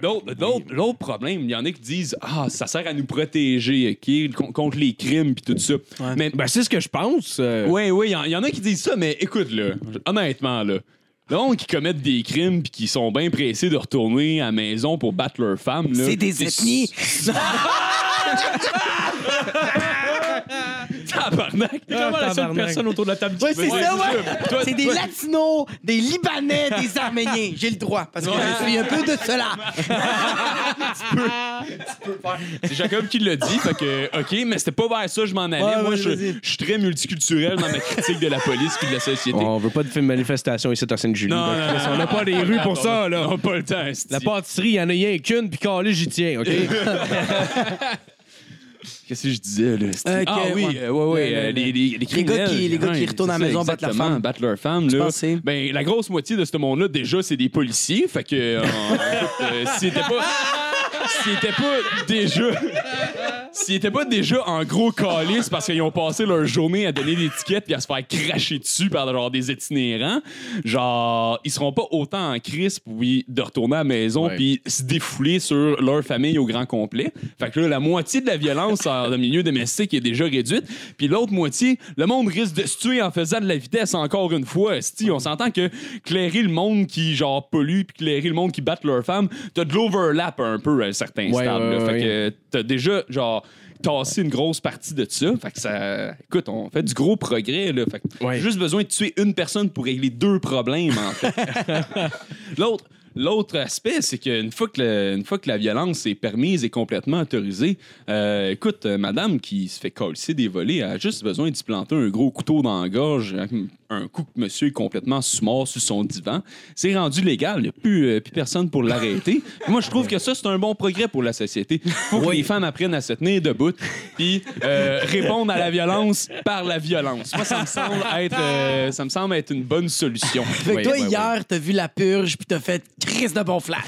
[SPEAKER 6] L'autre- L'autre l'autre problème, il y en a qui disent Ah, ça sert à nous protéger, OK, con- contre les crimes puis tout ça. Mais
[SPEAKER 4] Ben, c'est ce que je pense. euh.
[SPEAKER 6] oui, oui, il y, en- y en a qui disent ça, mais écoute, là, honnêtement, là, le monde qui commettent des crimes puis qui sont bien pressés de retourner à la maison pour battre leur femme, là.
[SPEAKER 1] C'est des
[SPEAKER 6] t'es-
[SPEAKER 1] ethnies.
[SPEAKER 6] Tabarnak! T'es vraiment la seule
[SPEAKER 7] tabarnak.
[SPEAKER 6] personne autour de la table qui
[SPEAKER 1] Ouais, c'est
[SPEAKER 6] peut-
[SPEAKER 1] ça, ouais.
[SPEAKER 6] Toi-
[SPEAKER 1] C'est des
[SPEAKER 6] toi-
[SPEAKER 1] Latinos, des Libanais, [laughs] des Arméniens. J'ai le droit, parce que je suis un peu de cela.
[SPEAKER 6] C'est Jacob qui l'a dit, fait que, OK, mais c'était pas vers ça que je m'en allais.
[SPEAKER 1] Ouais,
[SPEAKER 6] Moi,
[SPEAKER 1] ouais,
[SPEAKER 6] je,
[SPEAKER 1] vas-y.
[SPEAKER 6] je suis très multiculturel dans ma critique de la police puis de la société.
[SPEAKER 4] On veut pas de film manifestation ici à Sainte-Julie.
[SPEAKER 6] Non,
[SPEAKER 4] Donc,
[SPEAKER 6] non, non,
[SPEAKER 4] on n'a
[SPEAKER 6] non,
[SPEAKER 4] pas des
[SPEAKER 6] non,
[SPEAKER 4] rues
[SPEAKER 6] non,
[SPEAKER 4] pour
[SPEAKER 6] non,
[SPEAKER 4] ça,
[SPEAKER 6] On
[SPEAKER 4] là.
[SPEAKER 6] n'a pas le temps, esti.
[SPEAKER 4] La pâtisserie, il y en a rien qu'une, puis calé, j'y tiens, OK? [laughs]
[SPEAKER 6] Qu'est-ce que je disais, là? esti?
[SPEAKER 1] Euh,
[SPEAKER 6] ah
[SPEAKER 1] que-
[SPEAKER 6] oui,
[SPEAKER 1] ouais.
[SPEAKER 6] euh, ouais, ouais,
[SPEAKER 1] Le-
[SPEAKER 6] euh,
[SPEAKER 1] le-
[SPEAKER 6] les, les, les criminels.
[SPEAKER 1] qui- les gars qui
[SPEAKER 6] ouais,
[SPEAKER 1] retournent
[SPEAKER 6] c'est
[SPEAKER 1] à la
[SPEAKER 6] ça,
[SPEAKER 1] maison battre leur
[SPEAKER 6] exactement,
[SPEAKER 1] femme.
[SPEAKER 6] Battre leur femme,
[SPEAKER 1] Tu
[SPEAKER 6] là.
[SPEAKER 1] penses, c'est-
[SPEAKER 6] Ben, la grosse moitié de ce monde-là, déjà, c'est des policiers. Fait que, euh, [laughs] euh, s'ils étaient pas... S'ils étaient pas déjà... S'ils étaient pas déjà en gros calice parce qu'ils ont passé leur journée à donner des tickets puis à se faire cracher dessus par genre des itinérants, genre, ils seront pas autant en crise puis de retourner à la maison
[SPEAKER 4] Ouais.
[SPEAKER 6] puis se défouler sur leur famille au grand complet. Fait que là, la moitié de la violence dans le milieu domestique est déjà réduite. Puis l'autre moitié, le monde risque de se tuer en faisant de la vitesse encore une fois. Si on s'entend que clairer le monde qui, genre, pollue puis clairer le monde qui batte leur femme, t'as de l'overlap un peu à certains
[SPEAKER 4] Ouais,
[SPEAKER 6] stades. là.
[SPEAKER 4] ouais,
[SPEAKER 6] fait
[SPEAKER 4] ouais.
[SPEAKER 6] que euh, t'as déjà, genre, tassé une grosse partie de ça. Fait que ça. Écoute, on fait du gros progrès, là. Fait que
[SPEAKER 4] Ouais.
[SPEAKER 6] juste besoin de tuer une personne pour régler deux problèmes, en fait. L'autre. L'autre aspect, c'est qu'une fois, que le- une fois que la violence est permise et complètement autorisée, euh, écoute, euh, madame qui se fait colisser des volets a juste besoin d'y planter un gros couteau dans la gorge, un- un coup que monsieur est complètement sous-mort sur son divan. C'est rendu légal, il n'y a plus, euh, plus personne pour l'arrêter. Puis Moi, je trouve que ça, c'est un bon progrès pour la société. faut que les femmes apprennent à se tenir debout puis euh, répondre à la violence par la violence. Moi, ça me semble être, euh, ça me semble être une bonne solution.
[SPEAKER 1] Fait que
[SPEAKER 6] Oui,
[SPEAKER 1] toi,
[SPEAKER 6] oui, oui.
[SPEAKER 1] hier, t'as vu la purge, puis t'as fait crise de bon flash.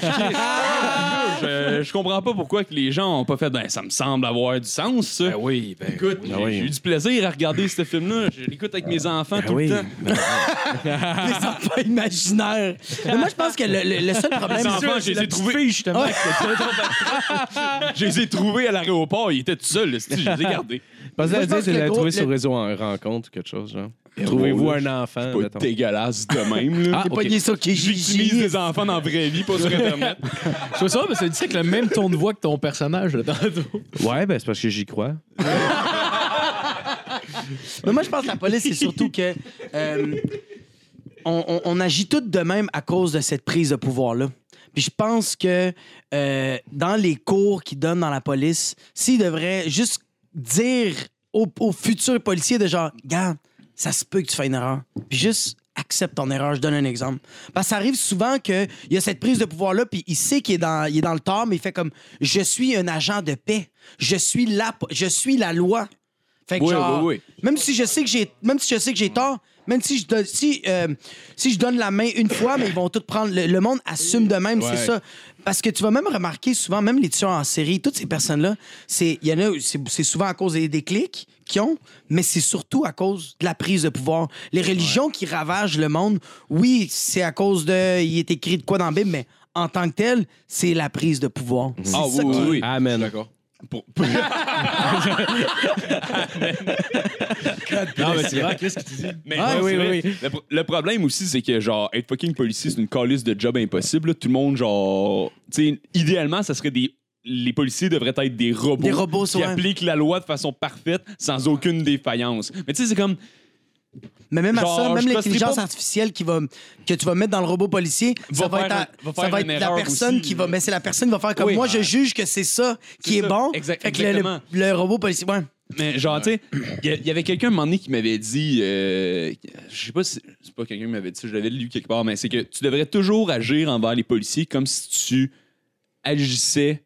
[SPEAKER 6] je, je comprends pas pourquoi que les gens ont pas fait ben ça me semble avoir du sens ça.
[SPEAKER 3] oui, ben
[SPEAKER 6] Écoute, j'ai
[SPEAKER 4] oui.
[SPEAKER 6] j'ai eu du plaisir à regarder ce film-là. Je l'écoute avec mes
[SPEAKER 1] Ah
[SPEAKER 6] enfants tout
[SPEAKER 4] oui.
[SPEAKER 6] le
[SPEAKER 1] [laughs]
[SPEAKER 6] temps.
[SPEAKER 1] Les enfants imaginaires. Mais moi, je pense que le, le- le seul problème.
[SPEAKER 6] Les enfants, je les ai trouvés. Ah!
[SPEAKER 1] justement.
[SPEAKER 6] Je les ai trouvés à l'aéroport. Ils étaient tout seuls. le style, Je les ai gardés.
[SPEAKER 4] Parce
[SPEAKER 1] Moi,
[SPEAKER 4] que
[SPEAKER 1] je pense
[SPEAKER 4] tu
[SPEAKER 1] que le
[SPEAKER 4] l'as
[SPEAKER 1] gros-
[SPEAKER 4] trouvé
[SPEAKER 1] le-
[SPEAKER 4] sur réseau en rencontre ou quelque chose, genre. Trouvez-vous un enfant,
[SPEAKER 6] Pas
[SPEAKER 4] mettons.
[SPEAKER 6] dégueulasse de même. [laughs] Là.
[SPEAKER 1] T'es pogné ça,
[SPEAKER 6] J'utilise
[SPEAKER 1] Kijiji.
[SPEAKER 6] des enfants dans la vraie vie, pas sur Internet.
[SPEAKER 3] Je trouve ça, mais ça dit que le même ton de voix que ton personnage, là, tantôt.
[SPEAKER 4] Ouais, ben c'est parce que j'y crois.
[SPEAKER 1] Mais moi, je pense que la police, c'est surtout que. euh, on, on- on agit tout de même à cause de cette prise de pouvoir-là. Puis je pense que euh, dans les cours qu'ils donnent dans la police, s'ils devraient juste dire aux, aux futurs policiers de genre, garde, ça se peut que tu fasses une erreur. Puis juste accepte ton erreur. Je donne un exemple. Parce que ça arrive souvent qu'il y a cette prise de pouvoir-là, puis il sait qu'il est dans, il est dans le tort, mais il fait comme, je suis un agent de paix. Je suis la, po- je suis la loi. Fait que
[SPEAKER 6] Oui,
[SPEAKER 1] genre,
[SPEAKER 6] oui,
[SPEAKER 1] même si je sais que j'ai même si je sais que j'ai tort, Même si je donne, si, euh, si je donne la main une fois, mais ils vont tout prendre. Le, le monde assume de même, c'est ça. Parce que tu vas même remarquer souvent, même les tueurs en série, toutes ces personnes-là, c'est il y en a, c'est c'est souvent à cause des, des clics qu'ils ont, mais c'est surtout à cause de la prise de pouvoir. Les religions qui ravagent le monde, oui, c'est à cause de. Il est écrit de quoi dans la Bible, mais en tant que tel, c'est la prise de pouvoir. C'est
[SPEAKER 6] Ah oui,
[SPEAKER 1] ça
[SPEAKER 6] oui,
[SPEAKER 1] qui-
[SPEAKER 6] oui.
[SPEAKER 4] Amen.
[SPEAKER 6] D'accord. Pour-
[SPEAKER 3] [laughs] Non, mais c'est vrai, Chris, ce que tu dis.
[SPEAKER 6] Mais
[SPEAKER 4] Ah,
[SPEAKER 6] non,
[SPEAKER 4] oui,
[SPEAKER 6] c'est
[SPEAKER 4] oui,
[SPEAKER 6] vrai. Le, pro- le problème aussi, c'est que, genre, être fucking policier, c'est une calice de job impossible. là. Tout le monde, genre. Tu sais, idéalement, ça serait des. Les policiers devraient être des robots.
[SPEAKER 1] Des robots,
[SPEAKER 6] Qui
[SPEAKER 1] ouais.
[SPEAKER 6] appliquent la loi de façon parfaite, sans aucune défaillance. Mais tu sais, c'est comme.
[SPEAKER 1] Mais même
[SPEAKER 6] Genre,
[SPEAKER 1] à ça,
[SPEAKER 6] je
[SPEAKER 1] même
[SPEAKER 6] sais pas,
[SPEAKER 1] l'intelligence
[SPEAKER 6] c'est pas-
[SPEAKER 1] artificielle qui va, que tu vas mettre dans le robot policier, ça va
[SPEAKER 6] faire
[SPEAKER 1] être, à-
[SPEAKER 6] un- va
[SPEAKER 1] ça
[SPEAKER 6] faire
[SPEAKER 1] va
[SPEAKER 6] une
[SPEAKER 1] être la
[SPEAKER 6] erreur
[SPEAKER 1] personne
[SPEAKER 6] aussi,
[SPEAKER 1] qui va.
[SPEAKER 6] là.
[SPEAKER 1] Mais c'est la personne qui va faire comme
[SPEAKER 6] Oui.
[SPEAKER 1] moi, je juge que c'est ça qui est,
[SPEAKER 6] C'est ça.
[SPEAKER 1] bon.
[SPEAKER 6] Exact-
[SPEAKER 1] fait que le-
[SPEAKER 6] exactement.
[SPEAKER 1] le, le robot policier. Ouais.
[SPEAKER 6] Mais genre, tu sais, il y a- il y, avait quelqu'un un moment donné qui m'avait dit, euh, je sais pas si c'est pas quelqu'un qui m'avait dit ça, je l'avais lu quelque part, mais c'est que tu devrais toujours agir envers les policiers comme si tu agissais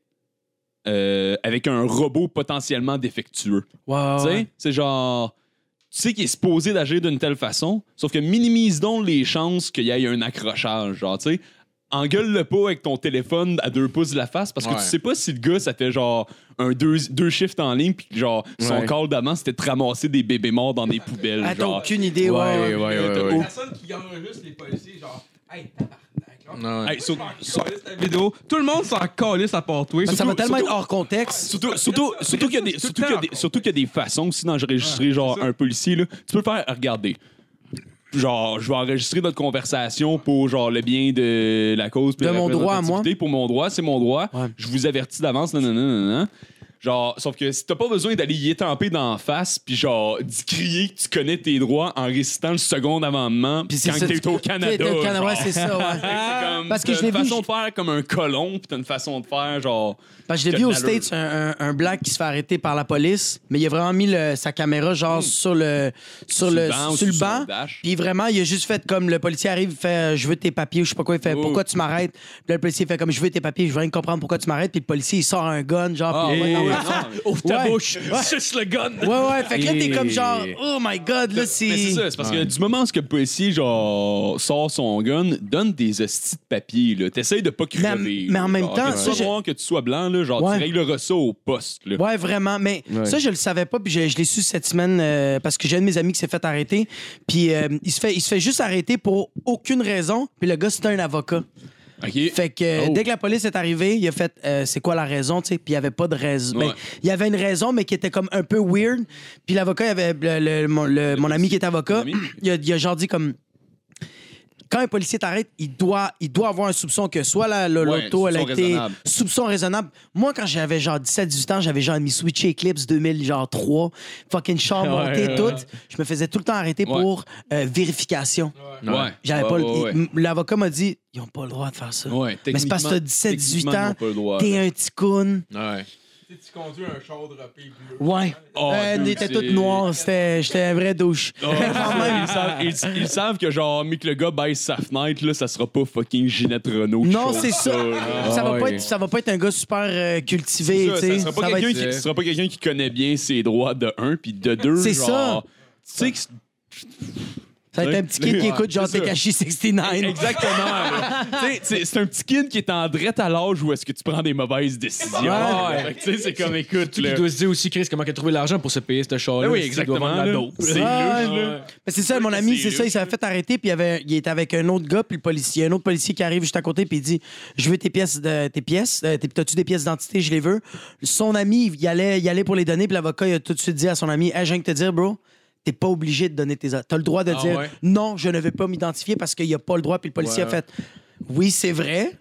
[SPEAKER 6] euh, avec un robot potentiellement défectueux.
[SPEAKER 1] Ah
[SPEAKER 6] Tu sais, c'est genre. Tu sais qu'il est supposé d'agir d'une telle façon, sauf que minimise donc les chances qu'il y ait un accrochage. Genre, tu sais, engueule-le pas avec ton téléphone à deux pouces de la face parce que
[SPEAKER 3] Ouais.
[SPEAKER 6] tu sais pas si le gars, ça fait genre un deux, deux shifts en ligne, puis que, genre, son
[SPEAKER 4] Ouais.
[SPEAKER 6] call d'avant, c'était de ramasser des bébés morts dans des poubelles.
[SPEAKER 1] Ah, t'as
[SPEAKER 6] genre.
[SPEAKER 1] aucune idée. Ouais, ouais.
[SPEAKER 5] T'as une personne qui enregistre les policiers, genre, hey, tabarnak. genre,
[SPEAKER 3] Non, ouais.
[SPEAKER 6] Hey, sur-
[SPEAKER 5] ils sont calés de ta vidéo. Tout le monde s'en calisse à part toi.
[SPEAKER 1] Ça,
[SPEAKER 5] Surtout-
[SPEAKER 1] va tellement
[SPEAKER 5] surtout-
[SPEAKER 1] être hors contexte.
[SPEAKER 6] Surtout, surtout, surtout qu'il y a des, surtout qu'il y a des- surtout qu'il y a des façons aussi d'enregistrer genre
[SPEAKER 5] c'est ça.
[SPEAKER 6] un policier là. Tu peux faire regardez. Genre, je vais enregistrer notre conversation pour genre le bien de la cause. puis
[SPEAKER 1] De
[SPEAKER 6] la
[SPEAKER 1] mon droit à moi.
[SPEAKER 6] représentativité. Pour mon droit, c'est mon droit.
[SPEAKER 1] Ouais.
[SPEAKER 6] Je vous avertis d'avance. Non, non, non, non, non. Genre, sauf que si t'as pas besoin d'aller y étamper d'en face, puis genre, d'y crier que tu connais tes droits en récitant le second amendement
[SPEAKER 1] Puis c'est
[SPEAKER 6] quand
[SPEAKER 1] ça,
[SPEAKER 6] t'es au Canada.
[SPEAKER 1] T'es au Canada,
[SPEAKER 6] genre.
[SPEAKER 1] ouais, c'est ça. ouais.
[SPEAKER 6] [laughs] C'est comme,
[SPEAKER 1] Parce que
[SPEAKER 6] t'as
[SPEAKER 1] je l'ai
[SPEAKER 6] une
[SPEAKER 1] vu,
[SPEAKER 6] façon
[SPEAKER 1] je-
[SPEAKER 6] de faire comme un colon, puis t'as une façon de faire genre.
[SPEAKER 1] Parce que je l'ai
[SPEAKER 6] Quelle
[SPEAKER 1] vu aux
[SPEAKER 6] allure.
[SPEAKER 1] States, un, un, un black qui se fait arrêter par la police, mais il a vraiment mis le- sa caméra genre sur le sur,
[SPEAKER 6] Sur
[SPEAKER 1] le,
[SPEAKER 6] le banc ou
[SPEAKER 1] sur le
[SPEAKER 6] sous
[SPEAKER 1] banc.
[SPEAKER 6] son dash.
[SPEAKER 1] Puis vraiment, il a juste fait comme le policier arrive, il fait euh, je veux tes papiers ou je sais pas quoi, il fait
[SPEAKER 6] Oh.
[SPEAKER 1] pourquoi tu m'arrêtes. Puis là, le policier fait comme je veux tes papiers, je veux rien comprendre pourquoi tu m'arrêtes. Puis le policier il sort un gun genre. puis il
[SPEAKER 6] ouais,
[SPEAKER 1] va dans la-
[SPEAKER 6] non, non, mais-
[SPEAKER 3] Ouvre ta
[SPEAKER 1] Ouais.
[SPEAKER 3] bouche, suce le gun.
[SPEAKER 1] ouais ouais, fait que là t'es comme genre oh my god là
[SPEAKER 6] Mais c'est
[SPEAKER 1] c'est.
[SPEAKER 6] ça, c'est parce que du moment où ce que le policier genre, sort son gun, donne des hosties de papier, là. T'essayes de pas crever.
[SPEAKER 1] Mais-
[SPEAKER 6] là.
[SPEAKER 1] mais en même
[SPEAKER 6] Genre,
[SPEAKER 1] temps,
[SPEAKER 6] que tu
[SPEAKER 1] ça,
[SPEAKER 6] sois
[SPEAKER 1] j'ai-
[SPEAKER 6] noir, que tu sois blanc, là, genre,
[SPEAKER 1] Ouais.
[SPEAKER 6] tu régleras ça au poste, là.
[SPEAKER 1] [laughs] Ouais, vraiment. Mais
[SPEAKER 4] Ouais.
[SPEAKER 1] ça, je le savais pas, puis je, je l'ai su cette semaine euh, parce que j'ai un de mes amis qui s'est fait arrêter. Puis euh, il, se fait, il se fait juste arrêter pour aucune raison. Puis le gars, c'était un avocat.
[SPEAKER 6] OK?
[SPEAKER 1] Fait que euh,
[SPEAKER 6] Oh.
[SPEAKER 1] dès que la police est arrivée, il a fait euh, c'est quoi la raison, tu sais, puis il y avait pas de raison. Ben,
[SPEAKER 6] Ouais.
[SPEAKER 1] il y avait une raison mais qui était comme un peu weird. Puis l'avocat il avait le- le- mon, le- mon ami qui est avocat,
[SPEAKER 6] Ton ami?
[SPEAKER 1] il a, il a genre dit comme quand un policier t'arrête, il doit, il doit avoir un soupçon que soit la- la-
[SPEAKER 6] Ouais,
[SPEAKER 1] l'auto, elle a
[SPEAKER 6] soupçon
[SPEAKER 1] été
[SPEAKER 6] raisonnable.
[SPEAKER 1] soupçon raisonnable. Moi, quand j'avais genre 17-18 ans, j'avais genre mis Switch Eclipse 2003, fucking char monté,
[SPEAKER 7] ouais,
[SPEAKER 1] tout.
[SPEAKER 7] ouais.
[SPEAKER 1] Je me faisais tout le temps arrêter
[SPEAKER 6] Ouais.
[SPEAKER 1] pour euh, vérification.
[SPEAKER 6] Ouais.
[SPEAKER 1] J'avais
[SPEAKER 6] Ouais,
[SPEAKER 1] pas le-
[SPEAKER 6] ouais, ouais.
[SPEAKER 1] il- m- L'avocat m'a dit ils n'ont pas le droit de faire ça.
[SPEAKER 6] Ouais,
[SPEAKER 1] Mais c'est parce que t'as 17, 18
[SPEAKER 6] techniquement, ils
[SPEAKER 1] ans,
[SPEAKER 6] n'ont pas le droit.
[SPEAKER 1] T'es un ticoun.
[SPEAKER 3] Ouais.
[SPEAKER 5] Tu sais, tu conduis un char de rapé bleu.
[SPEAKER 1] Ouais.
[SPEAKER 6] Oh,
[SPEAKER 1] Euh,
[SPEAKER 6] dude,
[SPEAKER 1] T'étais
[SPEAKER 6] c'est-
[SPEAKER 1] toute noire. c'était- J'étais un vrai douche. [laughs]
[SPEAKER 6] Oh, ils, savent, ils- ils savent que genre, mais que le gars baisse sa fenêtre, là, ça sera pas fucking Ginette Renault.
[SPEAKER 1] Non,
[SPEAKER 6] qui
[SPEAKER 1] c'est
[SPEAKER 6] chante
[SPEAKER 1] ça.
[SPEAKER 6] là.
[SPEAKER 1] Ça va,
[SPEAKER 4] Ah
[SPEAKER 1] pas
[SPEAKER 4] ouais.
[SPEAKER 1] être, ça va pas être un gars super euh, cultivé.
[SPEAKER 6] Ça,
[SPEAKER 1] tu sais.
[SPEAKER 6] ça sera
[SPEAKER 1] Ça
[SPEAKER 6] pas
[SPEAKER 1] va être-
[SPEAKER 6] quelqu'un qui, ce sera pas quelqu'un qui connaît bien ses droits de un, puis de deux.
[SPEAKER 1] C'est
[SPEAKER 6] genre,
[SPEAKER 1] ça.
[SPEAKER 6] Tu sais que c'est-
[SPEAKER 1] ça va être un petit kid qui
[SPEAKER 6] Ouais,
[SPEAKER 1] écoute genre
[SPEAKER 6] c'est ça.
[SPEAKER 1] Tekashi 69.
[SPEAKER 6] Exactement.
[SPEAKER 1] [laughs]
[SPEAKER 6] là. Tu sais, c'est c'est un petit kid qui est en drette à l'âge où est-ce que tu prends des mauvaises décisions.
[SPEAKER 1] Ouais.
[SPEAKER 6] Fait que Tu sais, c'est comme écoute.
[SPEAKER 3] Tu
[SPEAKER 6] là.
[SPEAKER 3] dois se dire aussi, Chris, comment tu as trouvé l'argent pour se payer ce char-là?
[SPEAKER 6] Ah oui,
[SPEAKER 3] si tu dois
[SPEAKER 6] exactement.
[SPEAKER 3] vendre la
[SPEAKER 6] là.
[SPEAKER 3] dope.
[SPEAKER 6] C'est
[SPEAKER 1] Ouais.
[SPEAKER 6] louche, Ah, là.
[SPEAKER 1] Mais c'est ça, mon ami,
[SPEAKER 6] C'est
[SPEAKER 1] c'est ça, il s'est fait arrêter, puis il, avait, il était avec un autre gars, puis le policier, il y a un autre policier qui arrive juste à côté, puis il dit Je veux tes pièces, de, tes pièces, euh, tes- t'as-tu des pièces d'identité, je les veux. Son ami, il allait, il allait pour les donner, puis l'avocat, il a tout de suite dit à son ami Hey, je viens de te dire, bro, t'es pas obligé de donner tes. a- T'as le droit de
[SPEAKER 3] Ah
[SPEAKER 1] dire
[SPEAKER 3] ouais?
[SPEAKER 1] Non, je ne vais pas m'identifier parce qu'il n'y a pas le droit, puis le policier a
[SPEAKER 3] Ouais.
[SPEAKER 1] fait Oui, c'est vrai.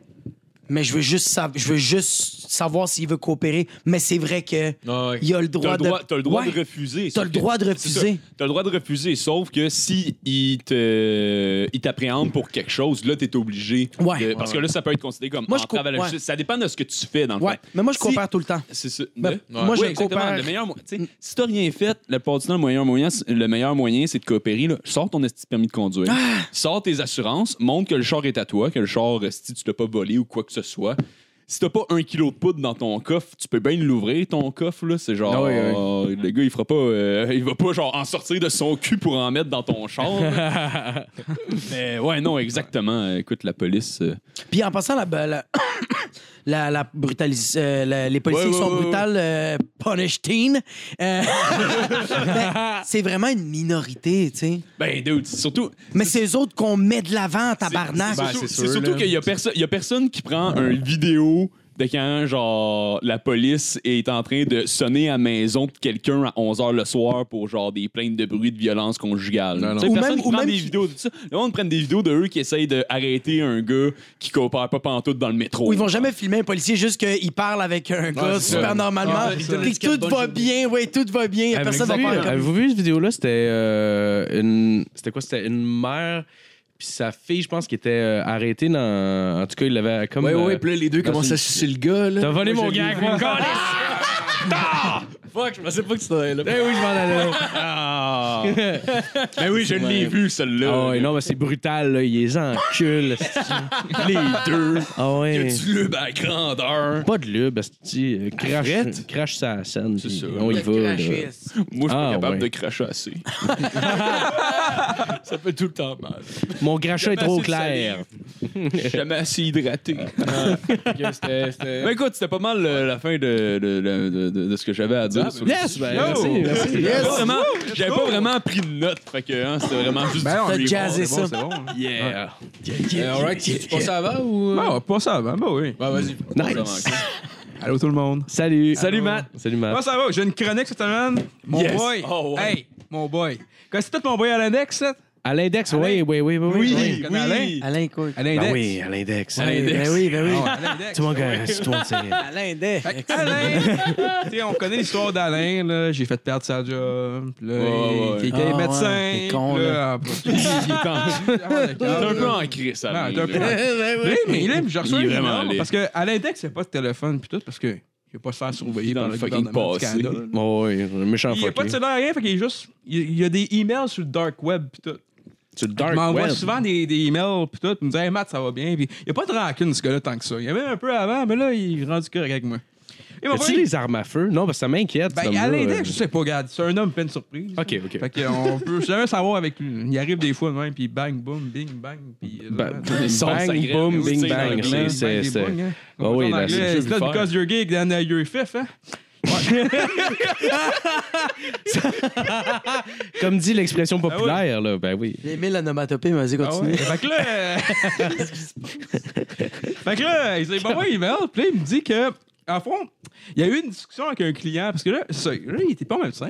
[SPEAKER 1] Mais je veux juste, sav- je veux juste savoir s'il veut coopérer. Mais c'est vrai que
[SPEAKER 3] Ouais.
[SPEAKER 1] il a le
[SPEAKER 6] T'as
[SPEAKER 1] droit,
[SPEAKER 6] le droit,
[SPEAKER 1] de.
[SPEAKER 6] t'as le droit
[SPEAKER 1] Ouais,
[SPEAKER 6] de refuser.
[SPEAKER 1] T'as
[SPEAKER 6] sauf
[SPEAKER 1] le
[SPEAKER 6] que-
[SPEAKER 1] droit de
[SPEAKER 6] c'est ça.
[SPEAKER 1] refuser.
[SPEAKER 6] T'as le droit de refuser, sauf que si il te, il t'appréhende pour quelque chose, là, t'es obligé.
[SPEAKER 1] Ouais.
[SPEAKER 6] de- parce que là, ça peut être considéré comme
[SPEAKER 1] Moi, je
[SPEAKER 6] entrave à la
[SPEAKER 1] co-
[SPEAKER 6] justice. Ça dépend de ce que tu fais, dans le
[SPEAKER 1] Ouais,
[SPEAKER 6] fond.
[SPEAKER 1] mais moi, je
[SPEAKER 6] Si-
[SPEAKER 1] coopère tout le temps.
[SPEAKER 6] C'est ça. Hein?
[SPEAKER 1] Ben,
[SPEAKER 6] Le-
[SPEAKER 1] moi, je
[SPEAKER 6] Oui, exactement.
[SPEAKER 1] compare-
[SPEAKER 6] Le meilleur, mo- tu sais, si t'as rien fait, la plupart du temps, le meilleur moyen, c'est- le meilleur moyen, c'est de coopérer. Là. Sors ton esti de permis de conduire. euh, Sors tes assurances. Montre que le char est à toi, que le char, si tu l'as pas volé ou quoi que ce soit. si t'as pas un kilo de poudre dans ton coffre, tu peux bien l'ouvrir, ton coffre, là. C'est genre,
[SPEAKER 3] Ah oui,
[SPEAKER 6] euh, le gars, il fera pas, euh, il va pas, genre, en sortir de son cul pour en mettre dans ton char. là. Mais ouais, non, exactement. Euh, Écoute, la police. euh,
[SPEAKER 1] Puis en passant, la, ben, la, [coughs] la, la brutalis- euh, la- les policiers
[SPEAKER 6] Ouais, ouais,
[SPEAKER 1] qui sont
[SPEAKER 6] ouais, ouais.
[SPEAKER 1] brutales, euh, punish teen, euh, [laughs] ben, c'est vraiment une minorité, tu sais.
[SPEAKER 6] Ben, dude, c'est surtout.
[SPEAKER 1] Mais c'est eux autres qu'on met de l'avant, tabarnak.
[SPEAKER 6] C'est
[SPEAKER 3] Ben,
[SPEAKER 6] surtout-
[SPEAKER 3] c'est sûr,
[SPEAKER 6] c'est surtout
[SPEAKER 3] là.
[SPEAKER 6] qu'il y a, perso- il y a personne qui prend une vidéo de quand, genre, la police est en train de sonner à la maison de quelqu'un à 11h le soir pour, genre, des plaintes de bruit de violence conjugale.
[SPEAKER 3] Non, non.
[SPEAKER 6] Tu sais,
[SPEAKER 1] Ou
[SPEAKER 6] personne
[SPEAKER 1] même-
[SPEAKER 6] qui
[SPEAKER 1] ou
[SPEAKER 6] prend
[SPEAKER 1] même
[SPEAKER 6] des
[SPEAKER 1] qui-
[SPEAKER 6] vidéos de ça. Le monde prend des vidéos de eux qui essayent d'arrêter un gars qui coopère pas pantoute dans le métro.
[SPEAKER 1] Ou ils vont jamais filmer un policier, juste qu'il parle avec un gars
[SPEAKER 3] c'est
[SPEAKER 1] super
[SPEAKER 3] ça.
[SPEAKER 1] normalement.
[SPEAKER 3] Ouais, c'est ça.
[SPEAKER 1] Puis que tout va bien, oui, tout va bien. Il y a
[SPEAKER 4] Ah,
[SPEAKER 1] personne va
[SPEAKER 4] mais
[SPEAKER 1] faire
[SPEAKER 4] exact.
[SPEAKER 1] comme...
[SPEAKER 4] Avez-vous vu cette vidéo-là? C'était euh, une. C'était quoi? C'était une mère puis sa fille, je pense, qui était euh, arrêtée dans. En tout cas, il l'avait comme.
[SPEAKER 3] Ouais,
[SPEAKER 4] euh,
[SPEAKER 3] ouais, puis là, les deux
[SPEAKER 4] dans
[SPEAKER 3] commencent
[SPEAKER 4] une-
[SPEAKER 3] à sucer le gars, là.
[SPEAKER 4] T'as volé
[SPEAKER 3] Moi,
[SPEAKER 4] mon
[SPEAKER 3] je
[SPEAKER 4] gag,
[SPEAKER 3] l'ai [laughs]
[SPEAKER 4] mon
[SPEAKER 3] vu.
[SPEAKER 4] gars!
[SPEAKER 3] Fuck, je pensais pas que c'était là.
[SPEAKER 4] Eh oui, je m'en allais.
[SPEAKER 6] Ben oui, je l'ai vu, celle-là.
[SPEAKER 4] Ah ouais, non, mais c'est brutal, là. Il les encule, esti. Les deux. Ah ouais.
[SPEAKER 6] Tu le à grandeur.
[SPEAKER 4] Pas de lube, esti. Euh, Crache,
[SPEAKER 6] Arrête.
[SPEAKER 4] crache sa scène. puis
[SPEAKER 6] ça.
[SPEAKER 4] On y va. là.
[SPEAKER 6] Moi, je suis pas
[SPEAKER 4] Ah,
[SPEAKER 6] capable
[SPEAKER 4] ouais.
[SPEAKER 6] de cracher assez. ça fait tout le temps mal.
[SPEAKER 4] Mon crachat est
[SPEAKER 6] Jamais
[SPEAKER 4] trop
[SPEAKER 6] assez de
[SPEAKER 4] clair.
[SPEAKER 6] Je suis jamais
[SPEAKER 1] [laughs]
[SPEAKER 6] assez hydraté. Ben écoute, c'était pas mal euh, la fin de, de, de, de- de- de ce que j'avais à dire. sur le
[SPEAKER 4] Yes, ben,
[SPEAKER 6] sujet.
[SPEAKER 4] merci, merci.
[SPEAKER 6] J'avais pas
[SPEAKER 2] Yes.
[SPEAKER 6] vraiment- J'avais pas vraiment pris de notes, fait que hein, c'était vraiment juste.
[SPEAKER 5] Ben,
[SPEAKER 1] T'as
[SPEAKER 5] on est
[SPEAKER 1] jazzé
[SPEAKER 5] bon, c'est
[SPEAKER 1] ça.
[SPEAKER 5] bon, c'est [laughs] bon.
[SPEAKER 6] Yeah.
[SPEAKER 3] Euh, alright, tu penses avant ou.
[SPEAKER 5] Ben, on va pas ça avant, ben oui.
[SPEAKER 6] Ah,
[SPEAKER 3] Bah, vas-y.
[SPEAKER 4] Nice.
[SPEAKER 5] Allô tout le monde.
[SPEAKER 4] Salut.
[SPEAKER 5] Salut, Matt.
[SPEAKER 4] Salut, Matt.
[SPEAKER 5] Moi ça va, j'ai une chronique cette semaine. Mon
[SPEAKER 6] Yes.
[SPEAKER 5] boy.
[SPEAKER 6] Oh, ouais.
[SPEAKER 5] Hey, mon boy. Quand c'est tout mon boy à l'index, ça?
[SPEAKER 4] À l'index, oui, oui, oui, oui.
[SPEAKER 5] oui. Alain.
[SPEAKER 1] Alain, quoi?
[SPEAKER 5] À
[SPEAKER 4] Ben
[SPEAKER 5] l'index.
[SPEAKER 4] oui, à l'index.
[SPEAKER 1] Ben oui,
[SPEAKER 3] Ah
[SPEAKER 1] ben oui.
[SPEAKER 5] À l'index.
[SPEAKER 4] Tu vois que c'est toi, c'est.
[SPEAKER 1] [laughs] Alain, dès.
[SPEAKER 5] Fait que Alain, [laughs] tu sais, on connaît l'histoire d'Alain, là. J'ai fait perdre sa job. Puis là,
[SPEAKER 6] Ouais, ouais.
[SPEAKER 5] il- quelqu'un
[SPEAKER 1] Ah,
[SPEAKER 5] est
[SPEAKER 1] ouais,
[SPEAKER 5] médecin.
[SPEAKER 1] t'es con,
[SPEAKER 5] puis
[SPEAKER 1] là.
[SPEAKER 5] là, bah,
[SPEAKER 6] [laughs] T'es un peu en crise,
[SPEAKER 5] ah,
[SPEAKER 6] Alain,
[SPEAKER 5] t'es un peu-
[SPEAKER 6] là.
[SPEAKER 5] Oui, mais il aime, je reçois
[SPEAKER 6] Il est
[SPEAKER 5] une
[SPEAKER 6] vraiment
[SPEAKER 5] énorme,
[SPEAKER 6] laid.
[SPEAKER 5] Parce que à l'index, c'est pas de téléphone puis tout, parce que il a pas se faire surveiller
[SPEAKER 6] Dans
[SPEAKER 5] par
[SPEAKER 6] le
[SPEAKER 5] le
[SPEAKER 6] fucking
[SPEAKER 5] gouvernement du
[SPEAKER 6] passé.
[SPEAKER 5] Canada.
[SPEAKER 4] Oh, oui, méchant
[SPEAKER 5] Il n'y a pas
[SPEAKER 4] fucké.
[SPEAKER 5] de cellulaire, rien, fait qu'il est juste. Il il y a des emails sur le dark web pis tout.
[SPEAKER 4] Tu le
[SPEAKER 5] Il
[SPEAKER 4] dark
[SPEAKER 5] m'envoie
[SPEAKER 4] web.
[SPEAKER 5] souvent des, des emails pis tout. Il me dit Hey Matt, ça va bien. Puis il n'y a pas de rancune ce gars-là tant que ça. Il y avait un peu avant, mais là, il est rendu correct avec moi. Il m'a
[SPEAKER 4] As-tu
[SPEAKER 5] envoyé-
[SPEAKER 4] des armes à feu? Non, parce que ça m'inquiète.
[SPEAKER 5] Ben,
[SPEAKER 4] cet
[SPEAKER 5] à
[SPEAKER 4] homme-là,
[SPEAKER 5] l'index, je
[SPEAKER 4] euh.
[SPEAKER 5] sais pas, regarde. C'est un homme plein de surprises.
[SPEAKER 4] Ok, ok.
[SPEAKER 5] Fait
[SPEAKER 4] [laughs]
[SPEAKER 5] qu'on peut jamais savoir avec lui. Il arrive des fois de même, puis bang, boum, bing, bang, puis...
[SPEAKER 4] Ben,
[SPEAKER 5] euh,
[SPEAKER 6] Ils sont
[SPEAKER 4] bang,
[SPEAKER 6] sacrés,
[SPEAKER 4] boom,
[SPEAKER 6] mais
[SPEAKER 4] bing,
[SPEAKER 6] c'est en
[SPEAKER 4] bang.
[SPEAKER 6] anglais,
[SPEAKER 4] C'est-
[SPEAKER 5] bang,
[SPEAKER 4] C'est.
[SPEAKER 5] des
[SPEAKER 4] c'est-
[SPEAKER 5] boum, hein.
[SPEAKER 4] Ah
[SPEAKER 5] On
[SPEAKER 4] oui,
[SPEAKER 5] dit en
[SPEAKER 4] là, c'est
[SPEAKER 5] anglais,
[SPEAKER 4] le jeu
[SPEAKER 5] it's not because you're gay than you're fifth, hein?
[SPEAKER 4] Comme dit l'expression populaire, là, ben oui.
[SPEAKER 1] J'ai aimé l'onomatopée, mais vas-y,
[SPEAKER 5] Ah
[SPEAKER 1] continue.
[SPEAKER 5] ouais. fait que là.
[SPEAKER 4] [laughs]
[SPEAKER 5] euh, fait que là, il s'est envoyé un email, puis là, il me dit que, en fond, il y a eu une discussion avec un client, parce que là, ça, là, il était pas médecin.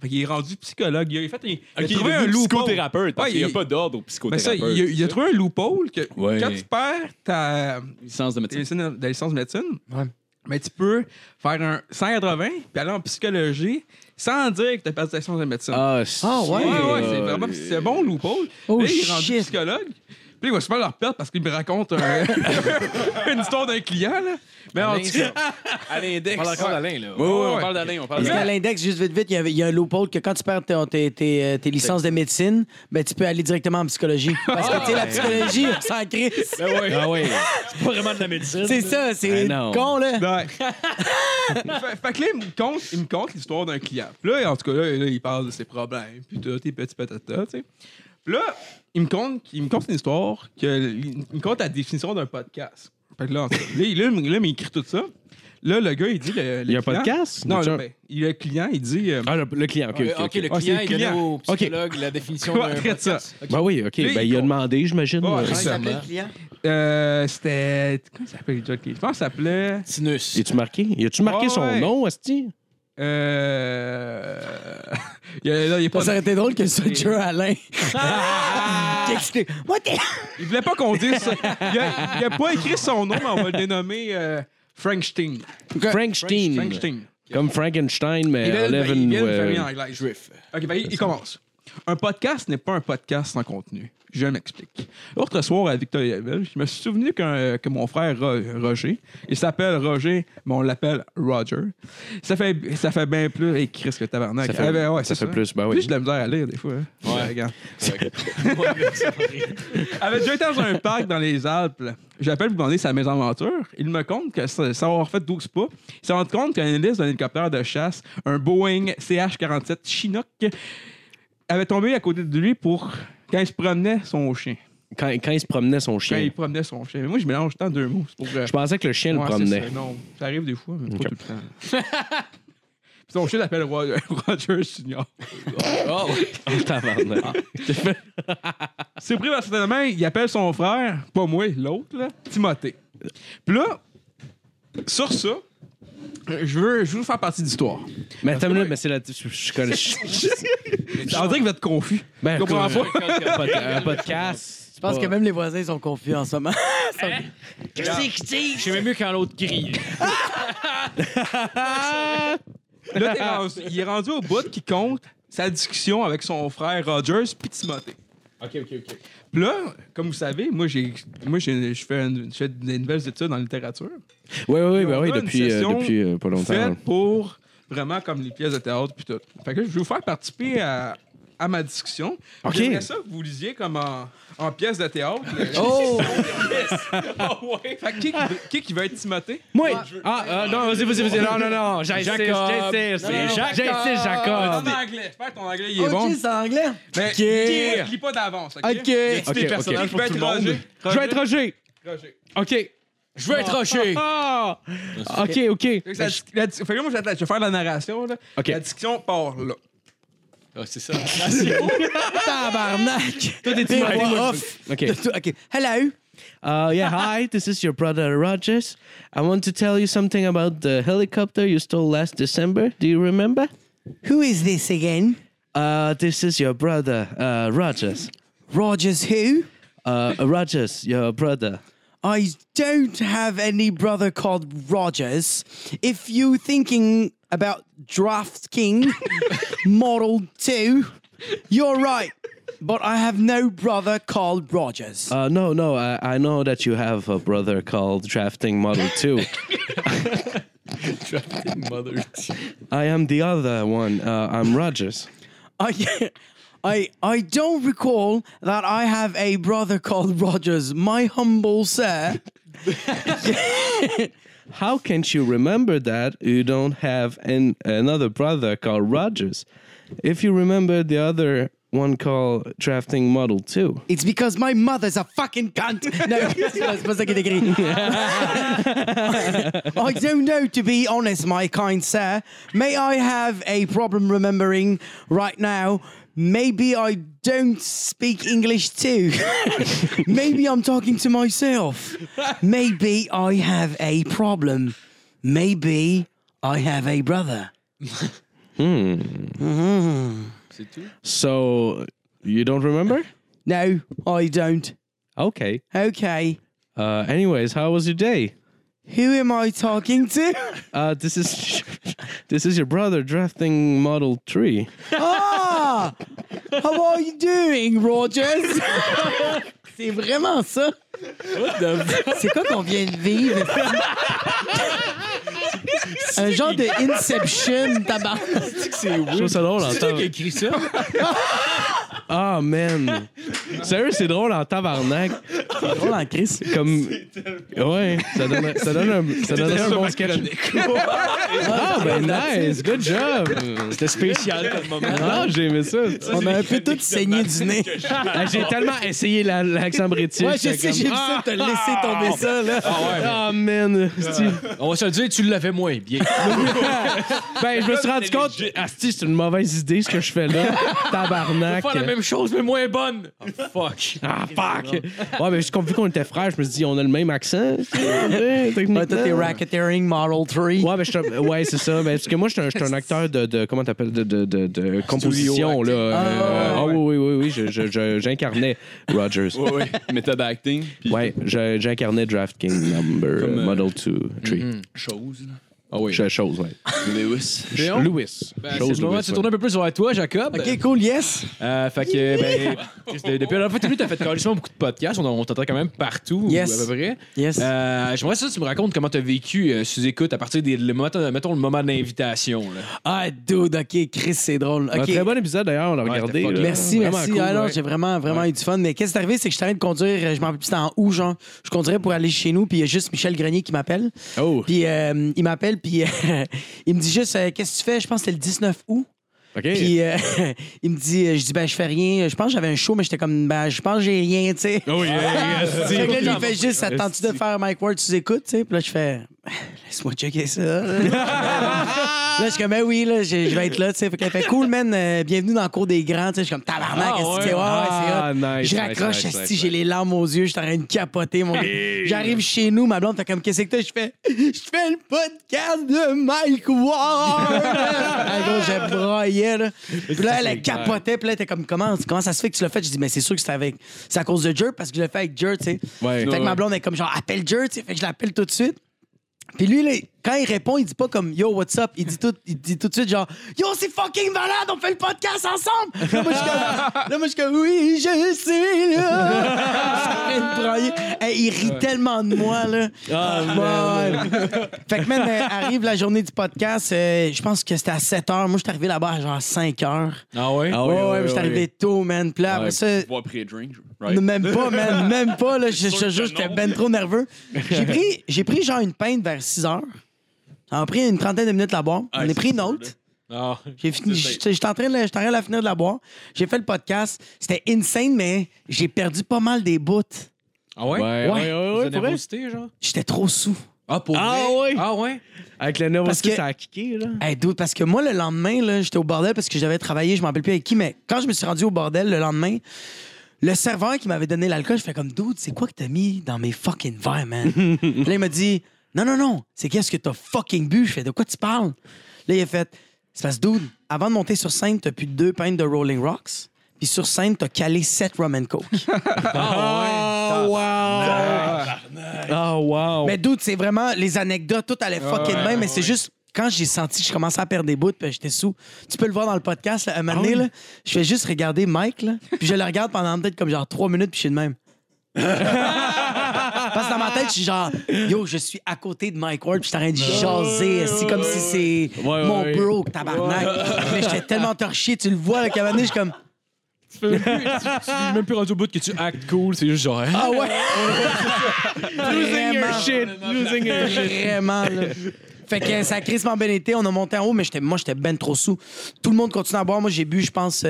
[SPEAKER 5] Fait qu'il est rendu psychologue. Il a fait un. il a
[SPEAKER 6] Ok, il
[SPEAKER 5] trouvé
[SPEAKER 6] est
[SPEAKER 5] un
[SPEAKER 6] devenu
[SPEAKER 5] loophole.
[SPEAKER 6] psychothérapeute.
[SPEAKER 5] Ouais,
[SPEAKER 6] parce qu'il n'y a
[SPEAKER 5] il-
[SPEAKER 6] pas d'ordre au
[SPEAKER 5] Ben ça,
[SPEAKER 6] psychothérapeute.
[SPEAKER 5] il, a- il a trouvé un loophole que
[SPEAKER 6] Ouais.
[SPEAKER 5] quand tu perds ta,
[SPEAKER 6] Licence de
[SPEAKER 5] ta
[SPEAKER 6] médecine.
[SPEAKER 5] licence de ta licence de médecine, mais tu peux faire un 180 puis aller en psychologie sans dire que tu as perdu ta licence de médecine.
[SPEAKER 4] Ah,
[SPEAKER 1] Ah,
[SPEAKER 4] shit.
[SPEAKER 1] ouais.
[SPEAKER 5] Ouais, ouais, c'est vraiment c'est bon, Loophole.
[SPEAKER 1] Oh,
[SPEAKER 5] là, il est rendu
[SPEAKER 1] shit.
[SPEAKER 5] psychologue. Puis là, il va se faire leur perdre parce qu'il me raconte un- [laughs] une histoire d'un client, là. Mais en tout cas,
[SPEAKER 6] À l'index.
[SPEAKER 3] On parle encore d'Alain, là.
[SPEAKER 6] Ouais,
[SPEAKER 5] [laughs]
[SPEAKER 6] ouais,
[SPEAKER 5] Ouais.
[SPEAKER 6] on parle d'Alain, on parle
[SPEAKER 1] Parce
[SPEAKER 6] d'Alain.
[SPEAKER 1] qu'à l'index, juste vite, vite, il y avait- il y, a un loophole que quand tu perds tes, tes- tes, euh, tes licences de médecine, ben, tu peux aller directement en psychologie. Parce
[SPEAKER 5] Ah
[SPEAKER 1] que, tu sais, la psychologie, ça en
[SPEAKER 5] [laughs]
[SPEAKER 1] crise.
[SPEAKER 5] Ben
[SPEAKER 4] Ah, ouais.
[SPEAKER 7] Pas vraiment de la médecine.
[SPEAKER 1] C'est ça, c'est
[SPEAKER 4] Ben non.
[SPEAKER 1] con, là.
[SPEAKER 5] ouais. [laughs] fait, fait que là, il me conte, il me conte l'histoire d'un client. Puis là, en tout cas, là, là, il parle de ses problèmes, puis tout, tes petits patatas, tu sais. Puis là, il me conte, il me conte une histoire, que, il me conte la définition d'un podcast. Fait que là, en tout cas, là, il- là, il- là, il m'écrit tout ça. Là, le gars, il dit... Le, le
[SPEAKER 4] Il y a un
[SPEAKER 5] client-
[SPEAKER 4] podcast?
[SPEAKER 5] Non,
[SPEAKER 4] Richard?
[SPEAKER 5] ben, il- le client, il dit... euh,
[SPEAKER 4] Ah, le, le client, ok.
[SPEAKER 3] Euh, Ok,
[SPEAKER 4] ok,
[SPEAKER 3] le
[SPEAKER 5] Ah,
[SPEAKER 3] client,
[SPEAKER 5] c'est le
[SPEAKER 3] il donnait
[SPEAKER 5] client.
[SPEAKER 3] au psychologue la
[SPEAKER 4] Ah,
[SPEAKER 5] [laughs]
[SPEAKER 3] définition
[SPEAKER 5] Quoi,
[SPEAKER 3] d'un
[SPEAKER 5] traite ça.
[SPEAKER 3] podcast.
[SPEAKER 4] Ben oui, ok.
[SPEAKER 5] Lui,
[SPEAKER 4] Ben,
[SPEAKER 5] il
[SPEAKER 4] il a
[SPEAKER 5] compte.
[SPEAKER 4] demandé, j'imagine.
[SPEAKER 5] Ouais,
[SPEAKER 4] euh,
[SPEAKER 5] il
[SPEAKER 4] ça.
[SPEAKER 5] s'appelle- Euh, c'était. Comment il s'appelle le jockey? Je pense qu'il s'appelait.
[SPEAKER 3] Sinus.
[SPEAKER 4] Y tu marqué? Y a-tu marqué
[SPEAKER 5] Ouais,
[SPEAKER 4] son
[SPEAKER 5] ouais.
[SPEAKER 4] nom, Asti?
[SPEAKER 5] Euh. [laughs] Il y a- là, il est pas-
[SPEAKER 1] Ça aurait été drôle que ce soit Joe
[SPEAKER 5] [laughs]
[SPEAKER 1] Alain.
[SPEAKER 5] Ah!
[SPEAKER 1] Qui explique, Moi, t'es.
[SPEAKER 5] il voulait pas qu'on dise. ça. Il a, il a pas écrit son nom, mais on va le dénommer euh, Frankenstein.
[SPEAKER 4] Frankenstein.
[SPEAKER 5] Frankenstein.
[SPEAKER 4] Comme Frankenstein, mais
[SPEAKER 5] Il vient,
[SPEAKER 4] enlève
[SPEAKER 5] ben, il
[SPEAKER 4] une.
[SPEAKER 5] vient d'une
[SPEAKER 4] euh,
[SPEAKER 5] famille anglaise.
[SPEAKER 3] Juif.
[SPEAKER 5] Ok, ben, il, il commence. Un podcast n'est pas un podcast sans contenu. Je m'explique. L'autre soir à Victor Yabel, je me suis souvenu qu'un- que mon frère Ro- Roger, il s'appelle Roger, mais on l'appelle Roger. Ça fait, ça fait bien plus. Et Chris, que tabarnak.
[SPEAKER 4] Ça fait-
[SPEAKER 5] Ah ben ouais,
[SPEAKER 4] ça
[SPEAKER 5] c'est
[SPEAKER 4] fait plus, ben oui.
[SPEAKER 5] J'ai de la misère à lire des fois. hein. Ouais, regarde. Avait déjà été dans un parc dans les Alpes. J'appelle pour demander sa maison aventure. Il me compte que ça, ça avoir fait 12 pas. Il s'est rendu compte qu'un hélice d'un hélicoptère de chasse, un Boeing CH-47 Chinook, avait tombé à côté de lui pour quand il se promenait son chien.
[SPEAKER 4] Quand, quand il se promenait son
[SPEAKER 5] Quand
[SPEAKER 4] chien.
[SPEAKER 5] il promenait son chien. Mais moi, je mélange tant deux mots. c'est Pour, euh,
[SPEAKER 4] Je pensais que le chien le
[SPEAKER 5] ouais,
[SPEAKER 4] promenait.
[SPEAKER 5] c'est ça, Non, ça arrive des fois, mais
[SPEAKER 4] Ok.
[SPEAKER 5] pas tout le temps. [laughs] Puis son chien l'appelle Ro- [laughs] Roger Junior. Ah,
[SPEAKER 4] [laughs] Tabarnak.
[SPEAKER 5] C'est pris par certaines mains, il appelle son frère, pas moi, l'autre, là, Timothée. Puis là, sur ça, euh, je veux, je veux faire partie de l'histoire.
[SPEAKER 4] Mais attends, une minute, mais c'est la. Je, je connais. je-
[SPEAKER 5] On dirait que vous êtes confus.
[SPEAKER 4] ben,
[SPEAKER 6] Eh,
[SPEAKER 5] Je comprends
[SPEAKER 4] quoi,
[SPEAKER 5] pas.
[SPEAKER 4] un pod- un podcast.
[SPEAKER 1] Je pense que même les voisins sont confus en ce moment.
[SPEAKER 5] Hein?
[SPEAKER 1] [laughs]
[SPEAKER 3] Je sais même mieux quand l'autre crie.
[SPEAKER 5] Là, t'es rendu- il est rendu au bout qui compte sa discussion avec son frère Rogers puis Timothée.
[SPEAKER 6] Ok, ok, ok.
[SPEAKER 5] Puis là, comme vous savez, moi, j'ai, moi, j'ai, je fais une- je fais des nouvelles études en littérature.
[SPEAKER 4] Oui, oui, oui,
[SPEAKER 5] On a une
[SPEAKER 4] depuis, euh,
[SPEAKER 5] session
[SPEAKER 4] depuis euh, pas longtemps.
[SPEAKER 5] Faites pour vraiment comme les pièces de théâtre puis tout. Fait que là, je vais vous faire participer à, à ma discussion.
[SPEAKER 4] OK.
[SPEAKER 5] J'aimerais ça que vous lisiez comme en, en pièces de théâtre.
[SPEAKER 1] Oh!
[SPEAKER 5] [laughs] fait que qui, qui, qui va être Timothée?
[SPEAKER 4] Moi! Ah, ah, non, vas-y, vas-y, vas-y. Non, non, non. J'insiste, j'insiste. J'insiste, Jacob.
[SPEAKER 5] En anglais. J'espère que Ah, ton anglais il est
[SPEAKER 1] OK,
[SPEAKER 5] bon.
[SPEAKER 1] c'est en anglais.
[SPEAKER 5] Mais
[SPEAKER 1] Ok.
[SPEAKER 5] ne lis pas d'avance, OK?
[SPEAKER 1] Oh, OK.
[SPEAKER 4] Ok, ok.
[SPEAKER 5] Qui va être Roger?
[SPEAKER 4] Je vais être Roger.
[SPEAKER 5] Roger.
[SPEAKER 4] OK.
[SPEAKER 3] Je veux être roché.
[SPEAKER 4] Ah! OK, OK.
[SPEAKER 5] Fait que ça- la dis- fait que là, moi, je vais- je vais faire la narration. Là.
[SPEAKER 4] OK.
[SPEAKER 5] La discussion part là.
[SPEAKER 3] Ah, c'est ça.
[SPEAKER 1] Tabarnak! Toi, t'es
[SPEAKER 4] Timothée, moi,
[SPEAKER 1] off.
[SPEAKER 4] OK.
[SPEAKER 1] De tout- OK. Hello.
[SPEAKER 4] Uh, yeah, hi, this is your brother Rogers. I want to tell you something about the helicopter you stole last December. Do you remember?
[SPEAKER 1] Who is this again?
[SPEAKER 4] Uh, this is your brother, uh, Rogers.
[SPEAKER 1] Rogers who?
[SPEAKER 4] Uh, Rogers, your brother.
[SPEAKER 1] I don't have any brother called Rogers. If you thinking about Draft King [laughs] Model 2, you're right. But I have no brother called Rogers.
[SPEAKER 4] Uh, no, no, I, I know that you have a brother called Drafting Model 2.
[SPEAKER 3] Mother.
[SPEAKER 4] I am the other one. Uh, I'm Rogers.
[SPEAKER 1] [laughs] I, I, I don't recall that I have a brother called Rogers. My humble sir.
[SPEAKER 4] How can you remember that you don't have an, another brother called Rogers? If you remember the other one called Drafting Model 2.
[SPEAKER 1] It's because my mother's a fucking cunt. No, c'est pas- c'est pas ça qu'il écrit. I don't know, to be honest, my kind sir. May I have a problem remembering right now? Maybe I don't speak English too. [laughs] Maybe I'm talking to myself. Maybe I have a problem. Maybe I have a brother.
[SPEAKER 4] So you don't remember?
[SPEAKER 1] No, I don't.
[SPEAKER 4] Okay.
[SPEAKER 1] Okay.
[SPEAKER 4] Uh, anyways, how was your day?
[SPEAKER 1] Who am I talking to?
[SPEAKER 4] Uh, this is [laughs] this is your brother drafting Model 3.
[SPEAKER 1] Ah! How are you doing, [laughs] Rogers? C'est vraiment ça? C'est quoi qu'on vient de vivre? Un genre de Inception, tabac.
[SPEAKER 4] Je trouve ça drôle en
[SPEAKER 3] C'est toi
[SPEAKER 4] tabarnak.
[SPEAKER 3] qui as écrit ça?
[SPEAKER 4] Ah, man. Sérieux, c'est drôle en tabarnak.
[SPEAKER 1] drôle en crise.
[SPEAKER 3] [laughs]
[SPEAKER 4] Comme... Ouais, ça donne, ça donne un, ça donne un bon sketch. [laughs] Ah, ben nice. Good job. Ah,
[SPEAKER 3] C'était spécial comme moment.
[SPEAKER 4] Non, j'ai aimé ça.
[SPEAKER 1] On a un peu tous saigné du nez.
[SPEAKER 4] Ah, j'ai tellement essayé la- l'accent britannique.
[SPEAKER 1] Ouais, je sais, j'ai
[SPEAKER 4] j'étais
[SPEAKER 1] vu
[SPEAKER 4] comme,
[SPEAKER 1] ça, t'as laissé tomber ça, là.
[SPEAKER 4] Ah, man. Asti.
[SPEAKER 3] On va se le dire, tu l'avais moins bien.
[SPEAKER 4] Ben, je me suis rendu compte. Asti, c'est une mauvaise idée ce que je
[SPEAKER 3] [laughs]
[SPEAKER 4] fais là. Tabarnak.
[SPEAKER 3] Pas la même chose, mais moins bonne. Oh, fuck.
[SPEAKER 4] Ah, fuck! Ouais, mais juste qu'on- vu qu'on était frères, je me suis dit, on a le
[SPEAKER 3] [laughs]
[SPEAKER 4] même accent. Ouais, techniquement.
[SPEAKER 1] Ouais, Toi, t'es racketeering Model 3.
[SPEAKER 4] Ouais, ben, je suis un- ouais, c'est ça. Ben, parce que moi, je suis un, je suis un acteur de, de- comment t'appelles, de, de, de, de composition, là. Euh, Ah oui, oui, oui, oui, je- je- je- j'incarnais Rogers.
[SPEAKER 6] Oui, méthode acting. Puis
[SPEAKER 4] Ouais, je- j'incarnais Draft King Number,
[SPEAKER 6] Comme, euh,
[SPEAKER 4] Model 2, 3.
[SPEAKER 6] chose.
[SPEAKER 3] Ah Mm-hmm. oui.
[SPEAKER 4] Ch- Chose, ouais.
[SPEAKER 6] Lewis.
[SPEAKER 3] Léon?
[SPEAKER 4] Louis.
[SPEAKER 3] Ben, c'est
[SPEAKER 4] Chose
[SPEAKER 3] le moment
[SPEAKER 4] Louis,
[SPEAKER 3] de se
[SPEAKER 4] ouais.
[SPEAKER 3] tourner un peu plus vers toi, Jacob.
[SPEAKER 1] OK, cool, yes.
[SPEAKER 3] Euh, fait que, ben, Chris, de- depuis la dernière fois, que t'es venu, t'as fait carrément beaucoup de podcasts. On, on t'entend quand même partout,
[SPEAKER 1] Yes.
[SPEAKER 3] à peu près.
[SPEAKER 1] Yes.
[SPEAKER 3] Euh, J'aimerais ça que tu me racontes comment t'as vécu euh, sous écoute à partir des le moment, mettons le moment de l'invitation. là.
[SPEAKER 1] Ah, dude, OK, Chris, c'est drôle.
[SPEAKER 4] Un
[SPEAKER 1] OK.
[SPEAKER 4] très bon épisode d'ailleurs, on l'a regardé.
[SPEAKER 3] t'es fucké.
[SPEAKER 4] là.
[SPEAKER 1] Merci,
[SPEAKER 4] Euh, Vraiment
[SPEAKER 1] merci.
[SPEAKER 4] cool,
[SPEAKER 1] Ah non,
[SPEAKER 4] ouais.
[SPEAKER 1] j'ai vraiment, vraiment eu du fun. Mais qu'est-ce qui est arrivé, c'est que je t'arrête de conduire, euh, je m'en rappelle plus, c'était en août, genre. Je conduirais pour aller chez nous, puis il y a juste Michel Grenier qui m'appelle.
[SPEAKER 4] Oh,
[SPEAKER 1] Puis euh, il m'appelle, puis euh, [laughs] il me dit juste, euh, qu'est-ce que tu fais? Je pense que c'était le 19 août.
[SPEAKER 4] ok.
[SPEAKER 1] Puis euh, [laughs] il me dit, euh, je dis, ben, je fais rien. Je pense que j'avais un show, mais j'étais comme, ben, je pense que j'ai rien, tu sais.
[SPEAKER 4] Oh,
[SPEAKER 3] euh,
[SPEAKER 4] yeah, yeah,
[SPEAKER 1] Fait que là, lui,
[SPEAKER 4] yeah.
[SPEAKER 1] il fait juste, attends-tu de faire Mike Ward, tu écoutes, tu sais? Puis là, je fais, [laughs] laisse-moi checker ça.
[SPEAKER 4] [laughs]
[SPEAKER 1] là, je suis comme, ben oui, là, je, je vais être là, tu sais. Fait qu'elle fait, cool, man, euh, bienvenue dans le cours des grands, tu sais. Je suis comme, tabarnak,
[SPEAKER 4] Ah,
[SPEAKER 1] qu'est-ce que tu
[SPEAKER 4] ouais.
[SPEAKER 1] sais? Ouais, ouais, c'est hot.
[SPEAKER 4] Ah, nice,
[SPEAKER 1] je
[SPEAKER 4] nice,
[SPEAKER 1] raccroche,
[SPEAKER 4] nice,
[SPEAKER 1] asti,
[SPEAKER 4] nice,
[SPEAKER 1] j'ai les larmes aux yeux, je suis en train de capoter, mon gars. J'arrive chez nous, ma blonde fait comme, qu'est-ce que t'as? Je fais, [laughs] je fais le podcast de
[SPEAKER 4] [laughs]
[SPEAKER 1] Mike Ward! en gros, je broyais, là. Puis là, elle, elle capotait, puis là, elle était comme, comment, comment ça se fait que tu l'as fait? Je dis, mais c'est sûr que c'est avec, c'est à cause de Jer, parce que je l'ai fait avec Jer, tu sais.
[SPEAKER 4] Ouais.
[SPEAKER 1] Fait que ma blonde est comme, genre, appelle Jer, tu sais. Fait que je l'appelle tout de suite. Puis lui, là, quand il répond, il dit pas comme Yo, what's up? Il dit tout, il dit tout de suite genre Yo, c'est fucking malade, on fait le podcast ensemble! Là, moi, je suis comme, là, moi, je suis comme Oui, je sais, là! [laughs] Je suis en train de brailler. Hey, il rit tellement de moi, là. Ouais, ouais. [laughs] Fait que, même arrive la journée du podcast, euh, je pense que c'était à 7 h. Moi, je suis arrivé là-bas à genre 5 h.
[SPEAKER 3] Ah ouais?
[SPEAKER 1] ouais, ouais, je suis arrivé tôt, man. Puis là, après ça,
[SPEAKER 6] Boire pris drink. Right.
[SPEAKER 1] même pas, man. Même pas, là. Je te jure, j'étais ben trop nerveux. J'ai pris, j'ai pris genre une pinte vers 6 heures. Ça m'a pris une trentaine de minutes de la boire. J'en ai pris une autre.
[SPEAKER 3] Ah.
[SPEAKER 1] [laughs] J'ai fini. J'étais j'étais en train de la- j'étais en train de la finir de la boire. J'ai fait le podcast. C'était insane, mais j'ai perdu pas mal des bouts.
[SPEAKER 3] Ah ouais?
[SPEAKER 4] Ouais, ouais, ouais, ouais,
[SPEAKER 3] de
[SPEAKER 4] pour vrai.
[SPEAKER 3] nervosité, genre?
[SPEAKER 1] J'étais trop sous.
[SPEAKER 3] Ah, pour
[SPEAKER 4] Ah
[SPEAKER 3] vrai?
[SPEAKER 4] ouais.
[SPEAKER 3] Ah ouais?
[SPEAKER 4] Avec le nervosité,
[SPEAKER 1] que-
[SPEAKER 4] ça a kické, là.
[SPEAKER 1] Hey, dude, parce que moi, le lendemain, là, j'étais au bordel parce que j'avais travaillé, je m'en rappelle plus avec qui, mais quand je me suis rendu au bordel le lendemain, le serveur qui m'avait donné l'alcool, je fais comme, dude, c'est quoi que t'as mis dans mes fucking verres, man? Puis là, il m'a dit, non, non, non, c'est qu'est-ce que t'as fucking bu? Je fais, de quoi tu parles? Là, il a fait, c'est parce que, dude, avant de monter sur scène, t'as plus deux pintes de Rolling Rocks, puis sur scène, t'as calé sept rum and coke.
[SPEAKER 3] Ah,
[SPEAKER 4] Oh, wow! Ah, wow!
[SPEAKER 1] Mais dude, c'est vraiment les anecdotes, tout
[SPEAKER 4] Ah
[SPEAKER 1] allait fucking bien, mais c'est juste quand j'ai senti que je commençais à perdre des bouts, puis j'étais sous. Tu peux le voir dans le podcast, là, à un
[SPEAKER 4] Ah
[SPEAKER 1] moment donné, là, je fais juste regarder Mike, là, puis je le regarde pendant peut-être comme genre trois minutes, puis je suis
[SPEAKER 4] [laughs]
[SPEAKER 1] de même. Parce que dans ma tête, je suis genre, yo, je suis à côté de Mike Ward, puis je suis en train de jaser, c'est comme si c'est
[SPEAKER 4] Ouais,
[SPEAKER 1] mon
[SPEAKER 4] ouais.
[SPEAKER 1] bro, tabarnak. Mais j'étais tellement torché, tu le vois, là, qu'à un moment donné, je suis comme,
[SPEAKER 3] J'ai même plus rendu au bout que tu actes cool, c'est juste genre. hein?
[SPEAKER 1] ah ouais!
[SPEAKER 4] [laughs] Losing your
[SPEAKER 1] Vraiment.
[SPEAKER 4] shit! Losing your shit!
[SPEAKER 1] Vraiment, là. Fait que euh, ça a crissement bien été. On a monté en haut, mais j'étais- moi, j'étais ben trop sous. Tout le monde continue à boire. Moi, j'ai bu, je pense,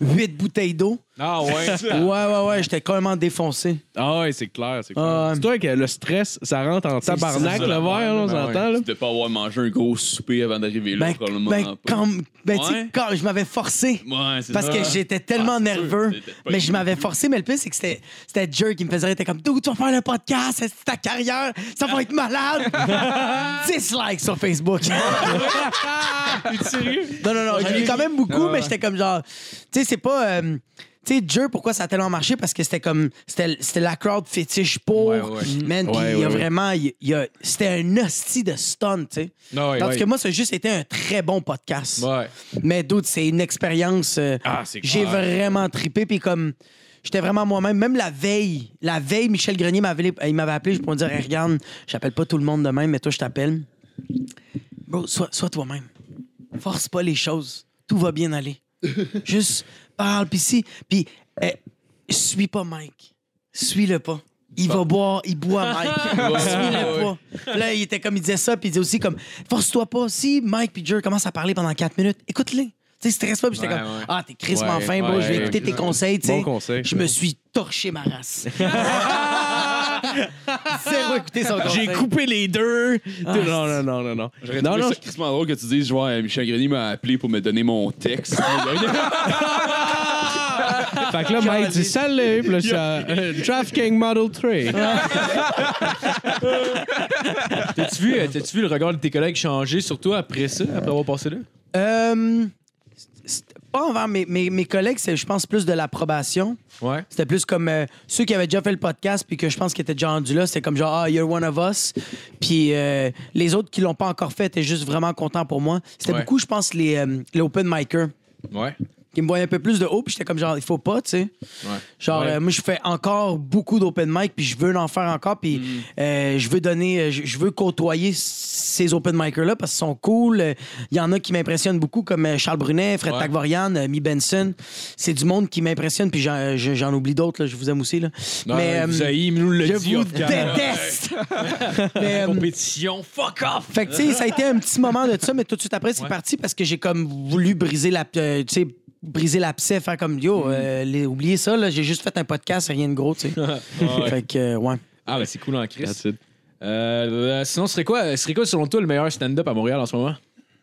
[SPEAKER 1] 8 bouteilles d'eau.
[SPEAKER 3] Ah ouais?
[SPEAKER 1] [laughs] Ouais, ouais, ouais. J'étais complètement défoncé.
[SPEAKER 4] Ah, ouais, c'est clair, c'est clair.
[SPEAKER 1] Ah, ouais.
[SPEAKER 4] C'est toi que le stress, ça rentre en tabarnak,
[SPEAKER 6] ça,
[SPEAKER 4] le
[SPEAKER 6] la
[SPEAKER 4] verre, là, on
[SPEAKER 3] Ah,
[SPEAKER 4] s'entend, là.
[SPEAKER 6] Tu devais pas avoir mangé un gros souper avant d'arriver là,
[SPEAKER 1] Ben,
[SPEAKER 6] probablement.
[SPEAKER 1] ben,
[SPEAKER 6] pas.
[SPEAKER 1] quand, ben, tu sais,
[SPEAKER 6] Ouais.
[SPEAKER 1] quand je m'avais forcé.
[SPEAKER 6] Ouais, c'est
[SPEAKER 1] Parce
[SPEAKER 6] ça.
[SPEAKER 1] que j'étais tellement
[SPEAKER 6] Ah, c'est sûr,
[SPEAKER 1] nerveux,
[SPEAKER 6] t'étais pas
[SPEAKER 1] mais je
[SPEAKER 6] ému.
[SPEAKER 1] m'avais forcé. Mais le plus, c'est que c'était c'était Jerk qui me faisait rire. T'es comme, d'où tu vas faire le podcast? C'est ta carrière? Ça va être malade!
[SPEAKER 6] [laughs]
[SPEAKER 1] 10 likes sur Facebook!
[SPEAKER 6] Ah,
[SPEAKER 1] [laughs] Non, non, non, j'en ai eu quand même beaucoup, mais j'étais comme genre. Tu sais, c'est pas. euh, tu sais, Jer, pourquoi ça a tellement marché? Parce que c'était comme. C'était c'était la crowd fétiche pour. Man, puis il y a vraiment. il y a- C'était un hostie de stun, tu sais.
[SPEAKER 3] Non,
[SPEAKER 6] Ah,
[SPEAKER 3] ouais,
[SPEAKER 1] Tandis
[SPEAKER 3] ouais.
[SPEAKER 1] que moi, ça a juste été un très bon podcast.
[SPEAKER 3] Ouais.
[SPEAKER 1] Mais d'autres, c'est une expérience. euh,
[SPEAKER 4] Ah, c'est
[SPEAKER 1] J'ai
[SPEAKER 4] clair.
[SPEAKER 1] vraiment trippé, puis comme. J'étais vraiment moi-même. Même la veille, la veille, Michel Grenier m'avait, il m'avait appelé pour me dire Hey, Regarde, j'appelle pas tout le monde de même, mais toi, je t'appelle. Bro, sois, sois toi-même. Force pas les choses. Tout va bien aller. Juste parle, puis si. Puis, eh, suis pas Mike. Suis-le pas. Il va boire, il boit
[SPEAKER 4] [laughs]
[SPEAKER 1] Mike. Suis-le pas. Là, il était comme, il disait ça, puis il disait aussi comme, force-toi pas. Si Mike puis Jer commencent à parler pendant 4 minutes, écoute-les. Tu sais, stresse pas, puis j'étais
[SPEAKER 3] Ouais,
[SPEAKER 1] comme,
[SPEAKER 3] ouais.
[SPEAKER 1] ah, t'es crissement
[SPEAKER 4] Ouais,
[SPEAKER 1] fin, bro, je vais
[SPEAKER 4] ouais.
[SPEAKER 1] écouter tes conseils, tu sais.
[SPEAKER 4] Bon conseil.
[SPEAKER 1] Je me suis torché
[SPEAKER 4] [laughs]
[SPEAKER 1] ma race. Zéro écouté son conseil.
[SPEAKER 4] J'ai coupé les deux! non, non, non, non, non.
[SPEAKER 6] J'aurais
[SPEAKER 4] Non,
[SPEAKER 6] trouvé
[SPEAKER 4] non,
[SPEAKER 6] ça crissement drôle que tu dises, genre, euh, Michel Grenier m'a appelé pour me donner mon texte.
[SPEAKER 4] Fait que là, Mike dit salut, puis là, je suis à- euh, DraftKings Model
[SPEAKER 3] Ah,
[SPEAKER 4] 3.
[SPEAKER 3] T'as-tu vu, euh, t'as-tu vu le regard de tes collègues changer sur toi après ça, après avoir passé là?
[SPEAKER 1] Euh, c't- pas envers mes, mes, mes collègues, c'est, je pense, plus de l'approbation.
[SPEAKER 3] Ouais.
[SPEAKER 1] C'était plus comme euh, ceux qui avaient déjà fait le podcast puis que je pense qu'ils étaient déjà rendus là. C'était comme genre, ah, you're one of us. Puis euh, les autres qui l'ont pas encore fait étaient juste vraiment contents pour moi. C'était
[SPEAKER 3] Ouais.
[SPEAKER 1] beaucoup, je pense, les, euh, les open micers
[SPEAKER 3] Ouais.
[SPEAKER 1] qui me voyaient un peu plus de haut puis j'étais comme genre, il faut pas, tu sais. Genre, euh, moi, je fais encore beaucoup d'open mic puis je veux en faire encore puis euh, je veux donner, euh, je je veux côtoyer ces open micers-là parce qu'ils sont cool. Euh, Il y en a qui m'impressionnent beaucoup comme euh, Charles Brunet, Fred
[SPEAKER 3] Ouais.
[SPEAKER 1] Tagvorian, euh, Mi Benson. C'est du monde qui m'impressionne puis j'en- je- j'en oublie d'autres, là, je vous aime aussi. Là.
[SPEAKER 3] Non,
[SPEAKER 1] Mais,
[SPEAKER 3] vous
[SPEAKER 1] euh,
[SPEAKER 3] avez- il nous le
[SPEAKER 1] je
[SPEAKER 3] dit
[SPEAKER 1] vous
[SPEAKER 3] off-cam.
[SPEAKER 1] déteste! [laughs] Mais, euh,
[SPEAKER 3] Compétition, fuck off!
[SPEAKER 1] fait que, tu sais, ça a été un petit moment de ça, mais tout de suite après, c'est parti parce que j'ai comme voulu briser la. euh, tu sais, briser l'abcès, faire comme
[SPEAKER 3] Mm.
[SPEAKER 1] yo, euh, les- oubliez ça, là, j'ai juste fait un podcast, rien de gros, tu
[SPEAKER 3] [laughs]
[SPEAKER 1] sais. Fait que, euh, ouais.
[SPEAKER 3] Ah, ben c'est cool en Christ. Euh, sinon, ce serait quoi, ce serait quoi, selon toi, le meilleur stand-up à Montréal en ce moment?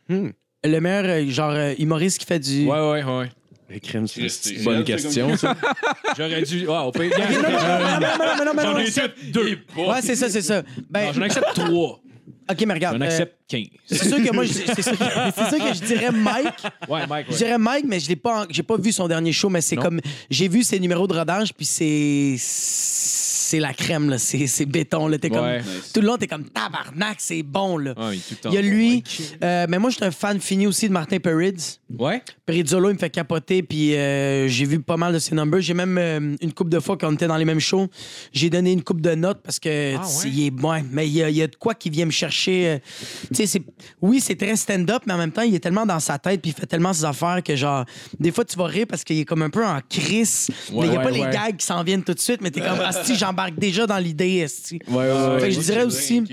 [SPEAKER 1] Le meilleur, euh, genre, euh, humoriste qui fait du.
[SPEAKER 3] Ouais, ouais, ouais.
[SPEAKER 4] Les crèmes, c'est
[SPEAKER 6] C'est
[SPEAKER 4] une bonne
[SPEAKER 6] génial,
[SPEAKER 4] question, ça.
[SPEAKER 3] J'aurais dû. Ah, [laughs] on peut.
[SPEAKER 1] Non, non, non, Ah, non, non, non, non, non, non, non,
[SPEAKER 3] J'en
[SPEAKER 1] non,
[SPEAKER 3] ai accepte deux.
[SPEAKER 1] non. Ouais, c'est ça, c'est ça. Ben,
[SPEAKER 3] Non, J'en accepte trois.
[SPEAKER 1] ok, mais regarde.
[SPEAKER 3] J'en
[SPEAKER 1] euh,
[SPEAKER 3] accepte 15.
[SPEAKER 1] c'est sûr que moi, je- c'est sûr, que- c'est sûr que je dirais Mike.
[SPEAKER 3] Ouais, Mike,
[SPEAKER 1] Je
[SPEAKER 3] ouais.
[SPEAKER 1] dirais Mike, mais je l'ai pas, en- j'ai pas vu son dernier show, mais c'est comme j'ai vu ses numéros de rodage, puis c'est c'est la crème là, c'est c'est béton là. T'es comme
[SPEAKER 3] Ouais.
[SPEAKER 1] tout le long, t'es comme tabarnak, c'est bon là.
[SPEAKER 3] Ouais, Ah, il est tout le temps
[SPEAKER 1] Il y a
[SPEAKER 3] bon,
[SPEAKER 1] lui,
[SPEAKER 3] Mike.
[SPEAKER 1] euh, mais moi je suis un fan fini aussi de Martin Perrids.
[SPEAKER 3] Ouais?
[SPEAKER 1] Perizzolo, il me fait capoter, puis euh, j'ai vu pas mal de ses numbers. J'ai même euh, une coupe de fois quand on était dans les mêmes shows, j'ai donné une coupe de notes parce que
[SPEAKER 3] Ah
[SPEAKER 1] tu sais, il est bon, mais il y, a- il y a de quoi qui vient me chercher. euh, tu sais, c'est- oui, c'est très stand-up, mais en même temps, il est tellement dans sa tête, puis il fait tellement ses affaires que genre, des fois, tu vas rire parce qu'il est comme un peu en crise, mais il n'y a
[SPEAKER 3] ouais,
[SPEAKER 1] pas
[SPEAKER 3] ouais.
[SPEAKER 1] les gags qui s'en viennent tout de suite, mais
[SPEAKER 3] [laughs]
[SPEAKER 1] t'es comme, ah, si j'embarque déjà dans l'idée, esti.
[SPEAKER 4] Ouais,
[SPEAKER 3] Ah,
[SPEAKER 4] ouais, ouais.
[SPEAKER 1] Euh, Fait que je dirais aussi,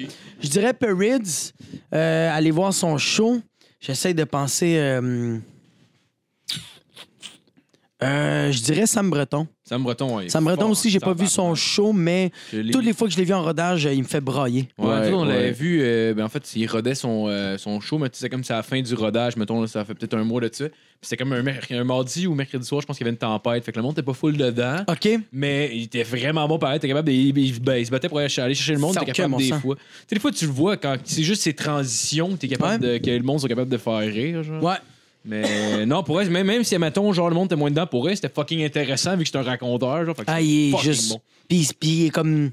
[SPEAKER 1] je dirais Perids, euh, aller voir son show. J'essaie de penser. euh, euh, je dirais Sam Breton.
[SPEAKER 3] Sam Breton, ouais.
[SPEAKER 1] Sam Breton
[SPEAKER 3] fort,
[SPEAKER 1] aussi, j'ai pas vu
[SPEAKER 3] tabarnak.
[SPEAKER 1] son show, mais
[SPEAKER 3] Je l'ai
[SPEAKER 1] toutes
[SPEAKER 3] vu.
[SPEAKER 1] les fois que je l'ai vu en rodage, euh, il me fait brailler.
[SPEAKER 3] Ouais,
[SPEAKER 4] Ouais,
[SPEAKER 3] nous, on
[SPEAKER 4] ouais.
[SPEAKER 3] l'avait vu, euh, ben, en fait, il rodait son, euh, son show, mais tu sais, comme c'est à la fin du rodage, mettons, là, ça fait peut-être un mois de ça. Puis c'était comme un, merc- un mardi ou mercredi soir, je pense qu'il y avait une tempête. Fait que le monde était pas full dedans,
[SPEAKER 1] OK?
[SPEAKER 3] mais il était vraiment bon pareil. T'es capable de. Il, il- ben, il se battait pour aller ch- aller chercher le monde,
[SPEAKER 1] Ça
[SPEAKER 3] t'es
[SPEAKER 1] a
[SPEAKER 3] capable
[SPEAKER 1] aucun
[SPEAKER 3] des
[SPEAKER 1] bon sens.
[SPEAKER 3] fois. Tu sais, des fois, tu le vois quand c'est juste ces transitions, t'es capable de, que le monde soit capable de faire rire, genre.
[SPEAKER 1] Ouais.
[SPEAKER 3] Mais non, pour elle, même, même si, mettons, genre, le monde était moins dedans pour elle, c'était fucking intéressant vu que c'est un raconteur, genre. Fait que
[SPEAKER 1] Ah,
[SPEAKER 3] c'est
[SPEAKER 1] il est
[SPEAKER 3] fucking
[SPEAKER 1] juste.
[SPEAKER 3] bon.
[SPEAKER 1] Puis, puis il est comme.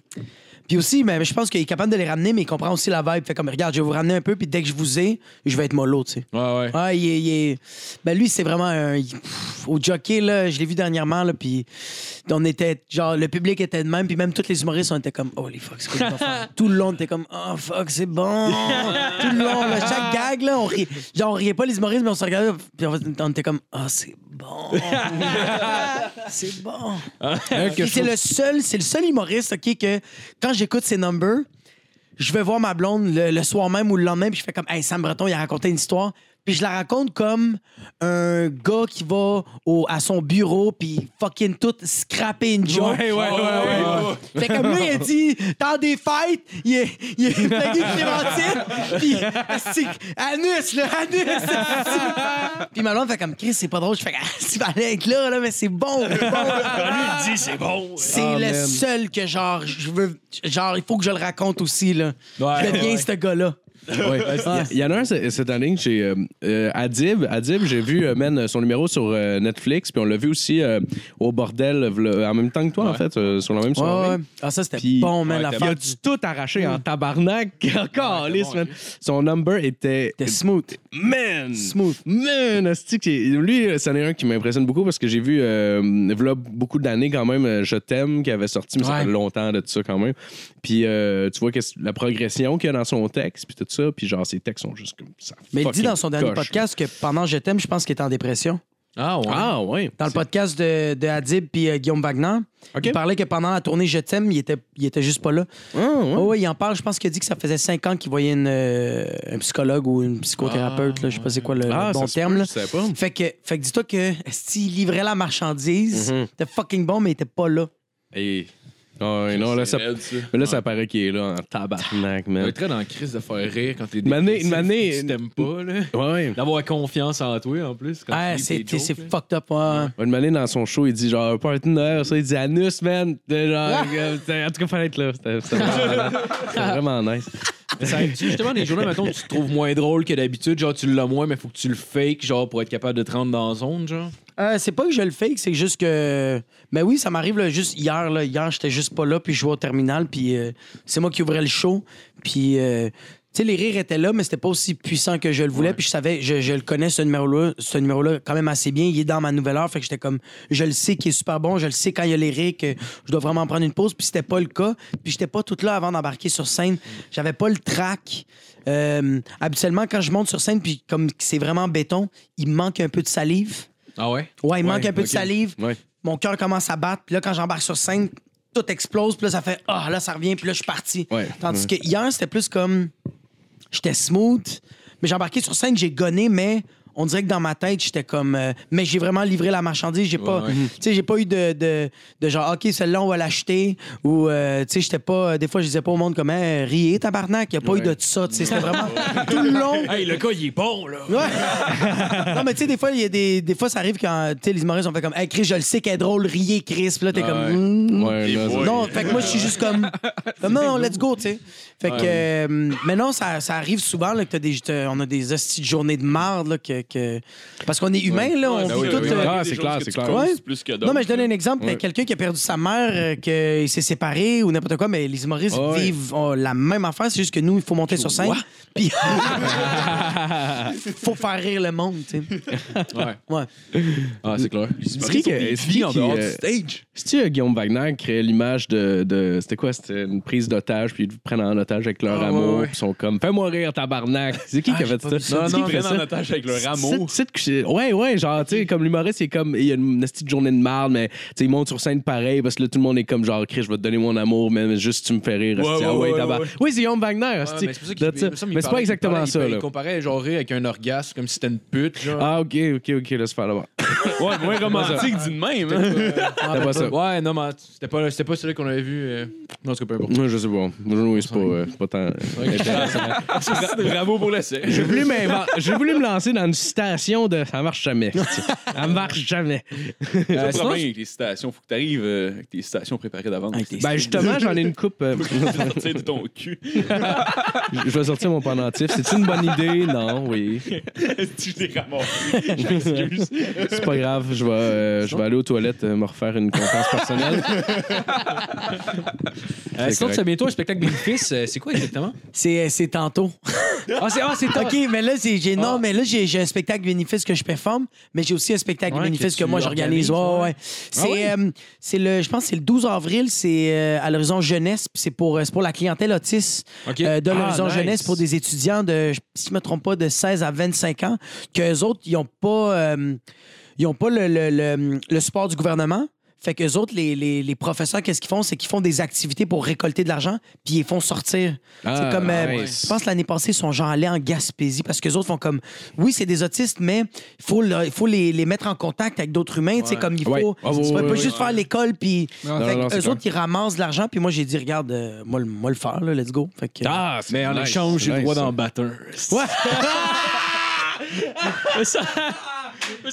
[SPEAKER 1] Puis aussi, mais je pense qu'il est capable de les ramener, mais il comprend aussi la vibe. Fait comme, regarde, je vais vous ramener un peu, puis dès que je vous ai, je vais être mollo, tu sais.
[SPEAKER 3] Ouais, ouais.
[SPEAKER 1] Ah, il est, il est- Ben, lui, c'est vraiment un. il- pff, Au jockey, là, je l'ai vu dernièrement, là, puis on était. Genre, le public était de même, puis même tous les humoristes, on était comme, holy fuck, c'est quoi qu'il va faire? Tout le long, t'es comme, oh fuck, c'est bon. Tout le long, là, chaque gag, là, on riait. Genre, on riait pas les humoristes, mais on se regardait, puis on, on était comme, oh, c'est bon. c'est bon. Puis c'est le seul, c'est le seul humoriste, OK, que quand j'écoute ses numbers, je vais voir ma blonde le, le soir même ou le lendemain, puis je fais comme, hey, Sam Breton, il a raconté une histoire. Puis je la raconte comme un gars qui va au, à son bureau, puis fucking tout scraper une joke.
[SPEAKER 3] Ouais, ouais, ouais, ouais, ouais.
[SPEAKER 1] Fait comme lui, il a dit, dans des fêtes, il est, il est flingué de Clémentine, puis c'est anus, là, anus. puis ma blonde fait comme, Chris, c'est pas drôle. Je fais, ah, c'est malin que là, là, mais c'est bon. c'est bon. C'est le seul que genre je veux genre il faut que je le raconte aussi là.
[SPEAKER 3] Ouais,
[SPEAKER 1] je deviens
[SPEAKER 3] ouais.
[SPEAKER 1] ce gars là.
[SPEAKER 4] Ouais. Il y en a un c- cette année que j'ai. euh, euh, Adib, Adib j'ai vu euh, man, son numéro sur euh, Netflix, puis on l'a vu aussi euh, au bordel v'là- en même temps que toi, en fait, euh, sur la même soirée.
[SPEAKER 1] Ah ça c'était
[SPEAKER 4] Puis-
[SPEAKER 1] bon
[SPEAKER 3] Ouais,
[SPEAKER 1] man
[SPEAKER 4] Il
[SPEAKER 1] l'affaire
[SPEAKER 4] a
[SPEAKER 1] du
[SPEAKER 4] dû tout arraché
[SPEAKER 1] Mm.
[SPEAKER 4] en tabarnak. [laughs] Encore,
[SPEAKER 3] Ouais, c'était bon,
[SPEAKER 4] Son number était.
[SPEAKER 1] c'était smooth.
[SPEAKER 4] Man!
[SPEAKER 1] Smooth.
[SPEAKER 4] Man! asti que- Lui, euh, c'en est un qui m'impressionne beaucoup parce que j'ai vu, euh, v'là beaucoup d'années quand même, euh, Je t'aime qui avait sorti, mais ça
[SPEAKER 1] Ouais.
[SPEAKER 4] fait longtemps de tout ça quand même. Puis euh, tu vois que c'est- la progression qu'il y a dans son texte, puis tout ça, puis genre ses textes sont juste comme ça.
[SPEAKER 1] Mais il dit
[SPEAKER 4] fucking
[SPEAKER 1] dans son dernier
[SPEAKER 4] coche,
[SPEAKER 1] podcast que pendant je t'aime je pense qu'il est en dépression.
[SPEAKER 3] Ah, ouais.
[SPEAKER 4] là. Ah ouais!
[SPEAKER 1] Dans le podcast de, de Hadib puis euh, Guillaume Wagner,
[SPEAKER 4] Ok.
[SPEAKER 1] il parlait que pendant la tournée Je t'aime il était il était juste pas là.
[SPEAKER 4] Ah, ouais.
[SPEAKER 1] Oh, ouais, il en parle je pense qu'il a dit que ça faisait cinq ans qu'il voyait une, euh, un psychologue ou une psychothérapeute là, je sais pas c'est quoi le, le
[SPEAKER 4] Ah,
[SPEAKER 1] bon
[SPEAKER 4] ça se
[SPEAKER 1] terme
[SPEAKER 4] peut,
[SPEAKER 1] là.
[SPEAKER 4] je savais pas.
[SPEAKER 1] Fait que, fait que dis-toi que s'il livrait la marchandise,
[SPEAKER 4] Mm-hmm.
[SPEAKER 1] c'était fucking bon, mais il était pas là.
[SPEAKER 4] Hey. Ah, ouais, non, là, ça,
[SPEAKER 6] raide, ça.
[SPEAKER 4] mais là, ça paraît qu'il est là en tabarnak,
[SPEAKER 3] On
[SPEAKER 4] man.
[SPEAKER 3] est très dans la crise de faire rire quand t'es
[SPEAKER 4] Une année-
[SPEAKER 3] dépressif,
[SPEAKER 4] une année-
[SPEAKER 3] tu t'aimes pas, là.
[SPEAKER 4] Ouais, ouais.
[SPEAKER 3] D'avoir confiance en toi, en plus. quand
[SPEAKER 1] Ah,
[SPEAKER 3] tu lis
[SPEAKER 1] c'est
[SPEAKER 3] tes
[SPEAKER 1] t'es- c'est
[SPEAKER 3] jokes, là.
[SPEAKER 1] fucked up. hein.
[SPEAKER 4] Une manière dans son show, il dit genre partenaire, ça, il dit anus, man. De genre, euh, en tout cas, fallait être là. C'était c'était vraiment, malade. C'était vraiment nice.
[SPEAKER 3] Ça aide-tu, justement des journées, mettons, que tu te trouves moins drôle que d'habitude, genre tu l'as moins, mais faut que tu le fakes, genre pour être capable de te rendre dans la zone, genre.
[SPEAKER 1] Euh, c'est pas que je le fake, c'est juste que. Mais oui, ça m'arrive là, juste hier. Là, hier, j'étais juste pas là, puis je jouais au terminal, puis euh, c'est moi qui ouvrais le show. Puis, euh, tu sais, les rires étaient là, mais c'était pas aussi puissant que je le voulais. Puis je savais, je, je le connais, ce numéro-là, ce numéro-là, quand même assez bien. Il est dans ma nouvelle heure, fait que j'étais comme. Je le sais qu'il est super bon, je le sais quand il y a les rires, que je dois vraiment prendre une pause, puis c'était pas le cas. Puis j'étais pas toute là avant d'embarquer sur scène. J'avais pas le track. Euh, habituellement, quand je monte sur scène, puis comme c'est vraiment béton, il me manque un peu de salive.
[SPEAKER 3] Ah ouais?
[SPEAKER 1] Ouais, il manque un peu de salive.
[SPEAKER 4] Ouais.
[SPEAKER 1] Mon cœur commence à battre. Puis là, quand j'embarque sur scène, tout explose. Puis là, ça fait Ah, là, ça revient. Puis là, je suis parti.
[SPEAKER 4] Ouais.
[SPEAKER 1] Tandis que hier, c'était plus comme j'étais smooth. Mais j'ai embarqué sur scène, j'ai gonné, mais on dirait que dans ma tête, j'étais comme. euh, mais j'ai vraiment livré la marchandise. J'ai pas.
[SPEAKER 3] ouais.
[SPEAKER 1] Tu sais, j'ai pas eu de, de, de genre, OK, celle-là, on va l'acheter. Ou, euh, tu sais, j'étais pas. Des fois, je disais pas au monde comment euh, riez, tabarnak. Il a pas eu de ça. Tu sais, c'était vraiment tout le long.
[SPEAKER 3] Hey, le gars, il est bon, là!
[SPEAKER 1] Ouais. [laughs] non, mais tu sais, des fois, il y a des, des fois, ça arrive quand tu sais, les humoristes ont fait comme, hey Chris, je le sais qu'elle est drôle, riez Chris. Puis là, t'es
[SPEAKER 6] Ah
[SPEAKER 1] comme, Hmm.
[SPEAKER 4] Ouais, là,
[SPEAKER 6] Ouais.
[SPEAKER 1] Non, fait que moi, je suis juste
[SPEAKER 6] [laughs]
[SPEAKER 1] comme, comme, non, non, let's go, tu sais. Fait que, euh, mais non, ça, ça arrive souvent là, que t'as des, t'as- on a des hosties de journées de marde, là, que, que- parce qu'on est humain, là, on
[SPEAKER 6] ben
[SPEAKER 1] vit
[SPEAKER 6] oui,
[SPEAKER 1] tout.
[SPEAKER 6] ben oui.
[SPEAKER 1] euh,
[SPEAKER 4] Ah, c'est clair, c'est clair.
[SPEAKER 1] Ouais.
[SPEAKER 6] C'est plus que
[SPEAKER 1] non,
[SPEAKER 6] d'autres.
[SPEAKER 1] mais je donne un
[SPEAKER 3] euh,
[SPEAKER 1] exemple.
[SPEAKER 4] Ouais.
[SPEAKER 1] Quelqu'un qui a perdu sa mère, euh, qu'il s'est séparé ou n'importe quoi, mais les humoristes
[SPEAKER 3] Ah
[SPEAKER 4] Ouais.
[SPEAKER 1] vivent euh, la même affaire. C'est juste que nous, il faut monter sur scène. [laughs] Puis. faut faire rire le monde, tu sais.
[SPEAKER 6] Ouais.
[SPEAKER 1] Ouais.
[SPEAKER 6] Ah, c'est clair. Il
[SPEAKER 4] C'est qui que- c'est qui
[SPEAKER 6] en
[SPEAKER 4] qui,
[SPEAKER 6] dehors du
[SPEAKER 4] euh,
[SPEAKER 6] stage.
[SPEAKER 4] C'est-tu euh, Guillaume Wagner qui créait l'image de. de- c'était quoi? C'était une prise d'otage, puis ils le prennent en otage avec leur
[SPEAKER 3] Ah, ouais,
[SPEAKER 4] amour,
[SPEAKER 3] ouais. Ah,
[SPEAKER 4] puis ils sont comme Fais-moi rire, tabarnak. C'est qui qui a fait
[SPEAKER 1] j'ai pas
[SPEAKER 4] ça?
[SPEAKER 1] vu ça.
[SPEAKER 4] C'est
[SPEAKER 6] Ils
[SPEAKER 4] qui
[SPEAKER 6] prennent
[SPEAKER 4] qui fait ça?
[SPEAKER 6] en otage avec leur amour.
[SPEAKER 4] C'est- c'est- ouais, ouais, genre, tu sais, comme l'humoriste, c'est comme, il y a une petite journée de marde, mais tu sais, il monte sur scène pareil, parce que là, tout le monde est comme, genre, Chris, je vais te donner mon amour, mais juste tu me fais rire,
[SPEAKER 6] Ouais,
[SPEAKER 4] hostie.
[SPEAKER 6] ouais,
[SPEAKER 4] Ah ouais,
[SPEAKER 6] ouais,
[SPEAKER 4] tabar-
[SPEAKER 6] ouais.
[SPEAKER 4] Oui, c'est Guillaume Wagner,
[SPEAKER 3] Ouais,
[SPEAKER 4] hostie.
[SPEAKER 3] mais c'est pour ça qu'il-
[SPEAKER 4] De ça.
[SPEAKER 3] il me semble qu'il
[SPEAKER 4] Mais c'est pas
[SPEAKER 3] parlait- il
[SPEAKER 4] exactement
[SPEAKER 3] parlait-
[SPEAKER 4] ça,
[SPEAKER 3] Il
[SPEAKER 4] là.
[SPEAKER 3] comparait genre rire avec un orgasme, comme si c'était une pute, genre.
[SPEAKER 4] Ah, ok, ok, ok, là, c'est pas là-bas.
[SPEAKER 6] Ouais, moins romantique d'une même. hein.
[SPEAKER 3] Ah,
[SPEAKER 4] C'était pas ça.
[SPEAKER 3] Ouais, non, mais c'était pas, c'était pas celui qu'on avait vu. euh, Non, c'est pas important.
[SPEAKER 4] Moi, je sais pas. Moi, c'est pas, euh, c'est pas tant.
[SPEAKER 6] Bravo pour l'essai.
[SPEAKER 4] J'ai voulu, m'invent- j'ai voulu me lancer dans une citation de ça marche jamais. Ça marche jamais.
[SPEAKER 6] Le
[SPEAKER 3] Euh, sinon,
[SPEAKER 6] problème avec les citations, faut que t'arrives euh, avec tes citations préparées d'avance. [laughs]
[SPEAKER 1] Avec tes-
[SPEAKER 4] Ben justement, j'en ai une coupe. euh,
[SPEAKER 6] sortir de ton
[SPEAKER 4] [laughs]
[SPEAKER 6] cul.
[SPEAKER 4] je vais sortir mon pendentif. C'est une bonne idée Non,
[SPEAKER 1] [laughs]
[SPEAKER 4] oui.
[SPEAKER 6] tu les
[SPEAKER 4] [laughs]
[SPEAKER 6] ramasses. Je m'excuse.
[SPEAKER 4] C'est pas grave. Je vais, euh, je vais aller aux toilettes euh, me refaire une conférence
[SPEAKER 1] [laughs]
[SPEAKER 4] personnelle.
[SPEAKER 3] Euh, sinon,
[SPEAKER 4] correct.
[SPEAKER 3] tu as bientôt un spectacle bénéfice. euh, c'est quoi
[SPEAKER 1] [laughs]
[SPEAKER 3] exactement?
[SPEAKER 1] C'est, euh, c'est tantôt.
[SPEAKER 3] Ah, c'est ah, c'est toi.
[SPEAKER 1] OK, mais là, c'est, j'ai, non, mais là, j'ai, j'ai un spectacle bénéfice que je performe, mais j'ai aussi un spectacle
[SPEAKER 3] Ouais,
[SPEAKER 1] bénéfice
[SPEAKER 3] que
[SPEAKER 1] que,
[SPEAKER 3] tu
[SPEAKER 1] moi, j'organise. Ouais,
[SPEAKER 3] organises,
[SPEAKER 1] ouais,
[SPEAKER 3] ouais.
[SPEAKER 1] ouais. C'est, euh, c'est le, je pense que c'est le 12 avril, c'est euh, à l'horizon jeunesse, puis c'est pour, euh, c'est pour la clientèle autiste
[SPEAKER 3] OK.
[SPEAKER 1] euh, de
[SPEAKER 3] Ah,
[SPEAKER 1] l'horizon
[SPEAKER 3] nice.
[SPEAKER 1] jeunesse pour des étudiants de, si je me trompe pas, de 16 à 25 ans, qu'eux autres, ils n'ont pas, euh, ils ont pas le, le, le, le support du gouvernement. Fait qu'eux autres, les, les, les professeurs, qu'est-ce qu'ils font? C'est qu'ils font des activités pour récolter de l'argent, puis ils les font sortir.
[SPEAKER 4] Ah,
[SPEAKER 1] c'est comme, euh,
[SPEAKER 4] nice.
[SPEAKER 1] je pense, l'année passée, ils sont genre allés en Gaspésie parce que les autres font comme, oui, c'est des autistes, mais il faut, le- il faut les, les mettre en contact avec d'autres humains. Tu sais, comme il faut.
[SPEAKER 4] Ouais.
[SPEAKER 1] Tu
[SPEAKER 4] Ah, ouais,
[SPEAKER 1] peux
[SPEAKER 4] ouais,
[SPEAKER 1] pas
[SPEAKER 4] ouais,
[SPEAKER 1] juste faire l'école, puis.
[SPEAKER 5] Non,
[SPEAKER 1] Fait
[SPEAKER 4] non, non,
[SPEAKER 1] que
[SPEAKER 4] c'est
[SPEAKER 1] eux autres, ils ramassent de l'argent, puis moi, j'ai dit, regarde, euh, moi, le- moi le faire, là, let's go. Fait que,
[SPEAKER 4] Ah, c'est
[SPEAKER 3] Mais en
[SPEAKER 4] nice,
[SPEAKER 3] échange, j'ai
[SPEAKER 4] c'est
[SPEAKER 3] le droit
[SPEAKER 4] nice,
[SPEAKER 3] d'en battre un.
[SPEAKER 1] Ouais.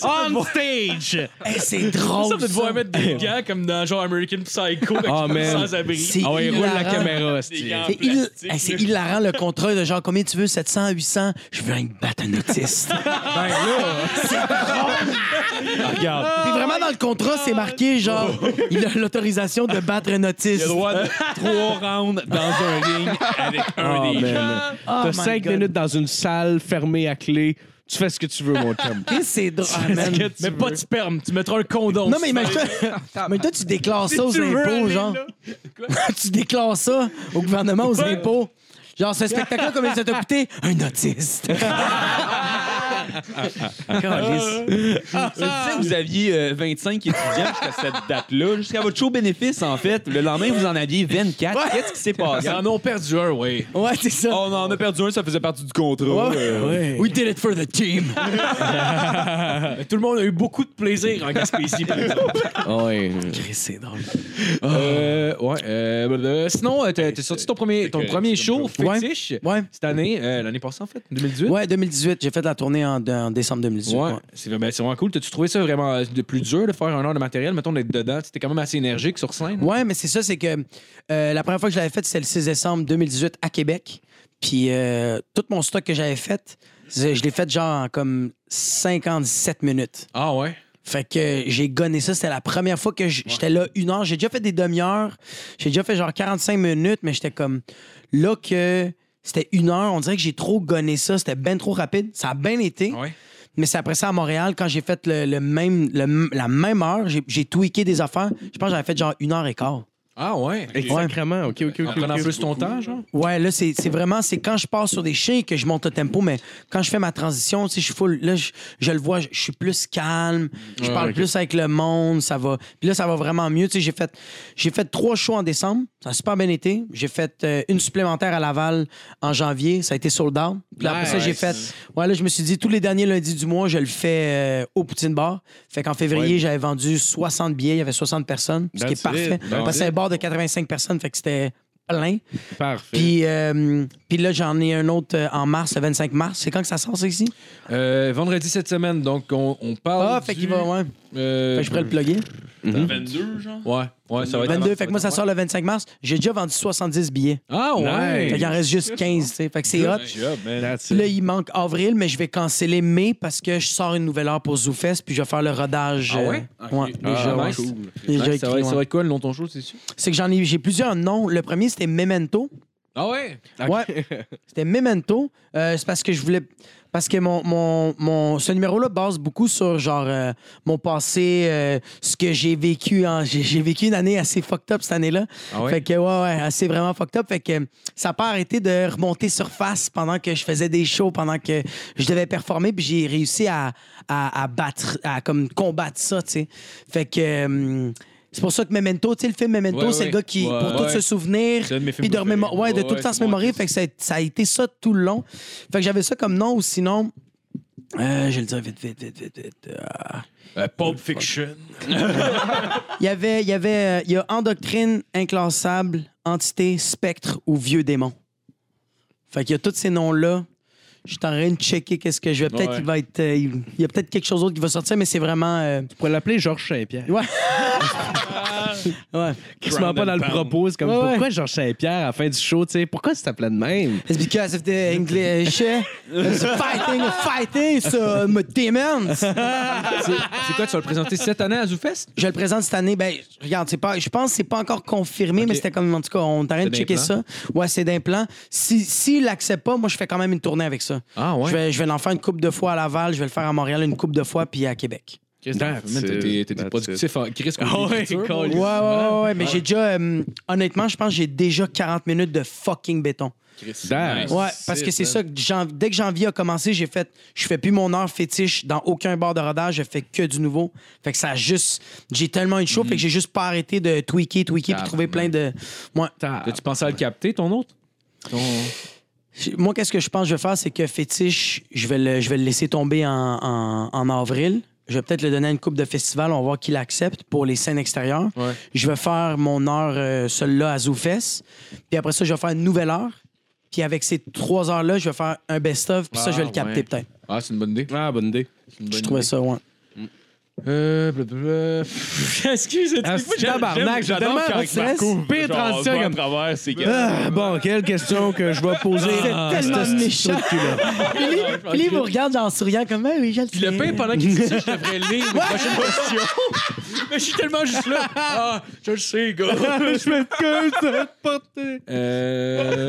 [SPEAKER 7] On stage!
[SPEAKER 1] Hey, c'est drôle.
[SPEAKER 3] Ça peut te voir mettre des gants comme dans genre American Psycho avec
[SPEAKER 4] Ah,
[SPEAKER 3] des
[SPEAKER 4] man.
[SPEAKER 3] sans-abri.
[SPEAKER 1] C'est
[SPEAKER 4] Ah ouais, il roule la
[SPEAKER 1] hilarant.
[SPEAKER 4] caméra, hostie.
[SPEAKER 6] gants.
[SPEAKER 1] C'est
[SPEAKER 6] en
[SPEAKER 1] hil-
[SPEAKER 6] plastique,
[SPEAKER 1] Hey, c'est
[SPEAKER 6] là.
[SPEAKER 1] hilarant le contrat de genre combien tu veux, 700, 800. Je veux un battre un
[SPEAKER 4] [laughs]
[SPEAKER 1] autiste.
[SPEAKER 7] Regarde.
[SPEAKER 1] Puis vraiment dans le contrat, c'est marqué genre
[SPEAKER 4] Oh.
[SPEAKER 1] il a l'autorisation de battre un autiste.
[SPEAKER 6] droit de
[SPEAKER 4] Trois rounds dans un ring.
[SPEAKER 6] avec un
[SPEAKER 4] Oh,
[SPEAKER 6] des gens.
[SPEAKER 4] man.
[SPEAKER 1] Oh
[SPEAKER 4] T'as
[SPEAKER 1] my
[SPEAKER 4] cinq
[SPEAKER 1] God.
[SPEAKER 4] minutes dans une salle fermée à clé. Tu fais ce que tu veux, mon chum.
[SPEAKER 1] Chris, C'est drôle. Ah, man.
[SPEAKER 3] Mais pas de sperme, tu mettras un condom.
[SPEAKER 1] Non, mais imagine-toi, [laughs] imagine-toi, tu déclares ça aux impôts, genre. [laughs] tu déclares ça au gouvernement, aux impôts. Genre, ce spectacle-là, combien ça t'a coûté? Un
[SPEAKER 3] [laughs]
[SPEAKER 1] autiste. Calisse.
[SPEAKER 6] Ça, tu sais, vous aviez euh, 25 étudiants jusqu'à cette date-là, jusqu'à votre show bénéfice, en fait. Le lendemain, vous en aviez 24. Qu'est-ce qui s'est
[SPEAKER 3] Ils
[SPEAKER 6] passé?
[SPEAKER 3] en ont perdu un, ouais.
[SPEAKER 1] ouais, c'est ça.
[SPEAKER 4] Oh.
[SPEAKER 6] On en a perdu un, ça faisait partie du contrat. euh,
[SPEAKER 1] We did it for the team.
[SPEAKER 3] Mais tout le monde a eu beaucoup de plaisir en Gaspésie. par exemple.
[SPEAKER 4] Ouais.
[SPEAKER 1] Chris, c'est drôle.
[SPEAKER 6] Ah.
[SPEAKER 3] Euh, ouais, euh, blablabla. sinon, euh, t'as t'as sorti ton premier, ton
[SPEAKER 6] correct,
[SPEAKER 3] premier
[SPEAKER 6] c'est
[SPEAKER 3] show,
[SPEAKER 1] comme-
[SPEAKER 3] Fétiche,
[SPEAKER 1] Ouais.
[SPEAKER 3] cette année, euh, l'année passée en fait, 2018.
[SPEAKER 1] Ouais, 2018. J'ai fait la tournée en, en décembre 2018.
[SPEAKER 3] Ouais,
[SPEAKER 1] ouais.
[SPEAKER 3] c'est ben, c'est vraiment cool. T'as-tu trouvé ça vraiment euh, de plus dur de faire un heure de matériel? Mettons d'être dedans. C'était quand même assez énergique sur scène.
[SPEAKER 1] Ouais, mais c'est ça, c'est que euh, la première fois que je l'avais faite, c'était le 6 décembre 2018 à Québec. Puis euh, tout mon stock que j'avais fait, je je l'ai fait genre en comme 57 minutes.
[SPEAKER 3] Ah ouais?
[SPEAKER 1] Fait que j'ai gonné ça. C'était la première fois que j- j'étais là une heure. J'ai déjà fait des demi-heures. J'ai déjà fait genre 45 minutes, mais j'étais comme là que c'était une heure. On dirait que j'ai trop gonné ça. C'était ben trop rapide. Ça a bien été.
[SPEAKER 3] Ouais.
[SPEAKER 1] Mais c'est après ça à Montréal, quand j'ai fait le, le même, le m- la même heure, j'ai- j'ai tweaké des affaires. Je pense que j'avais fait genre une heure et quart.
[SPEAKER 3] Ah ouais?
[SPEAKER 4] Sacrement, ok, ok, ok.
[SPEAKER 3] En prenant
[SPEAKER 4] ok.
[SPEAKER 3] plus ton temps, genre?
[SPEAKER 1] Ouais, là, c'est c'est vraiment, c'est quand je passe sur des chiens que je monte le tempo, mais quand je fais ma transition, tu sais, je suis full, là, je, je le vois, je, je suis plus calme, je parle plus avec le monde, ça va. Puis là, ça va vraiment mieux, tu sais, j'ai fait, j'ai fait trois shows en décembre, ça a super bien été. J'ai fait euh, une supplémentaire à Laval en janvier, ça a été sold out. Puis là, après ça, j'ai fait, ouais, là, je me suis dit, tous les derniers lundis du mois, je le fais euh, au Poutine Bar. Fait qu'en février, j'avais vendu 60 billets, il y avait 60 personnes, ce qui
[SPEAKER 4] That's
[SPEAKER 1] est parfait.
[SPEAKER 4] it.
[SPEAKER 1] Parce que c'est un bar de 85 personnes, fait que c'était plein.
[SPEAKER 4] Parfait.
[SPEAKER 1] Puis, euh, puis là, j'en ai un autre euh, en mars, le 25 mars. C'est quand que ça sort, ça, ici?
[SPEAKER 3] Euh, vendredi cette semaine, donc on, on parle.
[SPEAKER 1] Ah, fait
[SPEAKER 3] du-
[SPEAKER 1] qu'il va, ouais.
[SPEAKER 3] euh,
[SPEAKER 1] Fait que je pourrais le plugger.
[SPEAKER 6] 22, genre.
[SPEAKER 3] Ouais, ouais, ça va être.
[SPEAKER 1] 22, fait que moi, ça sort le 25 mars. J'ai déjà vendu 70 billets.
[SPEAKER 3] Ah ouais!
[SPEAKER 1] Fait qu'il en reste juste 15, tu sais. Fait que c'est hot.
[SPEAKER 3] job, man.
[SPEAKER 4] That's it.
[SPEAKER 1] Là, il manque avril, mais je vais canceller mai parce que je sors une nouvelle heure pour ZooFest, puis je vais faire le rodage.
[SPEAKER 3] Ah ouais?
[SPEAKER 1] euh,
[SPEAKER 3] Ok.
[SPEAKER 1] ouais, déjà,
[SPEAKER 3] Ah,
[SPEAKER 1] ouais.
[SPEAKER 3] nice. Cool.
[SPEAKER 1] Déjà
[SPEAKER 3] Nice,
[SPEAKER 1] écrit,
[SPEAKER 3] ça, va, ça
[SPEAKER 1] ouais.
[SPEAKER 3] va être quoi le nom de ton show, c'est sûr?
[SPEAKER 1] C'est que j'en ai, j'ai plusieurs noms. Le premier, c'était Memento.
[SPEAKER 3] Ah ouais?
[SPEAKER 1] Ouais.
[SPEAKER 3] [laughs]
[SPEAKER 1] C'était Memento. Euh, c'est parce que je voulais. Parce que mon, mon, mon- ce numéro-là base beaucoup sur genre euh, mon passé, euh, ce que j'ai vécu. en- J'ai j'ai vécu une année assez fucked up cette année-là.
[SPEAKER 3] Ah ouais?
[SPEAKER 1] Fait que ouais, ouais, assez vraiment fucked up. Fait que euh, ça n'a pas arrêté de remonter surface pendant que je faisais des shows, pendant que je devais performer, puis j'ai réussi à, à, à battre, à comme combattre ça, tu sais. Fait que. euh, c'est pour ça que Memento, tu sais, le film Memento,
[SPEAKER 3] Ouais,
[SPEAKER 1] c'est
[SPEAKER 3] ouais.
[SPEAKER 1] le gars qui,
[SPEAKER 3] Ouais,
[SPEAKER 1] pour tout
[SPEAKER 3] ouais.
[SPEAKER 1] se souvenir,
[SPEAKER 3] C'est un de mes films
[SPEAKER 1] puis de,
[SPEAKER 3] préférés.
[SPEAKER 1] remémo- ouais, de
[SPEAKER 3] Ouais,
[SPEAKER 1] tout
[SPEAKER 3] ouais,
[SPEAKER 1] le temps se
[SPEAKER 3] c'est moi
[SPEAKER 1] mémorer.
[SPEAKER 3] aussi.
[SPEAKER 1] Fait que ça, a- ça a été ça tout le long. Fait que j'avais ça comme nom, ou sinon, euh, je vais le dire vite, vite, vite, vite, vite. euh,
[SPEAKER 3] Euh, Pulp Fiction.
[SPEAKER 1] Il y avait, il y avait, euh, il y a endoctrine, inclassable, entité, spectre ou vieux démon. Fait qu'il y a tous ces noms-là. Je suis en train de checker qu'est-ce que je vais. Peut-être
[SPEAKER 3] Ouais.
[SPEAKER 1] qu'il va être. euh, il il y a peut-être quelque chose d'autre qui va sortir, mais c'est vraiment. euh,
[SPEAKER 4] Tu pourrais l'appeler Georges Saint-Pierre. [laughs]
[SPEAKER 1] Ouais. ouais.
[SPEAKER 4] Qui se met pas dans le propos. C'est comme
[SPEAKER 1] Ouais, ouais.
[SPEAKER 4] pourquoi Georges Saint-Pierre à la fin du show, tu sais, pourquoi ça s'appelait de même?
[SPEAKER 1] It's because of the
[SPEAKER 3] [laughs]
[SPEAKER 1] English. eh? It's fighting, fighting, so my demons.
[SPEAKER 3] c'est c'est quoi, tu vas le présenter cette année à ZooFest?
[SPEAKER 1] Je le présente cette année. Ben, regarde, c'est pas, je pense que c'est pas encore confirmé, mais c'était comme, en tout cas, on t'arrête de
[SPEAKER 3] C'est
[SPEAKER 1] checker
[SPEAKER 3] d'implant?
[SPEAKER 1] ça. Ouais, c'est d'implant. S'il si l'accepte pas, moi, je fais quand même une tournée avec ça.
[SPEAKER 3] Ah
[SPEAKER 1] Je vais, je vais l'en faire une coupe de fois à Laval, je vais le faire à Montréal une coupe de fois, puis à Québec.
[SPEAKER 3] Man, t'es- t'es- T'es productif en Chris.
[SPEAKER 4] Ah ouais,
[SPEAKER 1] Ouais, ouais, ouais, ouais, mais j'ai déjà, euh, honnêtement, je pense que j'ai déjà 40 minutes de fucking béton.
[SPEAKER 4] Damn.
[SPEAKER 1] Ouais, parce que c'est ça que jan- dès que janvier a commencé, j'ai fait je fais plus mon heure fétiche dans aucun bar de rodage, je fais que du nouveau. Fait que ça a juste j'ai tellement une chaud, fait que j'ai juste pas arrêté de tweaker, tweaker puis trouver plein de moi
[SPEAKER 3] As-tu pensé à le capter, ton autre?
[SPEAKER 1] j- moi qu'est-ce que je pense que je vais faire c'est que fétiche, je vais le je vais le laisser tomber en, en- en avril. Je vais peut-être le donner à une coupe de festival, on va voir qui l'accepte pour les scènes extérieures.
[SPEAKER 3] Ouais.
[SPEAKER 1] Je vais faire mon heure euh, celle-là à Zoufès. Puis après ça, je vais faire une nouvelle heure. Puis avec ces trois heures-là, je vais faire un best-of. Puis ça, je vais le
[SPEAKER 3] Ah,
[SPEAKER 1] capter
[SPEAKER 3] ouais.
[SPEAKER 1] peut-être.
[SPEAKER 3] Ah, c'est une bonne idée.
[SPEAKER 4] Ah, bonne idée.
[SPEAKER 3] C'est une bonne
[SPEAKER 1] Je trouvais
[SPEAKER 3] idée.
[SPEAKER 1] ça, ouais.
[SPEAKER 3] Euh, blablabla.
[SPEAKER 6] Excusez,
[SPEAKER 4] Ah, c'est tabarnak, j'adore quand il
[SPEAKER 6] ça.
[SPEAKER 4] coupe. Pire transition
[SPEAKER 6] à
[SPEAKER 4] comme-
[SPEAKER 6] travers, c'est
[SPEAKER 4] Ah, bon, quelle question que je vais poser
[SPEAKER 3] Ah,
[SPEAKER 4] Ah, à
[SPEAKER 1] tellement
[SPEAKER 4] ce petit
[SPEAKER 1] méchant.
[SPEAKER 4] trou de cul-là.
[SPEAKER 1] Puis lui, il vous regarde en souriant comme Ah oui, je le
[SPEAKER 3] Puis le
[SPEAKER 1] sais.
[SPEAKER 3] pain, pendant qu'il dit ça, je devrais [laughs] lire une prochaine question. [laughs] Mais je suis tellement juste là. Ah, je le sais, gars.
[SPEAKER 4] Je me couche, ça va te porter.
[SPEAKER 3] Euh.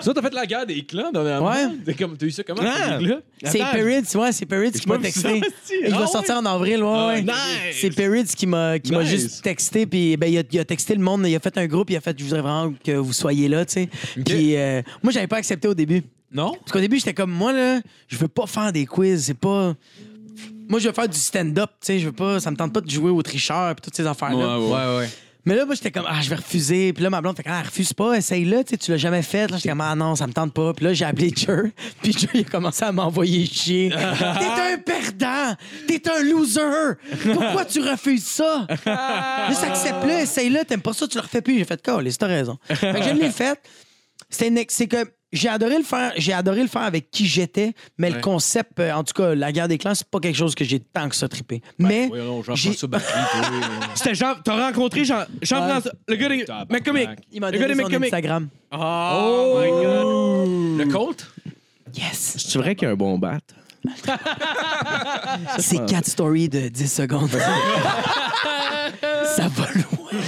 [SPEAKER 3] Ça, t'as fait la guerre des clans dernièrement.
[SPEAKER 1] Ouais.
[SPEAKER 3] T'es comme- T'as eu ça comment?
[SPEAKER 4] Ah.
[SPEAKER 3] ces clans?
[SPEAKER 1] C'est
[SPEAKER 4] Attends.
[SPEAKER 1] Perrids, ouais, c'est Perrids qui m'a texté. Et il va sortir en avril, ouais, ouais. C'est Perrids qui m'a qui m'a
[SPEAKER 4] Nice.
[SPEAKER 1] juste texté, puis ben, il, a, il a texté le monde, il a fait un groupe, il a fait Je voudrais vraiment que vous soyez là, tu sais. Puis euh, moi, j'avais pas accepté au début.
[SPEAKER 3] Non?
[SPEAKER 1] Parce qu'au début, j'étais comme Moi, là, je veux pas faire des quiz, c'est pas. Moi, je veux faire du stand-up, tu sais, je veux pas, ça me tente pas de jouer au tricheur, puis toutes ces affaires-là.
[SPEAKER 3] ouais, ouais.
[SPEAKER 1] Mais là, moi, j'étais comme, ah, je vais refuser. Puis là, ma blonde fait, ah, refuse pas, essaye-le, tu sais, tu l'as jamais fait. Là, j'étais comme, ah non, ça me tente pas. Puis là, j'ai appelé Jer. [laughs] Puis Jer, il a commencé à m'envoyer chier. T'es un perdant! T'es un loser! Pourquoi tu refuses ça? Juste accepte-le, essaye-le, t'aimes pas ça, tu le refais plus. J'ai fait, call, t'as raison. Fait que je l'ai fait. C'était une ex- C'est que j'ai adoré le faire, j'ai adoré le faire avec qui j'étais, mais le concept, euh, en tout cas, la guerre des clans, c'est pas quelque chose que j'ai tant que ça trippé. mais
[SPEAKER 3] Oui, non, j'en
[SPEAKER 1] J'ai-
[SPEAKER 3] pense ça batterie.
[SPEAKER 7] [laughs] C'était Jean. T'as rencontré Jean. Jean-François. Le gars des.
[SPEAKER 3] Tabarnak.
[SPEAKER 7] McComic.
[SPEAKER 1] [laughs] il m'a
[SPEAKER 7] Le gars
[SPEAKER 1] donné
[SPEAKER 7] des
[SPEAKER 1] son
[SPEAKER 7] McComic.
[SPEAKER 1] Instagram.
[SPEAKER 7] Oh, my god.
[SPEAKER 3] Le Colt?
[SPEAKER 1] Yes!
[SPEAKER 4] C'est vrai qu'il y a un bon bat.
[SPEAKER 1] Ah, C'est 4 stories de 10 secondes. ça va loin.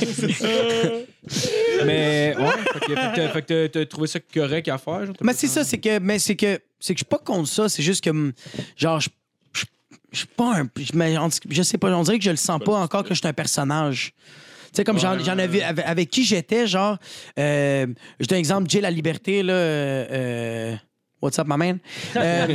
[SPEAKER 3] Mais ouais, fait que- fait que- fait que t'as- t'as trouvé ça correct à faire. genre, t'as
[SPEAKER 1] mais
[SPEAKER 3] pas-
[SPEAKER 1] c'est ça, c'est que mais c'est que c'est que je suis pas contre ça, c'est juste que hum, genre je je- je suis pas un je, mais on- je sais pas, on dirait que je le sens pas encore que je suis un personnage. Tu sais, comme j'en j'en avais avec, avec qui j'étais, genre, euh, je donne un exemple, Jay La Liberté, là, euh, euh, what's up, ma man? Euh,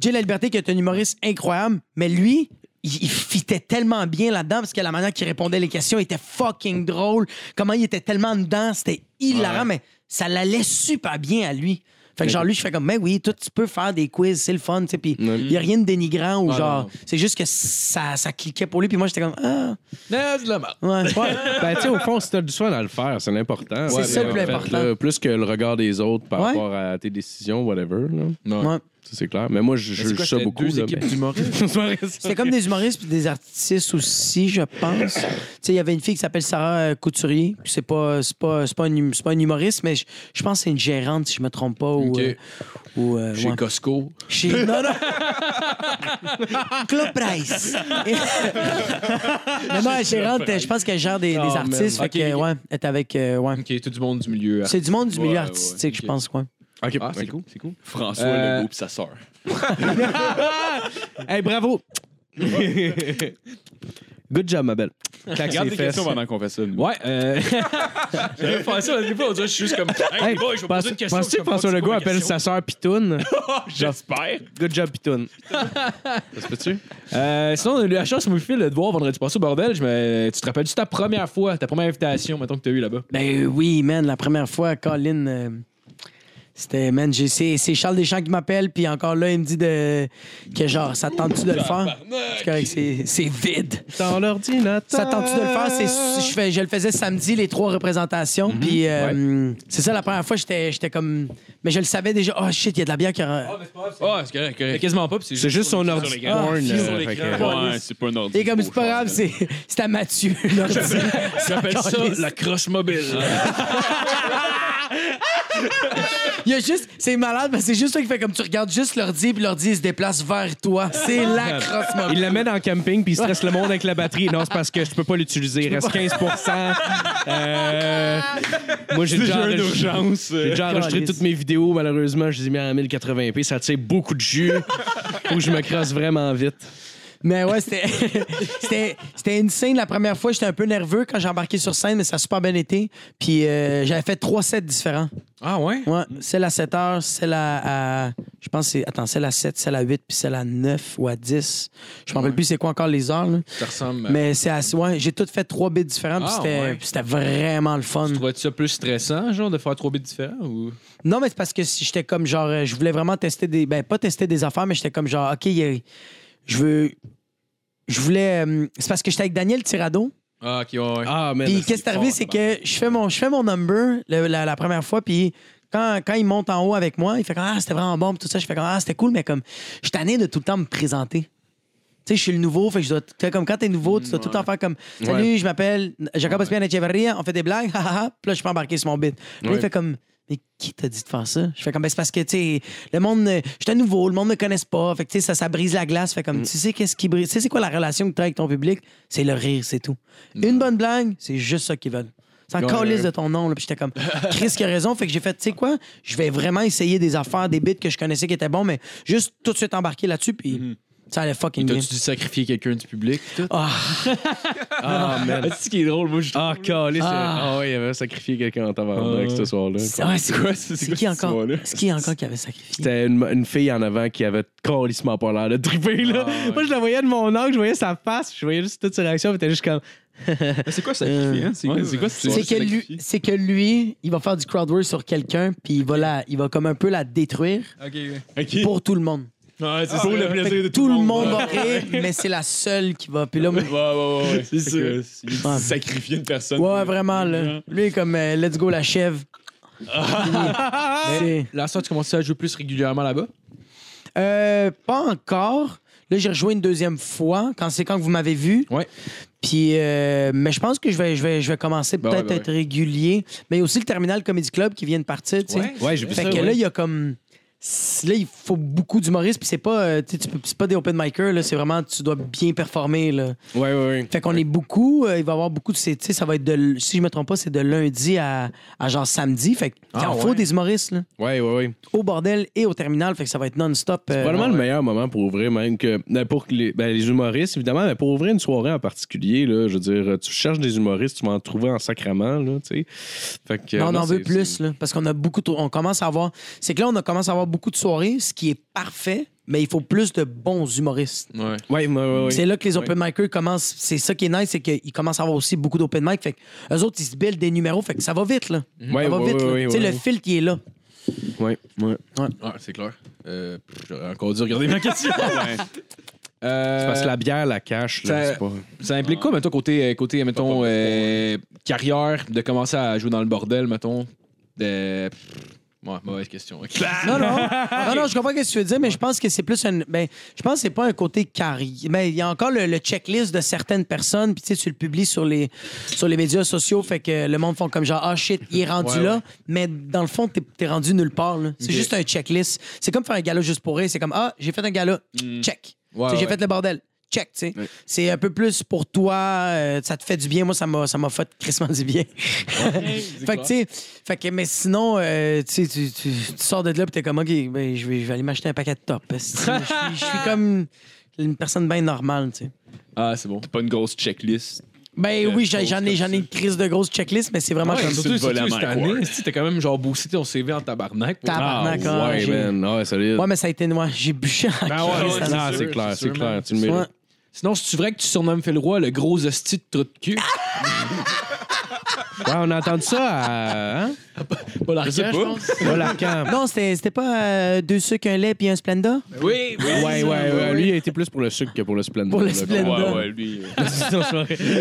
[SPEAKER 1] Jay La Liberté, qui est un humoriste incroyable, mais lui, il, il fitait tellement bien là-dedans parce que la manière qu'il répondait les questions était fucking drôle. Comment il était tellement dedans, c'était hilarant, mais ça l'allait super bien à lui. Fait que genre, lui, je fais comme, mais oui, toi, tu peux faire des quiz, c'est le fun, tu sais, puis il n'y a rien de dénigrant ou genre, c'est juste que ça, ça cliquait pour lui, puis moi, j'étais comme, ah,
[SPEAKER 3] Non, c'est de la merde.
[SPEAKER 1] ouais.
[SPEAKER 4] [laughs] ben, tu sais, au fond, si t'as du soin à le faire, c'est l'important.
[SPEAKER 1] C'est ça
[SPEAKER 4] ben,
[SPEAKER 1] le plus
[SPEAKER 4] faites-le
[SPEAKER 1] important.
[SPEAKER 4] plus que le regard des autres par
[SPEAKER 1] Ouais.
[SPEAKER 4] rapport à tes décisions, whatever. Là.
[SPEAKER 1] Ouais.
[SPEAKER 4] Ça, c'est clair. Mais moi, je je
[SPEAKER 3] C'est
[SPEAKER 4] juge
[SPEAKER 3] quoi,
[SPEAKER 4] ça
[SPEAKER 3] c'était
[SPEAKER 4] beaucoup.
[SPEAKER 3] Deux
[SPEAKER 4] là, ben.
[SPEAKER 3] équipes
[SPEAKER 4] mais-
[SPEAKER 3] d'humoristes.
[SPEAKER 1] C'était comme des humoristes puis des artistes aussi, je pense. Tu sais, il y avait une fille qui s'appelle Sarah euh, Couturier. puis C'est pas, c'est pas, c'est pas, une, hum- c'est pas une humoriste, mais je, je pense que c'est une gérante, si je me trompe pas. Ou,
[SPEAKER 3] Ok.
[SPEAKER 1] euh, ou, euh,
[SPEAKER 3] Chez
[SPEAKER 1] ouais.
[SPEAKER 3] Costco.
[SPEAKER 1] Chez-
[SPEAKER 3] [laughs]
[SPEAKER 1] Non, non. Claude Price. mais non, la gérante, je pense qu'elle gère des, des artistes. Fait
[SPEAKER 3] Ok,
[SPEAKER 1] que,
[SPEAKER 3] ok.
[SPEAKER 1] ouais, elle est avec. euh, ouais.
[SPEAKER 3] Ok, tout du monde du milieu.
[SPEAKER 1] C'est du monde du milieu
[SPEAKER 3] Ouais, ouais,
[SPEAKER 1] artistique,
[SPEAKER 3] ok.
[SPEAKER 1] je pense, quoi.
[SPEAKER 4] Ok,
[SPEAKER 3] Ah, c'est
[SPEAKER 4] ok.
[SPEAKER 3] cool, c'est cool.
[SPEAKER 6] François
[SPEAKER 3] Euh,
[SPEAKER 6] Legault pis sa sœur.
[SPEAKER 4] Hey, bravo! [laughs] Good job, ma belle. Claque
[SPEAKER 6] Regarde
[SPEAKER 4] ses
[SPEAKER 6] les
[SPEAKER 4] fesses.
[SPEAKER 6] questions pendant qu'on fait ça. nous.
[SPEAKER 3] Ouais, [laughs] euh. J'avais pas ça, des fois, on dirait que je suis juste comme. Hey,
[SPEAKER 4] Hey,
[SPEAKER 3] les boys, je vais
[SPEAKER 4] pense-
[SPEAKER 3] poser une question.
[SPEAKER 4] Penses-tu
[SPEAKER 3] je sais
[SPEAKER 4] que
[SPEAKER 3] pas
[SPEAKER 4] François
[SPEAKER 3] c'est
[SPEAKER 4] Legault
[SPEAKER 3] quoi la
[SPEAKER 4] appelle
[SPEAKER 3] question.
[SPEAKER 4] sa
[SPEAKER 3] [laughs]
[SPEAKER 4] sœur Pitoune?
[SPEAKER 6] J'espère.
[SPEAKER 4] Good job, Pitoune. ça se peut-tu?
[SPEAKER 3] Euh, sinon, on a eu la chance, Moufil, de te voir vendredi passé au bordel. Je me- Tu te rappelles-tu ta première fois, ta première invitation, mettons, que t'as eu là-bas?
[SPEAKER 1] Ben oui, man, la première fois, Colin, euh, c'était, man, j'ai- c'est c'est Charles Deschamps qui m'appelle, puis encore là, il me dit de, que genre, ça te tente-tu de le faire? C'est correct, c'est c'est vide.
[SPEAKER 4] Dans l'ordinateur.
[SPEAKER 1] Ça te tente-tu de le faire? C'est- Je, fais- je le faisais samedi, les trois représentations, puis euh, c'est ça, la première fois, j'étais j'étais comme. Mais je le savais déjà, oh shit, il y a de la bière qui. aura-
[SPEAKER 3] Ah, c'est correct, correct. Quasiment pas, puis
[SPEAKER 4] C'est juste son ordi porn.
[SPEAKER 1] Ah,
[SPEAKER 4] euh,
[SPEAKER 1] sur
[SPEAKER 4] fait que-
[SPEAKER 6] Ouais, c'est pas un ordi.
[SPEAKER 1] Et comme c'est
[SPEAKER 6] beau,
[SPEAKER 1] pas grave,
[SPEAKER 6] je pense.
[SPEAKER 1] c'est c'est à Mathieu. l'ordi.
[SPEAKER 3] J'appelle [laughs] ça la croche mobile.
[SPEAKER 1] Il y a juste, c'est malade, parce que c'est juste ça qui fait comme tu regardes juste l'ordi, puis l'ordi il se déplace vers toi. C'est la crosse mobile.
[SPEAKER 4] Il la met en camping puis il stresse le monde avec la batterie. Non, c'est parce que je peux pas l'utiliser. Il reste 15 Euh, Moi, j'ai déjà,
[SPEAKER 6] J'ai une
[SPEAKER 4] enregistré-
[SPEAKER 6] urgence.
[SPEAKER 4] j'ai déjà enregistré
[SPEAKER 1] Caliste.
[SPEAKER 4] toutes mes vidéos. Malheureusement, je les ai mis en 1080p. Ça tire beaucoup
[SPEAKER 3] [laughs]
[SPEAKER 4] de jus. Faut que je me crasse vraiment vite.
[SPEAKER 1] Mais ouais, c'était- [laughs] c'était c'était insane. La première fois, j'étais un peu nerveux quand j'ai embarqué sur scène, mais ça a super bien été. Puis euh, j'avais fait trois sets différents.
[SPEAKER 3] Ah, ouais?
[SPEAKER 1] Ouais, celle à 7 heures, celle à. à- je pense que c'est. Attends, celle à 7, celle à 8, puis celle à 9 ou à 10. Je me rappelle plus c'est quoi encore les heures. là.
[SPEAKER 3] Ça ressemble. Mais...
[SPEAKER 1] Mais c'est assez. Ouais, j'ai toutes fait trois bits différents, puis
[SPEAKER 3] Ah,
[SPEAKER 1] c'était-
[SPEAKER 3] ouais.
[SPEAKER 1] puis c'était vraiment le fun.
[SPEAKER 3] Trouvais-tu ça plus stressant, genre, de faire trois bits différents? Ou...
[SPEAKER 1] Non, mais c'est parce que si j'étais comme genre, euh, je voulais vraiment tester des. Ben, pas tester des affaires, mais j'étais comme genre, OK, il y a- je veux. Je voulais. euh, c'est parce que j'étais avec Daniel Tirado.
[SPEAKER 3] Ah, ok, ouais, ouais.
[SPEAKER 4] Ah, mais.
[SPEAKER 1] Puis qu'est-ce qui est arrivé, c'est que je fais mon, je fais mon number le- la, la première fois, puis quand, quand il monte en haut avec moi, il fait comme Ah, c'était vraiment bon, puis tout ça. Je fais comme Ah, c'était cool, mais comme, je suis tanné de tout le temps me présenter. Tu sais, je suis le nouveau, fait que je dois. tu sais, comme quand t'es nouveau, tu dois tout le temps faire comme Salut, je m'appelle Jacob Ospian Echeverria, on fait des blagues, [laughs] haha, puis là, je peux embarquer sur mon bit. Puis là, il fait comme. Mais qui t'a dit de faire ça? Je fais comme, ben, c'est parce que, tu sais, le monde, euh, j'étais nouveau, le monde me connaisse pas. Fait que, tu sais, ça, ça brise la glace. Fait comme, tu sais, qu'est-ce qui brise? Tu sais, c'est quoi la relation que tu as avec ton public? C'est le rire, c'est tout. Une bonne blague, c'est juste ça qu'ils veulent. C'est en calisse de ton nom, là. Puis j'étais comme, Chris qui a raison. Fait que j'ai fait, tu sais quoi? Je vais vraiment essayer des affaires, des bits que je connaissais qui étaient bons, mais juste tout de suite embarquer là-dessus, puis ça allait fucking bien.
[SPEAKER 3] T'as-tu dû sacrifier quelqu'un du public?
[SPEAKER 1] Ah.
[SPEAKER 3] ah, man. C'est ce qui est drôle, moi, je
[SPEAKER 4] Ah, calé. Ah, ouais, il avait sacrifié quelqu'un en tabarnak
[SPEAKER 3] Ah.
[SPEAKER 4] ce soir-là.
[SPEAKER 1] C'est ouais, c'est-
[SPEAKER 6] Quoi, c'est
[SPEAKER 1] c'est
[SPEAKER 6] quoi
[SPEAKER 1] qui
[SPEAKER 6] cette
[SPEAKER 1] encore?
[SPEAKER 6] histoire-là?
[SPEAKER 1] C'est qui encore qui avait sacrifié?
[SPEAKER 4] C'était une, une fille en avant qui avait calissement pas l'air de triper. Là.
[SPEAKER 3] Ah,
[SPEAKER 4] Moi, je la voyais de mon angle, je voyais sa face, je voyais juste toutes ses réactions, puis était juste comme.
[SPEAKER 5] Mais c'est quoi ça qui hein? C'est
[SPEAKER 6] Ouais,
[SPEAKER 5] quoi,
[SPEAKER 6] c'est quoi cette
[SPEAKER 1] C'est que,
[SPEAKER 6] histoire?
[SPEAKER 1] lui, c'est que lui, il va faire du crowd work sur quelqu'un, puis il va, la, il va comme un peu la détruire
[SPEAKER 5] Ok, ouais.
[SPEAKER 6] Ok.
[SPEAKER 1] pour tout le monde.
[SPEAKER 6] Ouais, c'est Ah, pour le
[SPEAKER 1] Fait
[SPEAKER 6] plaisir
[SPEAKER 1] que
[SPEAKER 6] de
[SPEAKER 1] tout le monde va rire, mais c'est la seule qui va. Puis là, moi-
[SPEAKER 6] Ouais, ouais, ouais. C'est
[SPEAKER 1] sûr.
[SPEAKER 6] Sacrifier une personne.
[SPEAKER 1] ouais, vraiment, là. Lui, comme, euh, let's go la chèvre.
[SPEAKER 6] Ah.
[SPEAKER 1] [laughs] C'est-
[SPEAKER 3] Là, ça, tu commences à jouer plus régulièrement là-bas?
[SPEAKER 1] Euh, pas encore. Là, j'ai rejoint une deuxième fois quand c'est quand que vous m'avez vu.
[SPEAKER 3] Ouais.
[SPEAKER 1] Puis, euh, mais je pense que je vais, je vais, je vais commencer
[SPEAKER 3] Ben
[SPEAKER 4] Bah
[SPEAKER 3] ouais,
[SPEAKER 1] peut-être
[SPEAKER 3] ben
[SPEAKER 1] à être régulier. Mais il y a aussi le Terminal Comedy Club qui vient de partir, tu sais.
[SPEAKER 4] Ouais, j'ai vu
[SPEAKER 1] Fait
[SPEAKER 4] ça.
[SPEAKER 1] que
[SPEAKER 4] ouais.
[SPEAKER 1] là, il y a comme. c- Là, il faut beaucoup d'humoristes, puis c'est pas, euh, tu sais, tu peux- c'est pas des open micers, là, c'est vraiment, tu dois bien performer. Là.
[SPEAKER 4] Ouais, ouais, ouais.
[SPEAKER 1] Fait qu'on est beaucoup, euh, il va y avoir beaucoup de, c'est- tu sais, ça va être de, l- si je me trompe pas, c'est de lundi à, à genre samedi. Fait qu'il
[SPEAKER 4] Ah
[SPEAKER 1] en faut des humoristes, là,
[SPEAKER 4] Ouais, ouais, ouais.
[SPEAKER 1] au bordel et au terminal, fait que ça va être non-stop. euh,
[SPEAKER 4] C'est probablement le meilleur moment pour ouvrir, même que ben, pour que les, ben, les humoristes, évidemment, mais pour ouvrir une soirée en particulier, là, je veux dire, tu cherches des humoristes, tu vas en trouver en sacrament, là, tu sais. Fait que,
[SPEAKER 1] Mais on
[SPEAKER 4] non,
[SPEAKER 1] en veut
[SPEAKER 4] c'est-
[SPEAKER 1] plus,
[SPEAKER 4] c'est-
[SPEAKER 1] là, parce qu'on a beaucoup trop- On commence à avoir. C'est que là, on a commencé à avoir beaucoup de soirées, ce qui est parfait, mais il faut plus de bons humoristes.
[SPEAKER 3] Ouais.
[SPEAKER 4] Ouais, ouais, ouais, ouais.
[SPEAKER 1] C'est là que les open micers commencent. C'est ça qui est nice, c'est qu'ils commencent à avoir aussi beaucoup d'open mic. Fait que eux autres, ils se buildent des numéros. Fait que ça va vite, là.
[SPEAKER 4] Ouais,
[SPEAKER 1] ça va
[SPEAKER 4] ouais,
[SPEAKER 1] vite,
[SPEAKER 4] ouais,
[SPEAKER 1] là.
[SPEAKER 4] ouais,
[SPEAKER 1] Tu sais,
[SPEAKER 4] ouais.
[SPEAKER 1] le fil qui est là.
[SPEAKER 4] Ouais, ouais.
[SPEAKER 3] Ouais, Ah, c'est clair. Euh, pff, J'aurais encore dû regarder ma question. Euh,
[SPEAKER 4] C'est parce que la bière la cache, là,
[SPEAKER 3] ça-
[SPEAKER 4] c'est pas...
[SPEAKER 3] Ça implique quoi, mettons, côté, euh, côté mettons, euh, carrière, de commencer à jouer dans le bordel, mettons? Euh, pff, ouais, mauvaise question. ok.
[SPEAKER 1] Non, non. non, non, je comprends ce que tu veux dire, mais je pense que c'est plus un. Ben, je pense que c'est pas un côté carrière. Mais il y a encore le, le checklist de certaines personnes, puis tu sais, tu le publies sur les, sur les médias sociaux, fait que le monde font comme genre, ah shit, il est rendu là, mais dans le fond, t'es es rendu nulle part, là. C'est juste un checklist. C'est comme faire un gala juste pour rire. C'est comme, ah, j'ai fait un gala, check.
[SPEAKER 3] Ouais,
[SPEAKER 1] Tu sais, j'ai
[SPEAKER 3] ouais.
[SPEAKER 1] fait le bordel. Check, tu sais. C'est un peu plus pour toi, euh, ça te fait du bien. Moi, ça m'a ça m'a fait crissement du bien. [laughs] Fait que, tu sais, fait que, mais sinon, euh, tu sais, tu, tu, tu sors de là et t'es comme, OK, ben, je, vais, je vais aller m'acheter un paquet de top. parce que Je suis- je suis comme une personne bien normale, tu sais.
[SPEAKER 3] Ah, c'est bon.
[SPEAKER 6] T'as pas une grosse checklist.
[SPEAKER 1] Ben oui, j'en
[SPEAKER 6] chose
[SPEAKER 1] j'en ai,
[SPEAKER 6] comme
[SPEAKER 1] j'en ai une crise de grosse checklist, mais c'est vraiment
[SPEAKER 3] Ouais,
[SPEAKER 1] comme
[SPEAKER 6] c'est
[SPEAKER 3] surtout,
[SPEAKER 6] le volet à
[SPEAKER 3] surtout cette
[SPEAKER 6] main
[SPEAKER 3] année,
[SPEAKER 6] courte.
[SPEAKER 3] si t'as quand même genre boosté ton CV en tabarnak.
[SPEAKER 1] tabarnak.
[SPEAKER 4] Ah,
[SPEAKER 1] hein,
[SPEAKER 4] ouais,
[SPEAKER 1] j'ai-
[SPEAKER 4] man. Ah, ouais, solide.
[SPEAKER 1] ouais, mais ça a été noir. J'ai bûché en
[SPEAKER 3] Ah ouais,
[SPEAKER 1] crise,
[SPEAKER 3] ouais,
[SPEAKER 1] ça
[SPEAKER 4] non,
[SPEAKER 1] m'a-
[SPEAKER 3] sûr,
[SPEAKER 4] c'est clair,
[SPEAKER 3] c'est
[SPEAKER 4] c'est
[SPEAKER 3] sûr,
[SPEAKER 4] clair,
[SPEAKER 3] man.
[SPEAKER 4] tu le mérites.
[SPEAKER 1] Ouais.
[SPEAKER 3] Sinon, c'est vrai que tu surnommes Phil Roy le gros hostie de trou de cul.
[SPEAKER 4] Ouais, on a entendu ça à... Hein?
[SPEAKER 3] Pas l'arrière,
[SPEAKER 4] sais pas.
[SPEAKER 3] je pense.
[SPEAKER 4] Paul Arcand.
[SPEAKER 1] Non, c'était c'était pas euh, deux sucres, un lait puis un Splenda?
[SPEAKER 3] Oui, oui.
[SPEAKER 4] Ouais, ouais, ouais. Lui, il a été plus pour le sucre que pour le splendid.
[SPEAKER 1] Pour le
[SPEAKER 4] là,
[SPEAKER 1] Splenda.
[SPEAKER 4] quoi.
[SPEAKER 6] Ouais, ouais, lui. euh,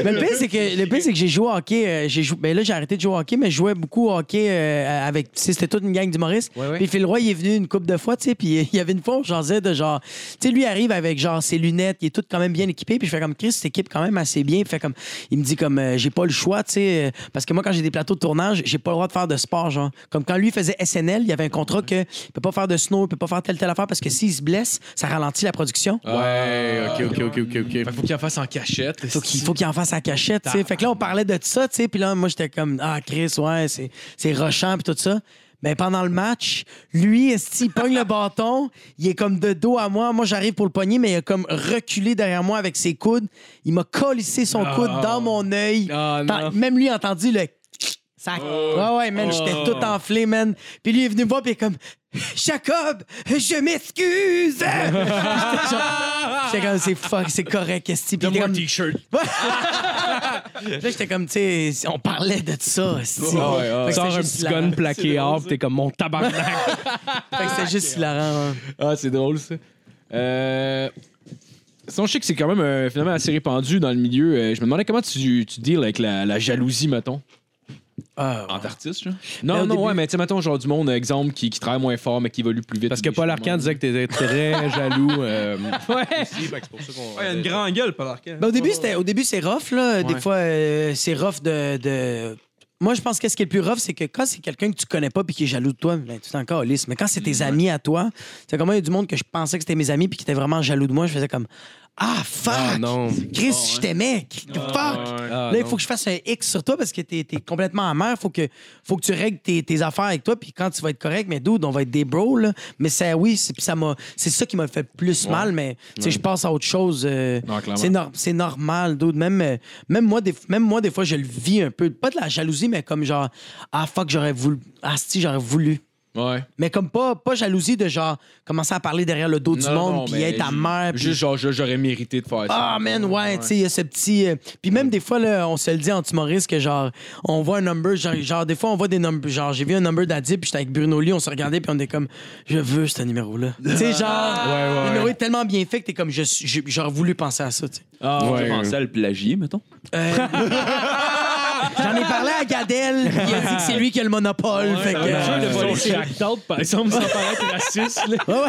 [SPEAKER 1] Mais le pire, c'est que, le pire, c'est que j'ai joué au hockey. euh, j'ai joué, ben là, j'ai arrêté de jouer au hockey, mais je jouais beaucoup au hockey euh, avec. tu sais, C'était toute une gang d'humoristes. Puis Phil Roy, il est venu une couple de fois, tu sais. Puis il y avait une fois, où j'en disais de genre. Tu sais, lui arrive avec genre ses lunettes, il est tout quand même bien équipé. Puis je fais comme Chris, t'équipes quand même assez bien. Il fait comme. Il me dit comme, euh, j'ai pas le choix, tu sais. euh, parce que moi, quand j'ai des plateaux de tournage, j'ai pas le droit de faire de sport, genre. Comme quand lui faisait SNL, il y avait un contrat que il peut pas faire de snow, il peut pas faire telle, telle affaire parce que s'il se blesse, ça ralentit la production.
[SPEAKER 4] Ouais, ok, ok, ok, ok, ok.
[SPEAKER 3] Fait qu'il faut qu'il en fasse en cachette.
[SPEAKER 1] Faut qu'il faut qu'il en fasse à cachette, tu sais. Fait que là, on parlait de ça, tu sais. Puis là, moi, j'étais comme, ah, Chris, ouais, c'est, c'est rochant, puis tout ça. Mais pendant le match, lui, esti, il
[SPEAKER 7] [laughs]
[SPEAKER 1] pogne le bâton, il est comme de dos à moi. Moi, j'arrive pour le pogner, mais il a comme reculé derrière moi avec ses coudes. Il m'a collissé son coude dans mon œil.
[SPEAKER 7] Ah,
[SPEAKER 1] Tant-
[SPEAKER 7] Oh. non. Oh.
[SPEAKER 1] Même lui a entendu le ça... Ouais, ouais, man, j'étais tout enflé, man. Puis lui, il est venu me voir, puis il est comme Jacob, je m'excuse. [laughs] J'étais genre- j'étais comme, c'est fuck, c'est correct, esti. Puis il était comme-
[SPEAKER 3] t-shirt.
[SPEAKER 1] Là, j'étais comme, tu sais, on parlait de ça. esti. Fait que
[SPEAKER 4] Sors
[SPEAKER 1] c'était
[SPEAKER 4] un
[SPEAKER 1] juste
[SPEAKER 4] petit
[SPEAKER 1] hilarant.
[SPEAKER 4] gun plaqué or, pis t'es comme mon tabarnak.
[SPEAKER 1] Fait que c'était juste hilarant. hein.
[SPEAKER 3] Ah, c'est drôle, ça. Euh... Sinon, je sais que c'est quand même euh, finalement assez répandu dans le milieu. Euh, je me demandais comment tu, tu deals avec la, la jalousie, mettons.
[SPEAKER 1] Ah,
[SPEAKER 6] En artiste, genre.
[SPEAKER 3] Non,
[SPEAKER 1] au
[SPEAKER 3] non,
[SPEAKER 1] début-
[SPEAKER 3] ouais, mais tu sais, mettons, genre du monde, exemple, qui, qui travaille moins fort, mais qui évolue plus vite.
[SPEAKER 4] Parce que
[SPEAKER 3] Des
[SPEAKER 4] Paul
[SPEAKER 3] choses
[SPEAKER 4] Arcand
[SPEAKER 3] de
[SPEAKER 4] disait que
[SPEAKER 3] [laughs]
[SPEAKER 4] t'étais très jaloux. euh,
[SPEAKER 5] Ouais, il a une grande gueule, hein. Paul Arcand.
[SPEAKER 1] Ben, au début, c'était, au début, c'est rough, là. Des
[SPEAKER 3] Ouais.
[SPEAKER 1] fois, euh, c'est rough de, de- Moi, je pense que ce qui est le plus rough, c'est que quand c'est quelqu'un que tu connais pas puis qui est jaloux de toi, ben, tu t'en calisses. Mais quand c'est tes amis à toi, c'est comme moi, il y a du monde que je pensais que c'était mes amis puis qui étaient vraiment jaloux de moi. Je faisais comme Ah, fuck!
[SPEAKER 4] Ah non.
[SPEAKER 1] Chris, je t'aimais! Fuck!
[SPEAKER 4] Ah,
[SPEAKER 1] Là, il
[SPEAKER 4] non.
[SPEAKER 1] faut que je fasse un X sur toi parce que t'es es complètement amer. Faut que, faut que tu règles tes, tes affaires avec toi. Puis quand tu vas être correct, mais dude, on va être des bros. Là. Mais ça, oui, c'est puis ça, m'a- c'est ça qui m'a fait plus mal. Mais tu sais, je passe à autre chose. euh,
[SPEAKER 3] Non, clairement.
[SPEAKER 1] c'est nor- c'est normal, dude. Même, euh, même, moi, des, même moi, des fois, je le vis un peu. Pas de la jalousie, mais comme genre, ah fuck, j'aurais voulu. Ah, si, j'aurais voulu.
[SPEAKER 3] même. Ouais.
[SPEAKER 1] Mais comme pas, pas jalousie de genre commencer à parler derrière le dos du
[SPEAKER 3] Non, non,
[SPEAKER 1] monde, puis
[SPEAKER 3] mais
[SPEAKER 1] être ta
[SPEAKER 3] ju-
[SPEAKER 1] mère. puis-
[SPEAKER 3] Juste, genre, je- j'aurais mérité de faire ça.
[SPEAKER 1] ah, man, ouais, tu sais, il y a ce petit. euh, Puis même des fois, là, on se le dit en humoriste que genre, on voit un number, genre, genre, des fois, on voit des numbers. Genre, j'ai vu un number d'Adi, puis j'étais avec Bruno Lee, on se regardait, puis on était comme, je veux ce numéro-là. tu sais, genre, le numéro est tellement bien fait que t'es comme, je suis- j'ai- j'aurais voulu penser à ça, tu sais.
[SPEAKER 3] Euh.
[SPEAKER 6] Ah, ouais. pensé à le plagier, mettons.
[SPEAKER 1] Euh, [laughs] J'en ai parlé à Gadel, il a dit que c'est lui qui a le monopole. fait que,
[SPEAKER 3] sûr de
[SPEAKER 1] euh,
[SPEAKER 3] voler chez Act Out, par exemple, sans paraître raciste. là.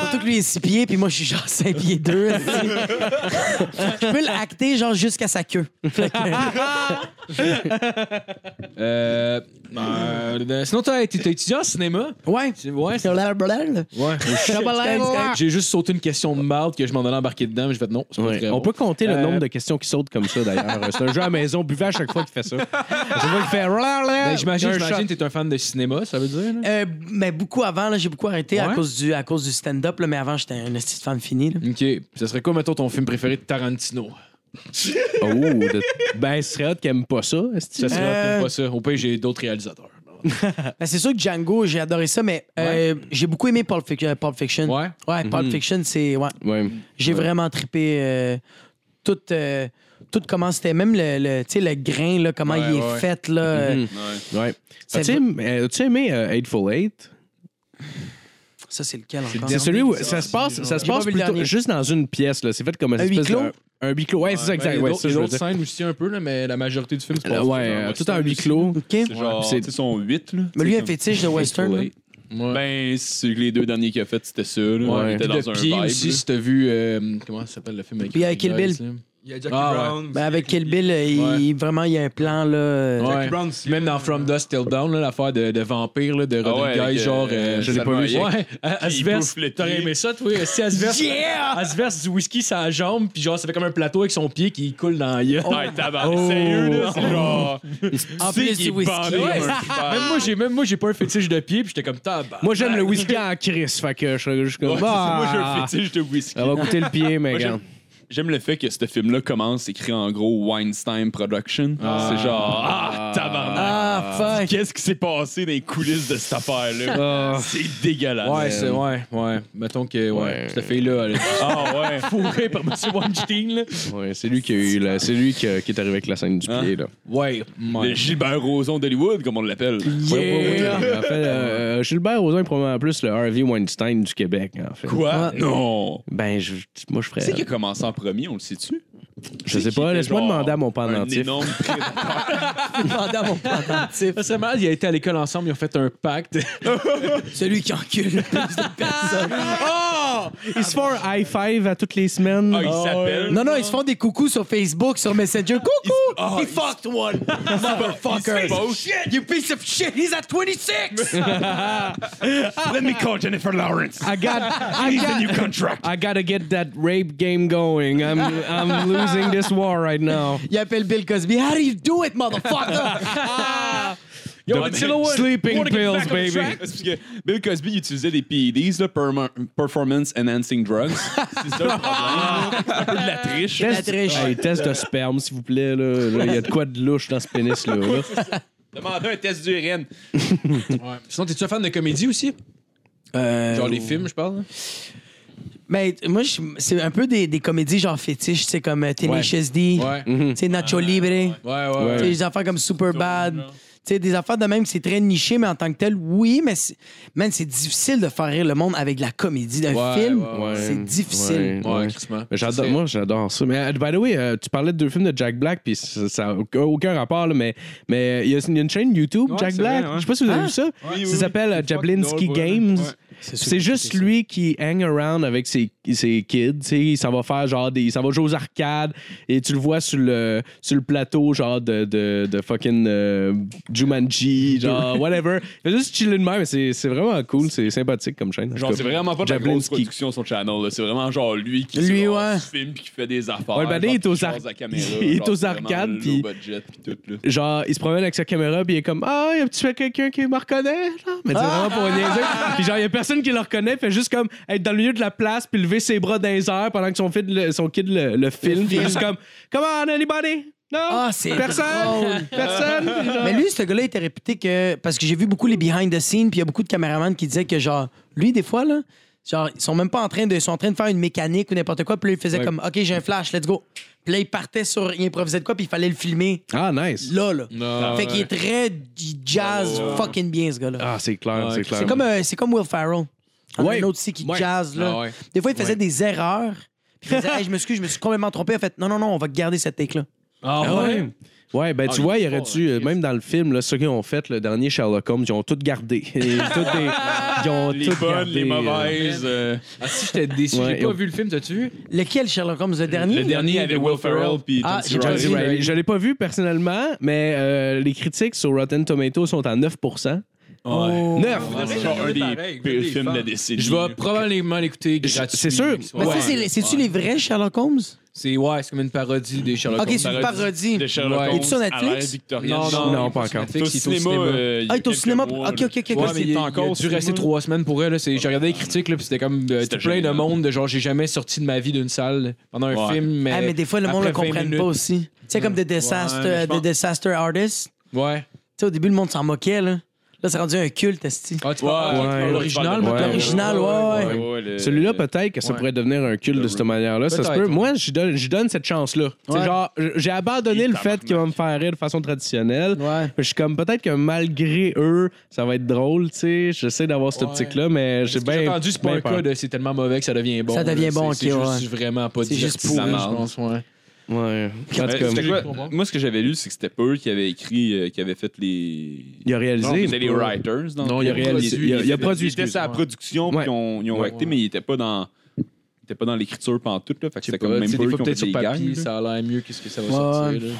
[SPEAKER 1] surtout que lui est 6 pieds, puis moi, je suis genre 5 pieds 2. je [laughs] peux l'acter genre jusqu'à sa queue.
[SPEAKER 3] [laughs]
[SPEAKER 1] Fait que-
[SPEAKER 3] Euh, euh, sinon, t'as été t'as étudié en cinéma?
[SPEAKER 1] ouais.
[SPEAKER 3] C'est- Ouais, c'est-
[SPEAKER 1] Sur la blague, là.
[SPEAKER 3] ouais. J'ai juste sauté une question de marde que je m'en allais embarquer dedans, mais j'ai fait non, c'est pas
[SPEAKER 4] Ouais.
[SPEAKER 3] très
[SPEAKER 4] On
[SPEAKER 3] bon.
[SPEAKER 4] peut compter le
[SPEAKER 3] Euh,
[SPEAKER 4] nombre de questions qui sautent comme ça, d'ailleurs. C'est un jeu à la maison. Buvez à chaque fois qu'il fait ça. À chaque fois qu'il fait...
[SPEAKER 3] Ben,
[SPEAKER 4] Ben,
[SPEAKER 3] j'imagine, j'imagine que t'es un fan de cinéma, ça veut dire? là?
[SPEAKER 1] Euh, mais beaucoup avant, là, j'ai beaucoup arrêté à
[SPEAKER 3] Ouais?
[SPEAKER 1] cause du, à cause du stand-up, là, mais avant, j'étais un esti de fan fini. là.
[SPEAKER 3] Ok. Ça serait quoi, mettons, ton film préféré de Tarantino?
[SPEAKER 4] Oh, de... ben, ce serait hot qu'il aime pas ça. est-ce
[SPEAKER 3] Ça
[SPEAKER 4] que-
[SPEAKER 3] serait
[SPEAKER 1] Euh.
[SPEAKER 3] pas ça. Au pire, j'ai d'autres réalisateurs.
[SPEAKER 1] Ben, c'est sûr que Django, j'ai adoré ça, mais euh, j'ai beaucoup aimé Pulp, Fic- euh, Pulp Fiction.
[SPEAKER 3] Ouais?
[SPEAKER 1] Ouais, Pulp Fiction, c'est. Ouais.
[SPEAKER 4] Ouais.
[SPEAKER 1] J'ai vraiment trippé euh, tout, euh, tout comment c'était, même le, le, tu sais, le grain, là, comment il est fait. Là, euh,
[SPEAKER 4] Ouais.
[SPEAKER 1] C'est
[SPEAKER 4] As-tu aimé, euh, as-tu aimé euh, Eightful Eight?
[SPEAKER 1] Ça, c'est lequel en
[SPEAKER 4] C'est celui où ça se passe, ça se
[SPEAKER 1] J'ai pas
[SPEAKER 4] passe
[SPEAKER 1] vu le
[SPEAKER 4] plutôt
[SPEAKER 1] dernier.
[SPEAKER 4] juste dans une pièce. là. C'est fait comme une
[SPEAKER 1] Un huis
[SPEAKER 4] espèce de-
[SPEAKER 1] clos?
[SPEAKER 4] Un huis clos. Ouais, c'est ça,
[SPEAKER 3] Ben,
[SPEAKER 4] exact.
[SPEAKER 3] il y a
[SPEAKER 4] Ouais,
[SPEAKER 3] d'autres-
[SPEAKER 4] ça,
[SPEAKER 3] il y
[SPEAKER 4] je
[SPEAKER 3] a
[SPEAKER 4] veux
[SPEAKER 3] d'autres
[SPEAKER 4] dire.
[SPEAKER 3] scènes aussi un peu, là, mais la majorité du film se passe.
[SPEAKER 4] Euh,
[SPEAKER 3] pas
[SPEAKER 4] Ouais,
[SPEAKER 3] dans
[SPEAKER 4] euh,
[SPEAKER 3] un
[SPEAKER 4] tout en
[SPEAKER 3] western
[SPEAKER 4] huis
[SPEAKER 3] aussi.
[SPEAKER 4] clos.
[SPEAKER 1] Ok.
[SPEAKER 6] C'est genre,
[SPEAKER 4] c'est-
[SPEAKER 6] tu sais, son 8, là.
[SPEAKER 1] Mais lui,
[SPEAKER 6] C'est
[SPEAKER 1] un
[SPEAKER 6] comme-
[SPEAKER 1] fétiche de western. là.
[SPEAKER 6] Ouais.
[SPEAKER 3] Ouais.
[SPEAKER 6] Ben, c'est que les deux derniers qu'il a fait, c'était ça, là.
[SPEAKER 4] Ouais.
[SPEAKER 6] Il
[SPEAKER 3] de
[SPEAKER 6] était dans un
[SPEAKER 3] pied
[SPEAKER 6] vibe,
[SPEAKER 3] aussi,
[SPEAKER 6] là.
[SPEAKER 3] si t'as vu. euh, comment ça s'appelle le film avec
[SPEAKER 1] Puis avec Kill Bill.
[SPEAKER 3] là?
[SPEAKER 5] Il y a Jackie
[SPEAKER 3] Ah, ouais.
[SPEAKER 5] Brown. aussi.
[SPEAKER 1] Ben, avec Kill Bill, euh, il, vraiment, il y a un plan. là. euh,
[SPEAKER 3] Ouais.
[SPEAKER 5] Jackie Brown aussi.
[SPEAKER 3] Même dans From Dust Till Down, là, l'affaire de, de vampire là, de
[SPEAKER 6] Ah ouais,
[SPEAKER 3] Rodriguez,
[SPEAKER 6] avec, euh,
[SPEAKER 3] genre. euh,
[SPEAKER 6] je l'ai pas vu, ça.
[SPEAKER 3] Ouais, à- à
[SPEAKER 6] Il
[SPEAKER 3] Asvers,
[SPEAKER 6] bouffe le
[SPEAKER 3] T'aurais
[SPEAKER 6] pied.
[SPEAKER 3] aimé ça, toi? Si Asvers, Asvers du whisky sur la jambe, puis genre, ça fait comme un plateau avec son pied qui coule dans la gueule.
[SPEAKER 6] Ouais, tabarnak,
[SPEAKER 4] Oh.
[SPEAKER 6] sérieux, là. C'est
[SPEAKER 4] [laughs]
[SPEAKER 6] genre.
[SPEAKER 1] En
[SPEAKER 6] Tu sais
[SPEAKER 1] plus
[SPEAKER 6] qu'il
[SPEAKER 1] du
[SPEAKER 6] est bandé
[SPEAKER 1] whisky.
[SPEAKER 6] comme
[SPEAKER 3] Ouais.
[SPEAKER 6] un cheval.
[SPEAKER 4] Ah,
[SPEAKER 3] Même moi, j'ai même moi j'ai pas un fétiche de pied, puis j'étais comme tabac.
[SPEAKER 4] Moi, j'aime le whisky en crise. Fait que je serais juste comme.
[SPEAKER 6] Ouais, c'est ça, Moi, j'ai un
[SPEAKER 4] Ah,
[SPEAKER 6] fétiche de whisky.
[SPEAKER 4] Ça va goûter le pied, mais
[SPEAKER 6] Moi,
[SPEAKER 4] gars.
[SPEAKER 6] j'aime- J'aime le fait que ce film-là commence écrit en gros Weinstein Production. C'est genre, ah, tabarnak!
[SPEAKER 1] Ah, fuck.
[SPEAKER 6] Qu'est-ce qui s'est passé dans les coulisses de cette affaire-là?
[SPEAKER 4] Ah.
[SPEAKER 6] C'est dégueulasse.
[SPEAKER 3] Ouais, c'est ouais, ouais. Mettons que ouais,
[SPEAKER 4] Ouais.
[SPEAKER 3] cette fille-là, elle est
[SPEAKER 6] [laughs] Ah ouais.
[SPEAKER 3] fourrée par M. Weinstein, là.
[SPEAKER 4] Ouais, c'est lui qui a eu la- c'est lui qui, a- qui est arrivé avec la scène du
[SPEAKER 6] Hein?
[SPEAKER 4] pied là.
[SPEAKER 3] Ouais, ouais.
[SPEAKER 6] Le Gilbert Rozon d'Hollywood, comme on l'appelle.
[SPEAKER 4] Ouais, ouais, ouais. En fait, euh, euh, Gilbert Rozon est probablement plus le Harvey Weinstein du Québec en fait.
[SPEAKER 6] Quoi? Non!
[SPEAKER 4] Ben je, moi je ferais.
[SPEAKER 6] C'est qui a commencé en premier, on le sait-tu?
[SPEAKER 4] Je
[SPEAKER 6] C'est
[SPEAKER 4] sais
[SPEAKER 6] qui
[SPEAKER 4] pas,
[SPEAKER 6] était
[SPEAKER 4] laisse-moi
[SPEAKER 6] genre
[SPEAKER 4] demander à mon
[SPEAKER 6] Un
[SPEAKER 4] pendentif.
[SPEAKER 6] énorme
[SPEAKER 1] Demandez à mon pendentif.
[SPEAKER 3] Ça serait malade, ils étaient à l'école ensemble, ils ont fait un pacte.
[SPEAKER 1] Celui qui encule le plus de personnes.
[SPEAKER 4] Ils se font un high five à toutes les semaines.
[SPEAKER 6] Ah, il s'appelle.
[SPEAKER 1] Non, non, ils se font des coucous sur Facebook, sur Messenger. Coucou!
[SPEAKER 6] Ah,
[SPEAKER 3] oh,
[SPEAKER 6] [laughs]
[SPEAKER 1] he
[SPEAKER 6] il-
[SPEAKER 1] fucked one! Motherfucker!
[SPEAKER 6] Oh,
[SPEAKER 1] You piece of shit! He's at 26!
[SPEAKER 3] [laughs]
[SPEAKER 6] Let me call Jennifer Lawrence.
[SPEAKER 4] I got, I got,
[SPEAKER 6] contract.
[SPEAKER 4] I gotta get that rape game going. I'm, I'm losing this war right now.
[SPEAKER 1] Il appelle Bill Cosby. How do you do
[SPEAKER 3] [laughs]
[SPEAKER 1] it, motherfucker?
[SPEAKER 3] Yo,
[SPEAKER 6] The-
[SPEAKER 3] Attila Wood,
[SPEAKER 4] Sleeping
[SPEAKER 3] wanna get
[SPEAKER 4] pills,
[SPEAKER 3] back on
[SPEAKER 4] baby.
[SPEAKER 3] track?
[SPEAKER 6] Parce que Bill Cosby il utilisait des PEDs, là, perma- Performance Enhancing Drugs. C'est ça le problème. C'est un peu de la triche.
[SPEAKER 1] La triche.
[SPEAKER 4] Hey, test de sperme, s'il vous plaît. Là. Là, Il y a de quoi de louche dans ce pénis-là. là.
[SPEAKER 6] Demandez un test d'urine.
[SPEAKER 3] Ouais. Sinon, t'es-tu un fan de comédie aussi?
[SPEAKER 6] Euh,
[SPEAKER 3] Genre les films, je parle. là?
[SPEAKER 1] Euh, Mais t- moi, je- c'est un peu des, des comédies genre fétiches, tu sais, comme euh, Tenacious D,
[SPEAKER 3] Ouais.
[SPEAKER 6] [laughs]
[SPEAKER 1] tu sais, Nacho Libre,
[SPEAKER 3] Ouais,
[SPEAKER 1] tu
[SPEAKER 3] ouais,
[SPEAKER 1] sais,
[SPEAKER 3] ouais.
[SPEAKER 1] des affaires comme Superbad. Tu sais, des affaires de même, c'est très niché, mais en tant que tel, oui, mais c'est- man, c'est difficile de faire rire le monde avec de la comédie d'un
[SPEAKER 5] Ah,
[SPEAKER 3] Ouais,
[SPEAKER 1] film.
[SPEAKER 3] ouais, ouais.
[SPEAKER 1] C'est difficile.
[SPEAKER 3] Ouais, crissement.
[SPEAKER 4] Mais j'adore-
[SPEAKER 3] Ça serait-
[SPEAKER 4] moi, j'adore ça. Mais euh, by the way, euh, tu parlais de deux films de Jack Black, puis ça n'a aucun rapport, là, mais mais euh, il y, a il y a une chaîne YouTube,
[SPEAKER 5] Ouais,
[SPEAKER 4] Jack
[SPEAKER 5] c'est
[SPEAKER 4] Black.
[SPEAKER 5] vrai, hein. Ah! ouais.
[SPEAKER 4] Je sais pas si vous avez vu ça.
[SPEAKER 5] oui,
[SPEAKER 4] ça
[SPEAKER 5] oui.
[SPEAKER 4] s'appelle euh,
[SPEAKER 5] C'est
[SPEAKER 4] Jablinski
[SPEAKER 5] fucking drôle, ouais.
[SPEAKER 4] Games.
[SPEAKER 5] Ouais.
[SPEAKER 4] C'est juste lui qui hang around avec ses, ses kids. tu sais, Il s'en va faire genre des. Il s'en va jouer aux arcades et tu le vois sur le, sur le plateau, genre de, de, de fucking euh, Jumanji,
[SPEAKER 5] [laughs]
[SPEAKER 4] genre whatever. Il fait juste chiller de même, mais c'est c'est vraiment cool. C'est sympathique comme chaîne. en
[SPEAKER 6] Genre,
[SPEAKER 3] Ah,
[SPEAKER 4] tout
[SPEAKER 6] c'est
[SPEAKER 4] cas.
[SPEAKER 6] vraiment pas de la grosse
[SPEAKER 4] Jablinski.
[SPEAKER 6] production sur le channel. là. C'est vraiment genre lui qui
[SPEAKER 1] Lui,
[SPEAKER 6] genre,
[SPEAKER 1] ouais.
[SPEAKER 6] se filme puis qui fait des affaires.
[SPEAKER 4] Ouais, ben, il est
[SPEAKER 6] genre,
[SPEAKER 4] aux
[SPEAKER 6] qui
[SPEAKER 4] ar-
[SPEAKER 6] jase à la caméra,
[SPEAKER 4] il est
[SPEAKER 6] genre,
[SPEAKER 4] aux
[SPEAKER 6] c'est vraiment
[SPEAKER 4] arcades,
[SPEAKER 6] low
[SPEAKER 4] puis-
[SPEAKER 6] budget, puis tout, là.
[SPEAKER 4] genre, il se promène avec sa caméra, puis il est comme Ah, y a-tu quelqu'un qui me reconnaît genre? Mais c'est vraiment pour niaiser. Puis genre, y a personne qui le reconnaît, fait juste comme être dans le milieu de la place, puis lever ses bras dans les airs pendant que son, fil- le- son kid le, le filme. Puis juste comme Come on, anybody? Non?
[SPEAKER 1] Ah, c'est drôle.
[SPEAKER 4] personne? Personne? Puis genre-
[SPEAKER 1] Mais lui, ce gars-là était réputé que. Parce que j'ai vu beaucoup les behind the scenes, puis il y a beaucoup de caméramans qui disaient que, genre, lui, des fois, là, genre, ils sont même pas en train de. Ils sont en train de faire une mécanique ou n'importe quoi, puis là, il faisait comme, OK, j'ai un flash, let's go. Puis là, il partait sur. Il improvisait de quoi, puis il fallait le filmer
[SPEAKER 4] [laughs] Ah, nice.
[SPEAKER 1] là, là.
[SPEAKER 3] Non,
[SPEAKER 1] fait qu'il est très il jazz fucking bien, ce gars-là.
[SPEAKER 4] Ah, c'est clair,
[SPEAKER 3] Ouais,
[SPEAKER 4] c'est clair.
[SPEAKER 1] c'est comme, euh, c'est comme Will Farrell. Il y en a
[SPEAKER 4] Ouais.
[SPEAKER 1] Un autre aussi qui
[SPEAKER 4] Ouais.
[SPEAKER 1] jazz, là.
[SPEAKER 3] Ah ouais.
[SPEAKER 1] Des fois, il faisait des erreurs. Puis il faisait, Hey, je m'excuse, je me suis complètement trompé. En fait, non, non, non, on va garder cette take-là.
[SPEAKER 3] Ah
[SPEAKER 4] ouais? Ouais, ben tu
[SPEAKER 3] il
[SPEAKER 4] vois,
[SPEAKER 3] est
[SPEAKER 4] il y aurait
[SPEAKER 3] fort,
[SPEAKER 4] dû,
[SPEAKER 3] hein,
[SPEAKER 4] euh,
[SPEAKER 3] Chris.
[SPEAKER 4] même dans le film, là, ceux qui ont fait le dernier Sherlock Holmes, ils ont tout gardé. [laughs] Et tout est- ils ont
[SPEAKER 6] Les
[SPEAKER 4] tout euh,
[SPEAKER 6] bonnes,
[SPEAKER 4] gardé,
[SPEAKER 6] les mauvaises. euh,
[SPEAKER 3] Ah, si j'étais déçu,
[SPEAKER 4] Ouais,
[SPEAKER 3] j'ai pas
[SPEAKER 4] et-
[SPEAKER 3] vu le film, t'as-tu vu?
[SPEAKER 1] Lequel, Sherlock Holmes, le dernier?
[SPEAKER 6] Le dernier avec Will Ferrell puis
[SPEAKER 1] Ah,
[SPEAKER 6] John C.
[SPEAKER 1] j'ai
[SPEAKER 4] John
[SPEAKER 6] Reilly.
[SPEAKER 4] C. Reilly. Je l'ai pas vu personnellement, mais euh, les critiques sur Rotten Tomatoes sont à 9
[SPEAKER 3] Oh,
[SPEAKER 6] Ouais.
[SPEAKER 4] Neuf!
[SPEAKER 6] C'est genre un des
[SPEAKER 5] Pareil,
[SPEAKER 6] pires
[SPEAKER 5] des
[SPEAKER 6] films de la
[SPEAKER 5] fans.
[SPEAKER 6] décennie.
[SPEAKER 3] Je vais probablement l'écouter gratuit.
[SPEAKER 4] c'est sûr.
[SPEAKER 1] Mais
[SPEAKER 3] Ouais.
[SPEAKER 1] ça, c'est- c'est-tu les vrais Sherlock Holmes?
[SPEAKER 3] C'est ouais, c'est comme une parodie des Sherlock
[SPEAKER 1] Ok,
[SPEAKER 3] Holmes.
[SPEAKER 1] c'est une
[SPEAKER 6] parodie
[SPEAKER 1] parodie.
[SPEAKER 6] de Sherlock
[SPEAKER 3] Ouais.
[SPEAKER 6] Holmes
[SPEAKER 1] Es-tu sur
[SPEAKER 6] à
[SPEAKER 1] Netflix?
[SPEAKER 6] l'ère victorienne.
[SPEAKER 3] Non, non,
[SPEAKER 4] Non, pas encore.
[SPEAKER 6] C'est au cinéma. euh, il y a
[SPEAKER 1] Ah, il est au
[SPEAKER 6] quelques
[SPEAKER 1] cinéma.
[SPEAKER 6] mois,
[SPEAKER 1] Ok,
[SPEAKER 6] là.
[SPEAKER 1] ok, ok.
[SPEAKER 3] Ouais,
[SPEAKER 1] ok.
[SPEAKER 3] mais il,
[SPEAKER 6] c'était
[SPEAKER 3] il
[SPEAKER 6] encore
[SPEAKER 3] a
[SPEAKER 6] au
[SPEAKER 3] dû
[SPEAKER 6] cinéma.
[SPEAKER 3] rester trois semaines pour elle. là. C'est- J'ai regardé les critiques, là, puis Ah. c'était comme euh,
[SPEAKER 6] C'était
[SPEAKER 3] tout plein de
[SPEAKER 6] génial.
[SPEAKER 3] monde de genre, j'ai jamais sorti de ma vie d'une salle pendant un
[SPEAKER 6] Ouais.
[SPEAKER 3] film. Mais,
[SPEAKER 1] Ah, mais des fois, le monde ne le
[SPEAKER 3] après 20
[SPEAKER 1] comprend
[SPEAKER 3] minutes.
[SPEAKER 1] pas aussi. Tu sais, comme The Disaster,
[SPEAKER 3] mais je
[SPEAKER 1] The
[SPEAKER 3] pense-
[SPEAKER 1] Disaster Artist. Tu
[SPEAKER 3] Ouais.
[SPEAKER 1] sais, au début, le monde s'en moquait, là. Là, c'est rendu un culte, esti.
[SPEAKER 3] Ah, tu
[SPEAKER 6] Ouais,
[SPEAKER 3] parles- tu
[SPEAKER 6] ouais,
[SPEAKER 3] parles
[SPEAKER 6] ouais.
[SPEAKER 3] l'original,
[SPEAKER 4] Ouais.
[SPEAKER 3] mettons?
[SPEAKER 1] L'original, ouais, ouais.
[SPEAKER 6] le-
[SPEAKER 4] Celui-là, peut-être que ça pourrait devenir un culte de cette manière-là. Ça se
[SPEAKER 3] euh, Peut-être,
[SPEAKER 4] peut.
[SPEAKER 3] ouais.
[SPEAKER 4] Moi, je donne, je donne cette chance-là. C'est
[SPEAKER 1] Ouais.
[SPEAKER 4] Genre, je- j'ai abandonné
[SPEAKER 6] Et
[SPEAKER 4] le fait qu'ils vont me faire rire de façon traditionnelle.
[SPEAKER 1] Ouais.
[SPEAKER 4] Je suis comme, peut-être que malgré eux, ça va être drôle, tu sais. J'essaie d'avoir cette
[SPEAKER 3] Ouais.
[SPEAKER 4] optique-là, mais j'ai
[SPEAKER 3] Ce que J'ai
[SPEAKER 4] bien.
[SPEAKER 3] entendu, c'est pas
[SPEAKER 4] bien
[SPEAKER 3] un
[SPEAKER 4] peur.
[SPEAKER 3] cas de c'est tellement mauvais que ça devient bon.
[SPEAKER 1] Ça devient
[SPEAKER 3] là.
[SPEAKER 1] bon,
[SPEAKER 3] C'est-
[SPEAKER 1] ok,
[SPEAKER 3] C'est juste vraiment pas
[SPEAKER 1] C'est juste
[SPEAKER 3] divertissant,
[SPEAKER 1] pourri,
[SPEAKER 3] je pense, ouais.
[SPEAKER 4] Ouais. En
[SPEAKER 6] Euh,
[SPEAKER 4] tout cas,
[SPEAKER 6] c'était quoi? Moi, ce que j'avais lu, c'est que c'était eux qui avaient écrit, euh, qui avaient fait les.
[SPEAKER 4] il a réalisé.
[SPEAKER 6] Non, c'était les writers. dans
[SPEAKER 4] Non,
[SPEAKER 6] le
[SPEAKER 4] il a
[SPEAKER 6] film.
[SPEAKER 4] réalisé.
[SPEAKER 6] Produit,
[SPEAKER 4] Il a- il a produit,
[SPEAKER 6] Ils étaient sur la
[SPEAKER 3] excuse-moi.
[SPEAKER 6] production,
[SPEAKER 4] Ouais.
[SPEAKER 6] puis ils ont, ils ont
[SPEAKER 3] Ouais,
[SPEAKER 6] acté,
[SPEAKER 3] ouais.
[SPEAKER 6] mais ils n'étaient pas dans. Ils étaient pas dans l'écriture pantoute, là. Fait que
[SPEAKER 3] Je sais
[SPEAKER 6] c'était
[SPEAKER 3] pas,
[SPEAKER 6] comme
[SPEAKER 3] tu
[SPEAKER 6] même
[SPEAKER 3] sais,
[SPEAKER 6] pas
[SPEAKER 3] des
[SPEAKER 6] eux
[SPEAKER 3] fois,
[SPEAKER 6] qui ont
[SPEAKER 3] peut-être
[SPEAKER 6] fait
[SPEAKER 3] sur
[SPEAKER 6] des
[SPEAKER 3] papier,
[SPEAKER 6] gags. là.
[SPEAKER 3] ça a l'air mieux que ce que ça va
[SPEAKER 1] Ouais.
[SPEAKER 3] sortir. là.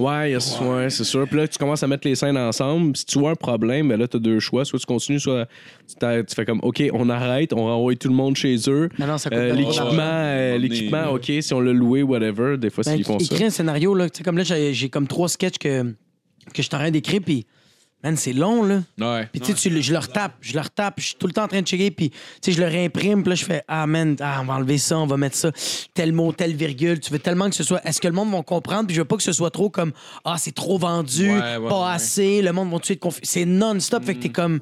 [SPEAKER 4] Ouais, il y a- ouais, c'est sûr. Puis là, tu commences à mettre les scènes ensemble. Si tu vois un problème, ben là, tu as deux choix. Soit tu continues, soit tu, t'arrêtes- tu fais comme, OK, on arrête, on renvoie tout le monde chez eux.
[SPEAKER 1] Non, non, ça coûte
[SPEAKER 4] Euh,
[SPEAKER 1] pas trop
[SPEAKER 4] l'équipement,
[SPEAKER 3] hein,
[SPEAKER 1] d'argent.
[SPEAKER 4] euh,
[SPEAKER 6] On est-
[SPEAKER 4] l'équipement, OK, si on l'a loué, whatever, des fois,
[SPEAKER 1] Ben,
[SPEAKER 4] s'ils font ça.
[SPEAKER 1] écris un scénario, là. Tu sais, comme là, j'ai j'ai comme trois sketchs que, que je suis en train d'écrire, puis, man, c'est long, là.
[SPEAKER 3] Ouais.
[SPEAKER 1] Puis, tu sais, tu le- je le retape, je le retape, je suis tout le temps en train de checker, puis, tu sais, je le réimprime, puis là, je fais, ah, man, ah, on va enlever ça, on va mettre ça, tel mot, telle virgule. Tu veux tellement que ce soit, est-ce que le monde va comprendre, puis je veux pas que ce soit trop comme, ah, c'est trop vendu,
[SPEAKER 3] Ouais, ouais,
[SPEAKER 1] pas
[SPEAKER 3] ouais. Mm.
[SPEAKER 1] assez, le monde va tout de suite confus. C'est non-stop, fait que t'es comme,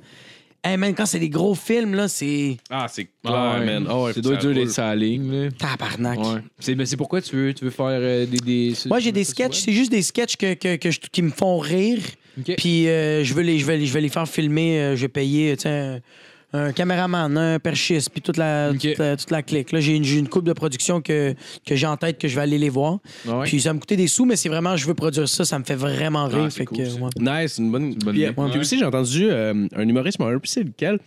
[SPEAKER 1] hey, man, quand c'est des gros films, là, c'est
[SPEAKER 4] Ah, c'est clair,
[SPEAKER 3] Ah, ouais.
[SPEAKER 4] man. Ah ouais,
[SPEAKER 3] C'est
[SPEAKER 4] faut que
[SPEAKER 3] doit
[SPEAKER 4] ça
[SPEAKER 3] dur d'être
[SPEAKER 4] roule.
[SPEAKER 3] sur la ligne. là.
[SPEAKER 1] tabarnak.
[SPEAKER 3] Ouais. C'est, mais c'est pourquoi tu veux, tu veux faire euh, des, des.
[SPEAKER 1] Moi, j'ai des sketchs, c'est juste des sketchs que, que- que je- qui me font rire.
[SPEAKER 3] Ok.
[SPEAKER 1] Puis euh, je, veux les, je, vais, les- je vais les faire filmer. euh, je vais payer tu sais, un, un caméraman, un perchiste, puis toute la,
[SPEAKER 3] Ok.
[SPEAKER 1] toute la, toute la clique. Là, j'ai une, j'ai une coupe de production que, que j'ai en tête que je vais aller les voir.
[SPEAKER 3] Ah ouais?
[SPEAKER 1] Puis ça va me coûter des sous, mais c'est vraiment, je veux produire ça, ça me fait vraiment rire.
[SPEAKER 3] Ah, c'est
[SPEAKER 1] fait
[SPEAKER 3] cool,
[SPEAKER 1] que,
[SPEAKER 3] ça.
[SPEAKER 1] ouais.
[SPEAKER 4] Nice, une bonne.
[SPEAKER 3] bonne
[SPEAKER 4] puis,
[SPEAKER 3] idée.
[SPEAKER 4] puis aussi, j'ai entendu euh, un humoriste, mais plus c'est lequel,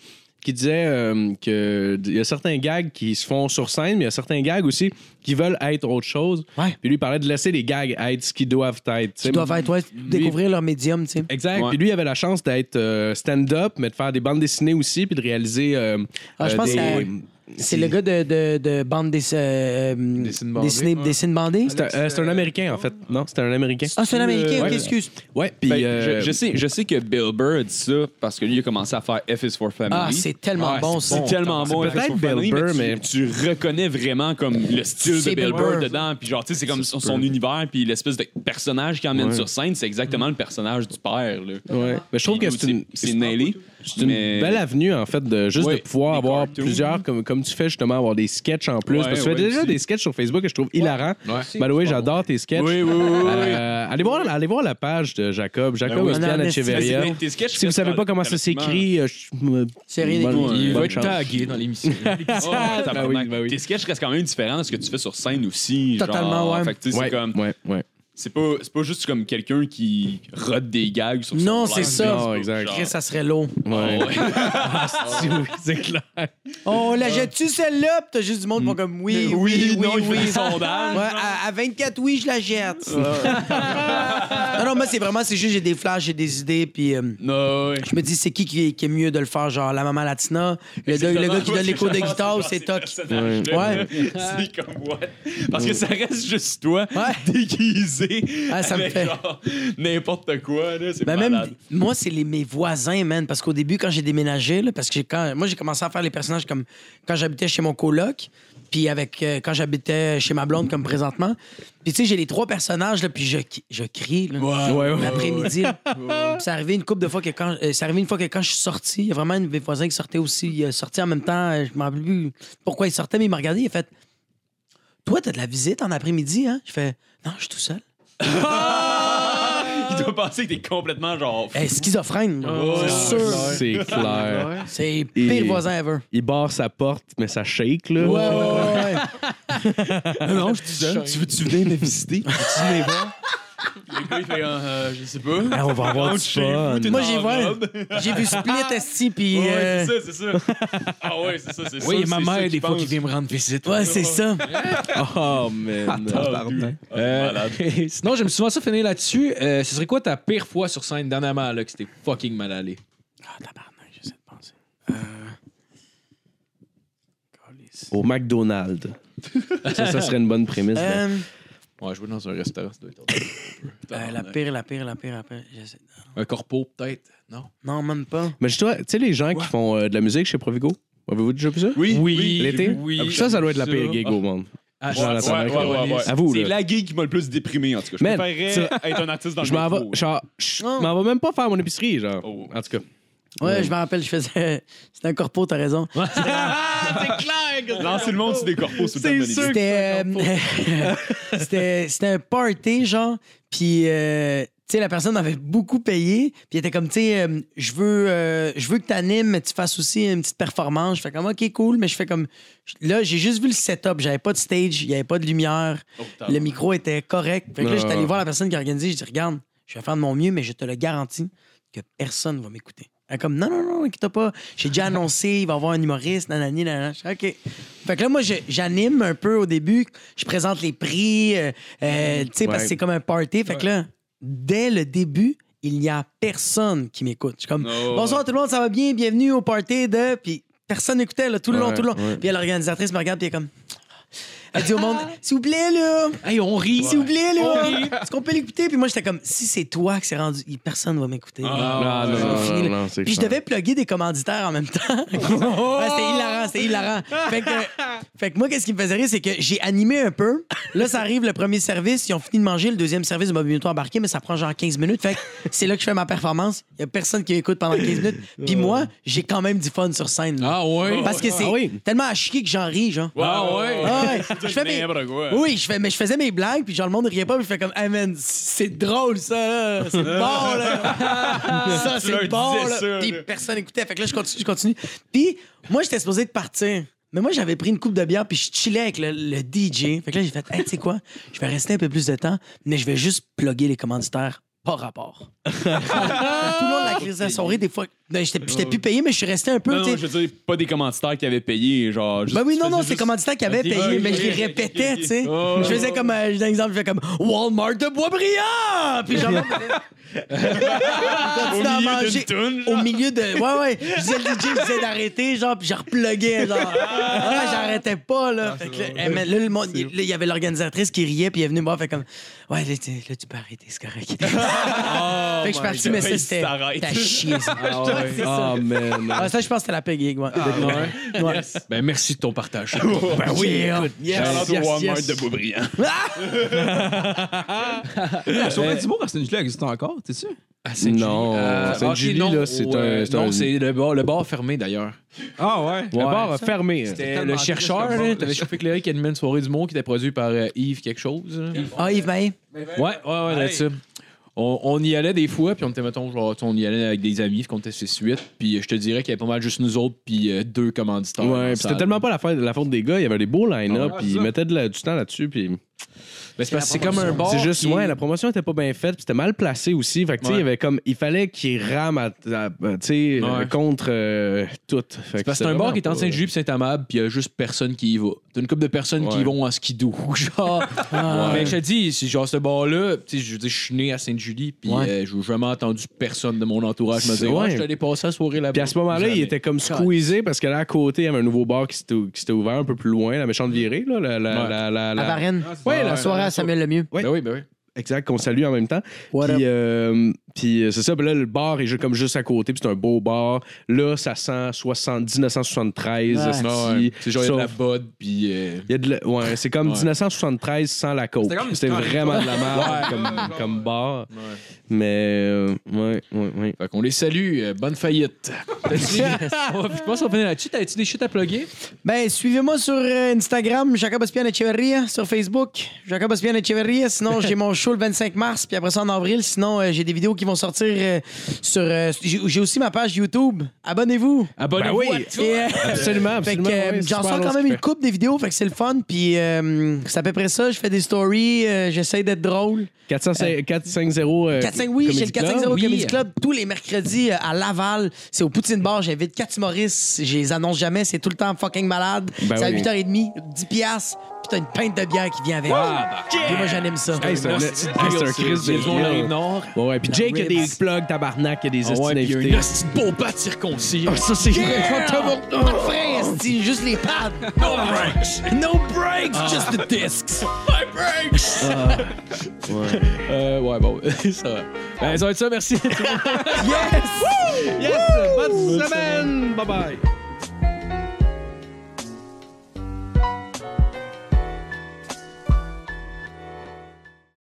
[SPEAKER 4] qui disait euh, que d- il y a certains gags qui se font sur scène, mais il y a certains gags aussi qui veulent être autre chose.
[SPEAKER 1] Ouais.
[SPEAKER 4] Puis lui, il parlait de laisser les gags être ce qu'ils doivent être.
[SPEAKER 1] Ils doivent être, ouais, découvrir leur médium, tu sais.
[SPEAKER 4] Exact.
[SPEAKER 6] Ouais.
[SPEAKER 4] Puis lui, il avait la chance d'être euh, stand-up, mais de faire des bandes dessinées aussi, puis de réaliser. euh,
[SPEAKER 1] Ah, je
[SPEAKER 4] euh,
[SPEAKER 1] pense
[SPEAKER 4] des-
[SPEAKER 1] que C'est le gars de, de, de bande des, euh, euh,
[SPEAKER 3] Dessine bandée. Ah.
[SPEAKER 1] dessine- dessine bandée.
[SPEAKER 4] C'est un, euh, c'est un Américain, en fait. Non, c'était un Américain.
[SPEAKER 1] Ah, c'est un américain,
[SPEAKER 4] Euh,
[SPEAKER 1] ok,
[SPEAKER 4] ouais.
[SPEAKER 1] excuse.
[SPEAKER 4] Ouais, puis.
[SPEAKER 6] Ben,
[SPEAKER 4] euh,
[SPEAKER 6] je, je sais, je sais que Bill Burr a dit ça parce que lui, il a commencé à faire F is for Family.
[SPEAKER 1] Ah, c'est tellement
[SPEAKER 3] Ouais,
[SPEAKER 1] bon,
[SPEAKER 3] c'est
[SPEAKER 1] ça.
[SPEAKER 6] C'est tellement bon.
[SPEAKER 4] peut-être
[SPEAKER 6] F is for
[SPEAKER 4] Ah, Bill
[SPEAKER 6] Family,
[SPEAKER 4] Burr,
[SPEAKER 6] mais, tu, tu reconnais vraiment comme le style
[SPEAKER 1] C'est
[SPEAKER 6] de Bill
[SPEAKER 1] Bill
[SPEAKER 6] Burr
[SPEAKER 1] Burr.
[SPEAKER 6] dedans. Puis genre, tu sais, c'est comme son, son univers, puis l'espèce de personnage qu'il emmène sur scène, c'est exactement le personnage du père. Là.
[SPEAKER 4] ouais. Mais je trouve que c'est une.
[SPEAKER 6] c'est nailé.
[SPEAKER 4] C'est une belle avenue, en fait, de juste
[SPEAKER 6] Ouais,
[SPEAKER 4] de pouvoir
[SPEAKER 6] des
[SPEAKER 4] avoir
[SPEAKER 6] cartoons.
[SPEAKER 4] plusieurs, comme, comme tu fais justement, avoir des sketchs en plus.
[SPEAKER 6] Ouais,
[SPEAKER 4] parce que tu fais
[SPEAKER 6] ouais,
[SPEAKER 4] déjà
[SPEAKER 6] aussi.
[SPEAKER 4] des sketchs sur Facebook que je trouve hilarants. By the way, j'adore tes sketchs.
[SPEAKER 6] Oui, oui, oui, oui, oui.
[SPEAKER 4] Euh, allez, voir, allez voir la page de Jacob, Jacob
[SPEAKER 1] oui.
[SPEAKER 4] Estienne
[SPEAKER 1] Non, mais
[SPEAKER 6] Mais c'est-
[SPEAKER 4] Echeverria.
[SPEAKER 6] mais tes sketchs
[SPEAKER 4] Si vous savez pas comment ça s'écrit, euh, je- me-
[SPEAKER 1] C'est rien
[SPEAKER 4] bonne-
[SPEAKER 6] euh,
[SPEAKER 1] d'écrit.
[SPEAKER 3] Il
[SPEAKER 4] bonne
[SPEAKER 3] va être
[SPEAKER 4] chance.
[SPEAKER 3] tagué dans
[SPEAKER 6] [laughs]
[SPEAKER 3] l'émission.
[SPEAKER 4] [laughs]
[SPEAKER 6] Oh, tabarnak.
[SPEAKER 4] Ben oui, ben oui.
[SPEAKER 6] Tes sketchs restent quand même différents de ce que tu fais sur scène aussi. genre.
[SPEAKER 1] Totalement, ouais.
[SPEAKER 6] Fait que, tu sais,
[SPEAKER 4] Ouais,
[SPEAKER 6] c'est comme.
[SPEAKER 4] ouais, ouais.
[SPEAKER 6] C'est pas, c'est pas juste comme quelqu'un qui rote des gags sur son
[SPEAKER 1] Non,
[SPEAKER 6] live
[SPEAKER 1] c'est ça.
[SPEAKER 6] Facebook,
[SPEAKER 4] Non, exact.
[SPEAKER 6] genre.
[SPEAKER 1] Chris, ça serait long.
[SPEAKER 4] Ouais. Ah, si, oui, c'est clair.
[SPEAKER 1] On la jette-tu celle-là? Puis t'as juste du monde pour comme oui, oui, oui,
[SPEAKER 6] Ah. non,
[SPEAKER 1] oui.
[SPEAKER 6] il fait des sondages,
[SPEAKER 1] Ouais, à, à 24, oui, je la jette.
[SPEAKER 6] Ah,
[SPEAKER 1] non, non, moi, c'est vraiment, c'est juste, j'ai des flashs, j'ai des idées, puis. euh,
[SPEAKER 6] Non, ouais.
[SPEAKER 1] Je me dis, c'est qui qui est, qui est mieux de le faire, genre la maman latina, le, gars- le gars qui donne les
[SPEAKER 6] [laughs]
[SPEAKER 1] cours de guitare, c'est Toc. Ouais.
[SPEAKER 6] C'est [laughs] comme what? Parce que ça reste juste toi,
[SPEAKER 1] Ouais.
[SPEAKER 6] déguisé.
[SPEAKER 1] Ah, ça me
[SPEAKER 6] avec
[SPEAKER 1] fait-
[SPEAKER 6] genre N'importe quoi, là. C'est
[SPEAKER 1] Ben même,
[SPEAKER 6] malade.
[SPEAKER 1] moi, c'est les, mes voisins, man. Parce qu'au début, quand j'ai déménagé, là, parce que j'ai- quand, moi, j'ai commencé à faire les personnages comme quand j'habitais chez mon coloc, puis avec euh, quand j'habitais chez ma blonde, comme présentement. Puis, tu sais, j'ai les trois personnages, là, puis je, je crie, là,
[SPEAKER 4] Ouais, ouais.
[SPEAKER 1] l'après-midi. là. Puis c'est arrivé une couple de fois que quand, euh, c'est arrivé une fois que quand je suis sorti, il y a vraiment un de mes voisins qui sortait aussi. Il est sorti en même temps, euh, je m'en rappelle plus pourquoi il sortait, mais il m'a regardé, il a fait Toi, t'as de la visite en après-midi, hein? Je fais Non, je suis tout seul.
[SPEAKER 6] Il doit penser que t'es complètement genre.
[SPEAKER 1] Hey, Eh, schizophrène, c'est sûr.
[SPEAKER 4] C'est clair.
[SPEAKER 1] C'est
[SPEAKER 4] Et-
[SPEAKER 1] pire voisin ever.
[SPEAKER 4] Il barre sa porte, mais ça shake, là. [laughs]
[SPEAKER 1] ouais, ouais.
[SPEAKER 6] Non, je dis ça. Tu veux-tu venir me visiter? Tu il fait, euh, je sais pas.
[SPEAKER 7] on
[SPEAKER 1] [laughs]
[SPEAKER 7] va avoir du fun.
[SPEAKER 1] Moi,
[SPEAKER 6] dans
[SPEAKER 1] j'ai
[SPEAKER 6] la
[SPEAKER 1] vu, j'ai vu Split Esti, puis. euh,
[SPEAKER 6] Ouais, c'est ça, c'est ça. Ah ouais, c'est ça, c'est ça.
[SPEAKER 2] Oui, ma
[SPEAKER 6] c'est ça
[SPEAKER 2] mère,
[SPEAKER 6] qu'il
[SPEAKER 2] des fois,
[SPEAKER 6] pense.
[SPEAKER 2] qui vient me rendre visite.
[SPEAKER 1] Ouais, c'est ça.
[SPEAKER 7] Oh, man.
[SPEAKER 6] Ah,
[SPEAKER 3] Euh, sinon, j'aime souvent ça finir là-dessus. Euh, ce serait quoi ta pire fois sur scène dernièrement, là, que c'était fucking mal allé?
[SPEAKER 1] Ah, tabarnak, j'essaie de penser.
[SPEAKER 4] Au McDonald's.
[SPEAKER 6] [laughs]
[SPEAKER 4] ça, ça serait une bonne prémisse. ben. là.
[SPEAKER 1] Euh,
[SPEAKER 3] Ouais, je vais dans un restaurant, ça doit être autre.
[SPEAKER 1] euh, la pire, la pire, la pire, la pire. j'essaie-
[SPEAKER 3] Un corpo, peut-être? Non?
[SPEAKER 1] Non, même pas.
[SPEAKER 4] Mais je dois- tu sais, les gens qui font euh, de la musique chez Provigo, avez-vous déjà vu ça?
[SPEAKER 6] Oui,
[SPEAKER 4] L'été?
[SPEAKER 6] oui,
[SPEAKER 4] Ah, ça, ça doit être la
[SPEAKER 6] ça.
[SPEAKER 4] pire gig au monde.
[SPEAKER 3] Ah,
[SPEAKER 4] Genre, la
[SPEAKER 6] Ouais,
[SPEAKER 4] tabarnak,
[SPEAKER 6] ouais,
[SPEAKER 4] là.
[SPEAKER 6] ouais, ouais.
[SPEAKER 4] À vous,
[SPEAKER 6] C'est
[SPEAKER 4] là.
[SPEAKER 6] la gig qui m'a le plus déprimé, en tout cas. Je
[SPEAKER 4] Man,
[SPEAKER 6] préférais être un artiste dans
[SPEAKER 4] Je
[SPEAKER 6] le
[SPEAKER 4] m'en
[SPEAKER 6] métro.
[SPEAKER 4] vais, genre, je
[SPEAKER 1] Non.
[SPEAKER 4] m'en vais même pas faire mon épicerie, genre.
[SPEAKER 6] Oh.
[SPEAKER 4] En tout cas.
[SPEAKER 1] Ouais, je me rappelle, je faisais. [laughs] C'était un corpo, t'as raison.
[SPEAKER 6] Lancer le monde sur des corpos sur le temps
[SPEAKER 7] C'est
[SPEAKER 6] de
[SPEAKER 7] sûr.
[SPEAKER 1] C'était. euh, [laughs] C'était c'était un party, genre. Puis, euh, tu sais, la personne avait beaucoup payé. Puis, elle était comme, tu sais, euh, je veux, euh, je veux que t'animes, mais tu fasses aussi une petite performance. Je fais comme, OK, cool. Mais je fais comme. Là, j'ai juste vu le setup. J'avais pas de stage, il y avait pas de lumière. le micro était correct. Fait que là, j'étais allé voir la personne qui a organisé. Je dis, regarde, je vais faire de mon mieux, mais je te le garantis que personne va m'écouter. Elle est comme, non, non, non, inquiète pas.
[SPEAKER 4] [laughs]
[SPEAKER 1] J'ai déjà annoncé, il va y avoir un humoriste, nanani, nanana. Je fais, OK. Fait que là, moi, je- j'anime un peu au début. Je présente les prix, euh, euh, tu sais, parce
[SPEAKER 4] Ouais.
[SPEAKER 1] que c'est comme un party. Fait que là, dès le début, il n'y a personne qui m'écoute. Je suis comme,
[SPEAKER 6] Non.
[SPEAKER 1] bonsoir tout le monde, ça va bien, bienvenue au party de. Puis personne n'écoutait, là, tout le long,
[SPEAKER 4] Ouais,
[SPEAKER 1] tout le long.
[SPEAKER 4] ouais.
[SPEAKER 1] Puis là, l'organisatrice me regarde, puis elle est comme, elle dit au monde, s'il vous plaît, là,
[SPEAKER 2] Ah. Hey, on rit.
[SPEAKER 1] s'il vous plaît, là, est-ce qu'on peut l'écouter? Puis moi, j'étais comme, si c'est toi que c'est rendu, personne va m'écouter.
[SPEAKER 6] Ah,
[SPEAKER 1] non, non, non, non,
[SPEAKER 4] c'est
[SPEAKER 1] Puis je devais plugger des commanditaires en même temps. [laughs] Ouais, c'était hilarant, c'était hilarant. Fait que, fait que moi, qu'est-ce qui me faisait rire, c'est que j'ai animé un peu. Là, ça arrive le premier service, ils ont fini de manger, le deuxième service m'a bientôt embarqué, mais ça prend genre 15 minutes. Fait que c'est là que je fais ma performance. Il y a personne qui m'écoute pendant 15 minutes. Puis moi, j'ai quand même du fun sur scène. là.
[SPEAKER 3] Ah ouais?
[SPEAKER 1] Parce que c'est
[SPEAKER 4] Ah oui.
[SPEAKER 1] tellement à chier que j'en ris, genre.
[SPEAKER 6] Ah ouais.
[SPEAKER 1] Ah
[SPEAKER 6] [laughs]
[SPEAKER 1] ouais. Je fais mes-
[SPEAKER 6] N'importe quoi.
[SPEAKER 1] oui, je fais, mais je faisais mes blagues, puis genre le monde riait pas, puis je fais comme, hey man, c'est drôle ça, là.
[SPEAKER 6] [laughs]
[SPEAKER 1] c'est bon là, ça
[SPEAKER 6] leur
[SPEAKER 1] c'est bon
[SPEAKER 6] disais
[SPEAKER 1] là,
[SPEAKER 6] ça,
[SPEAKER 1] puis
[SPEAKER 6] là.
[SPEAKER 1] personne écoutait, fait que là je continue, je continue. Puis moi j'étais supposé de partir, mais moi j'avais pris une coupe de bière, puis je chillais avec le, le DJ, fait que là j'ai fait, hey tu sais quoi, je vais rester un peu plus de temps, mais je vais juste plugger les commanditaires. Pas
[SPEAKER 6] [laughs]
[SPEAKER 1] rapport. Tout le monde l'a crise à son rire. Des fois, ben, j'étais j'étais plus payé, mais je suis resté un peu.
[SPEAKER 6] Non,
[SPEAKER 1] tu
[SPEAKER 6] non,
[SPEAKER 1] sais.
[SPEAKER 6] je veux dire, pas des commanditaires qui avaient payé, genre. Juste,
[SPEAKER 1] Ben oui,
[SPEAKER 6] tu
[SPEAKER 1] non, non,
[SPEAKER 6] faisais
[SPEAKER 1] c'est
[SPEAKER 6] juste- Ah,
[SPEAKER 1] commanditaire qui avait payé,
[SPEAKER 6] ok,
[SPEAKER 1] mais je les
[SPEAKER 6] ok, ok,
[SPEAKER 1] répétais,
[SPEAKER 6] ok.
[SPEAKER 1] tu sais.
[SPEAKER 6] Oh.
[SPEAKER 1] Je faisais comme, euh, je donne un exemple, je fais comme Walmart de Boisbriand! Puis
[SPEAKER 6] [laughs]
[SPEAKER 1] genre,
[SPEAKER 6] Au
[SPEAKER 1] continue à
[SPEAKER 6] milieu
[SPEAKER 1] manger.
[SPEAKER 6] d'une toune,
[SPEAKER 1] Au
[SPEAKER 6] genre.
[SPEAKER 1] milieu de. Ouais, ouais. Je disais le DJ, je disais d'arrêter, genre, puis je repluguais, genre. Ah, j'arrêtais pas, là. Fait que là, eh, mais là, le monde, il là, il y avait l'organisatrice qui riait, puis elle est venue me voir, fait comme, ouais, là, tu, là, tu peux arrêter, c'est
[SPEAKER 6] [laughs]
[SPEAKER 1] correct. fait que je
[SPEAKER 6] Oh
[SPEAKER 1] suis parti, mais ça, c'était.
[SPEAKER 6] t'arrêtes.
[SPEAKER 1] T'as chié, ça.
[SPEAKER 4] Ah,
[SPEAKER 1] [laughs]
[SPEAKER 4] ouais. Ah, man.
[SPEAKER 1] Ah, ça, je pense que c'était la paix gig, ouais.
[SPEAKER 3] Ouais. Ben, merci de ton
[SPEAKER 1] [laughs]
[SPEAKER 3] partage.
[SPEAKER 1] Ben oui, hein.
[SPEAKER 6] Shout
[SPEAKER 1] yes,
[SPEAKER 6] out au Walmart de Beaubriand.
[SPEAKER 5] Sur du mot, Arsène Julie existe encore, t'es sûr?
[SPEAKER 3] Ah, c'est
[SPEAKER 4] Non, c'est
[SPEAKER 3] ok,
[SPEAKER 4] Julie,
[SPEAKER 3] non,
[SPEAKER 4] là, c'est
[SPEAKER 3] au, euh,
[SPEAKER 4] un- c'est
[SPEAKER 3] Non,
[SPEAKER 4] un-
[SPEAKER 3] c'est le bar, le bar fermé, d'ailleurs.
[SPEAKER 5] Ah ouais.
[SPEAKER 4] Le bar a fermé.
[SPEAKER 3] C'était
[SPEAKER 5] tellement
[SPEAKER 3] le
[SPEAKER 5] triste,
[SPEAKER 3] chercheur,
[SPEAKER 5] le bar,
[SPEAKER 3] là,
[SPEAKER 5] le
[SPEAKER 3] t'avais chauffé éclairé qui animait une soirée du mot qui était produit par euh, Yves quelque chose. là.
[SPEAKER 1] Ah, Yves Maé.
[SPEAKER 3] Ouais, ouais, ouais, là-dessus. On, on y allait des fois, puis on était, mettons, genre, tu sais, on y allait avec des amis, puis on testait suite, puis je te dirais qu'il y avait pas mal juste nous autres, puis euh, deux commanditaires. dans la
[SPEAKER 4] Ouais, pis c'était
[SPEAKER 3] salle.
[SPEAKER 4] tellement pas la faute, la faute des gars, il y avait des beaux line-up,
[SPEAKER 5] Ouais,
[SPEAKER 4] puis ils
[SPEAKER 5] ça.
[SPEAKER 4] mettaient de la- du temps là-dessus, puis
[SPEAKER 3] Ben, c'est parce que c'est comme un bar.
[SPEAKER 4] c'est juste,
[SPEAKER 3] qui-
[SPEAKER 4] ouais, la promotion était pas bien faite, puis c'était mal placé aussi, fait que tu sais, il y
[SPEAKER 3] Ouais.
[SPEAKER 4] avait comme, il fallait qu'ils rament, à- à- à- tu sais,
[SPEAKER 3] Ouais.
[SPEAKER 4] contre euh, tout. Fait
[SPEAKER 3] C'est
[SPEAKER 4] que
[SPEAKER 3] parce que
[SPEAKER 4] c'était
[SPEAKER 3] c'est un bar
[SPEAKER 4] vraiment
[SPEAKER 3] qui est en
[SPEAKER 4] pas-
[SPEAKER 3] Saint-Julie puis Saint-Amable, puis il y a juste personne qui y va. T'as une couple de personnes qui
[SPEAKER 4] Ouais. Ah.
[SPEAKER 3] y vont en skidoo, [laughs] genre. Mais je te dis, c'est genre ce bar-là, tu sais, je veux dire, je suis né à Sainte-Julie, puis
[SPEAKER 1] Ouais.
[SPEAKER 3] euh, j'ai jamais entendu personne de mon entourage me dire
[SPEAKER 4] Ouais.
[SPEAKER 3] Ouais, je suis allé passer la soirée là-bas.
[SPEAKER 4] Puis à ce moment-là, il
[SPEAKER 3] Jamais.
[SPEAKER 4] était comme squeezé parce que là, à côté, il y avait un nouveau bar qui s'était qui s'était ouvert un peu plus loin, la méchante virée, là. La, la,
[SPEAKER 3] Ouais.
[SPEAKER 4] la, la-
[SPEAKER 1] À
[SPEAKER 4] la-
[SPEAKER 1] Varennes.
[SPEAKER 3] Ah,
[SPEAKER 4] Ouais,
[SPEAKER 1] La
[SPEAKER 4] la
[SPEAKER 1] soirée à Samuel Lemieux.
[SPEAKER 4] Ouais.
[SPEAKER 3] Ben oui, ben oui.
[SPEAKER 4] Exact, qu'on salue en même temps.
[SPEAKER 1] What up?
[SPEAKER 4] Puis, euh, puis, euh, c'est ça, puis là, le bar est juste comme juste à côté, puis c'est un beau bar. Là, ça sent 70 1973.
[SPEAKER 1] Ouais.
[SPEAKER 4] esti.
[SPEAKER 3] Ah ouais. C'est genre il y a de la
[SPEAKER 4] Sauf-
[SPEAKER 3] bod, puis. euh,
[SPEAKER 4] il y a de la- ouais, c'est comme
[SPEAKER 3] Ouais.
[SPEAKER 4] 1973 sans la coke.
[SPEAKER 5] C'était comme une
[SPEAKER 4] C'était
[SPEAKER 5] connerie.
[SPEAKER 4] vraiment de la merde
[SPEAKER 5] Ouais.
[SPEAKER 4] comme,
[SPEAKER 5] Ouais, genre,
[SPEAKER 4] comme
[SPEAKER 5] ouais.
[SPEAKER 4] bar. Mais, euh, ouais, ouais, ouais.
[SPEAKER 3] Fait Fait qu'on les salue. euh, bonne [laughs] faillite. T'as-tu- On va- Je pense qu'on finit là-dessus. T'avais-tu des shit à plugger?
[SPEAKER 1] Ben, suivez-moi sur euh, Instagram, Jacob Ospian Echeverria, sur Facebook, Jacob Ospian
[SPEAKER 3] [laughs]
[SPEAKER 1] Echeverria. Sinon, j'ai mon show le 25 mars, puis après ça en avril. Sinon, euh, j'ai des vidéos qui vont sortir euh, sur. euh, j'ai j'ai aussi ma page YouTube. Abonnez-vous.
[SPEAKER 3] Abonnez-vous. à tout.
[SPEAKER 1] Et, euh,
[SPEAKER 4] Absolument,
[SPEAKER 1] fait
[SPEAKER 4] absolument.
[SPEAKER 1] que euh,
[SPEAKER 4] ouais,
[SPEAKER 1] j'en
[SPEAKER 4] super long
[SPEAKER 1] sors quand même une
[SPEAKER 4] spectacle.
[SPEAKER 1] coupe des vidéos, fait que c'est le fun. Puis euh, c'est à peu près ça. Je fais des stories, euh, j'essaie d'être drôle.
[SPEAKER 4] 405 450. euh,
[SPEAKER 1] 4-5, oui, j'ai
[SPEAKER 4] Comedy Club.
[SPEAKER 1] le 450
[SPEAKER 3] oui.
[SPEAKER 1] Comedy Club tous les mercredis euh, à Laval. C'est au Poutine Bar. J'invite 4 humoristes. Je les annonce jamais. C'est tout le temps fucking malade.
[SPEAKER 4] Ben
[SPEAKER 1] c'est à
[SPEAKER 4] oui.
[SPEAKER 1] 8h30, 10$. piastres, Puis t'as une pinte de bière qui vient avec. Puis moi, j'anime ça.
[SPEAKER 4] Ah, bah. Hey, c'est un- hey, c'est un Chris de
[SPEAKER 3] Maison la
[SPEAKER 4] deal.
[SPEAKER 3] Rive-Nord.
[SPEAKER 4] Ouais, ouais. Puis Jake a des plugs, tabarnak, il y a des
[SPEAKER 3] Ouais,
[SPEAKER 4] estimes
[SPEAKER 3] puis il y a
[SPEAKER 4] invités.
[SPEAKER 3] une Ah, hostie de beau pas circoncis.
[SPEAKER 4] Ça, c'est
[SPEAKER 1] Yeah! Pas de freins, c'est juste les pads.
[SPEAKER 3] No breaks! No breaks!
[SPEAKER 4] Ah.
[SPEAKER 3] Just the discs! My breaks! ouais. Euh, ouais, bon, [laughs] ça va. Ben, ça va être ça, merci.
[SPEAKER 1] Yes!
[SPEAKER 4] Yes! Bonne semaine! Bye-bye!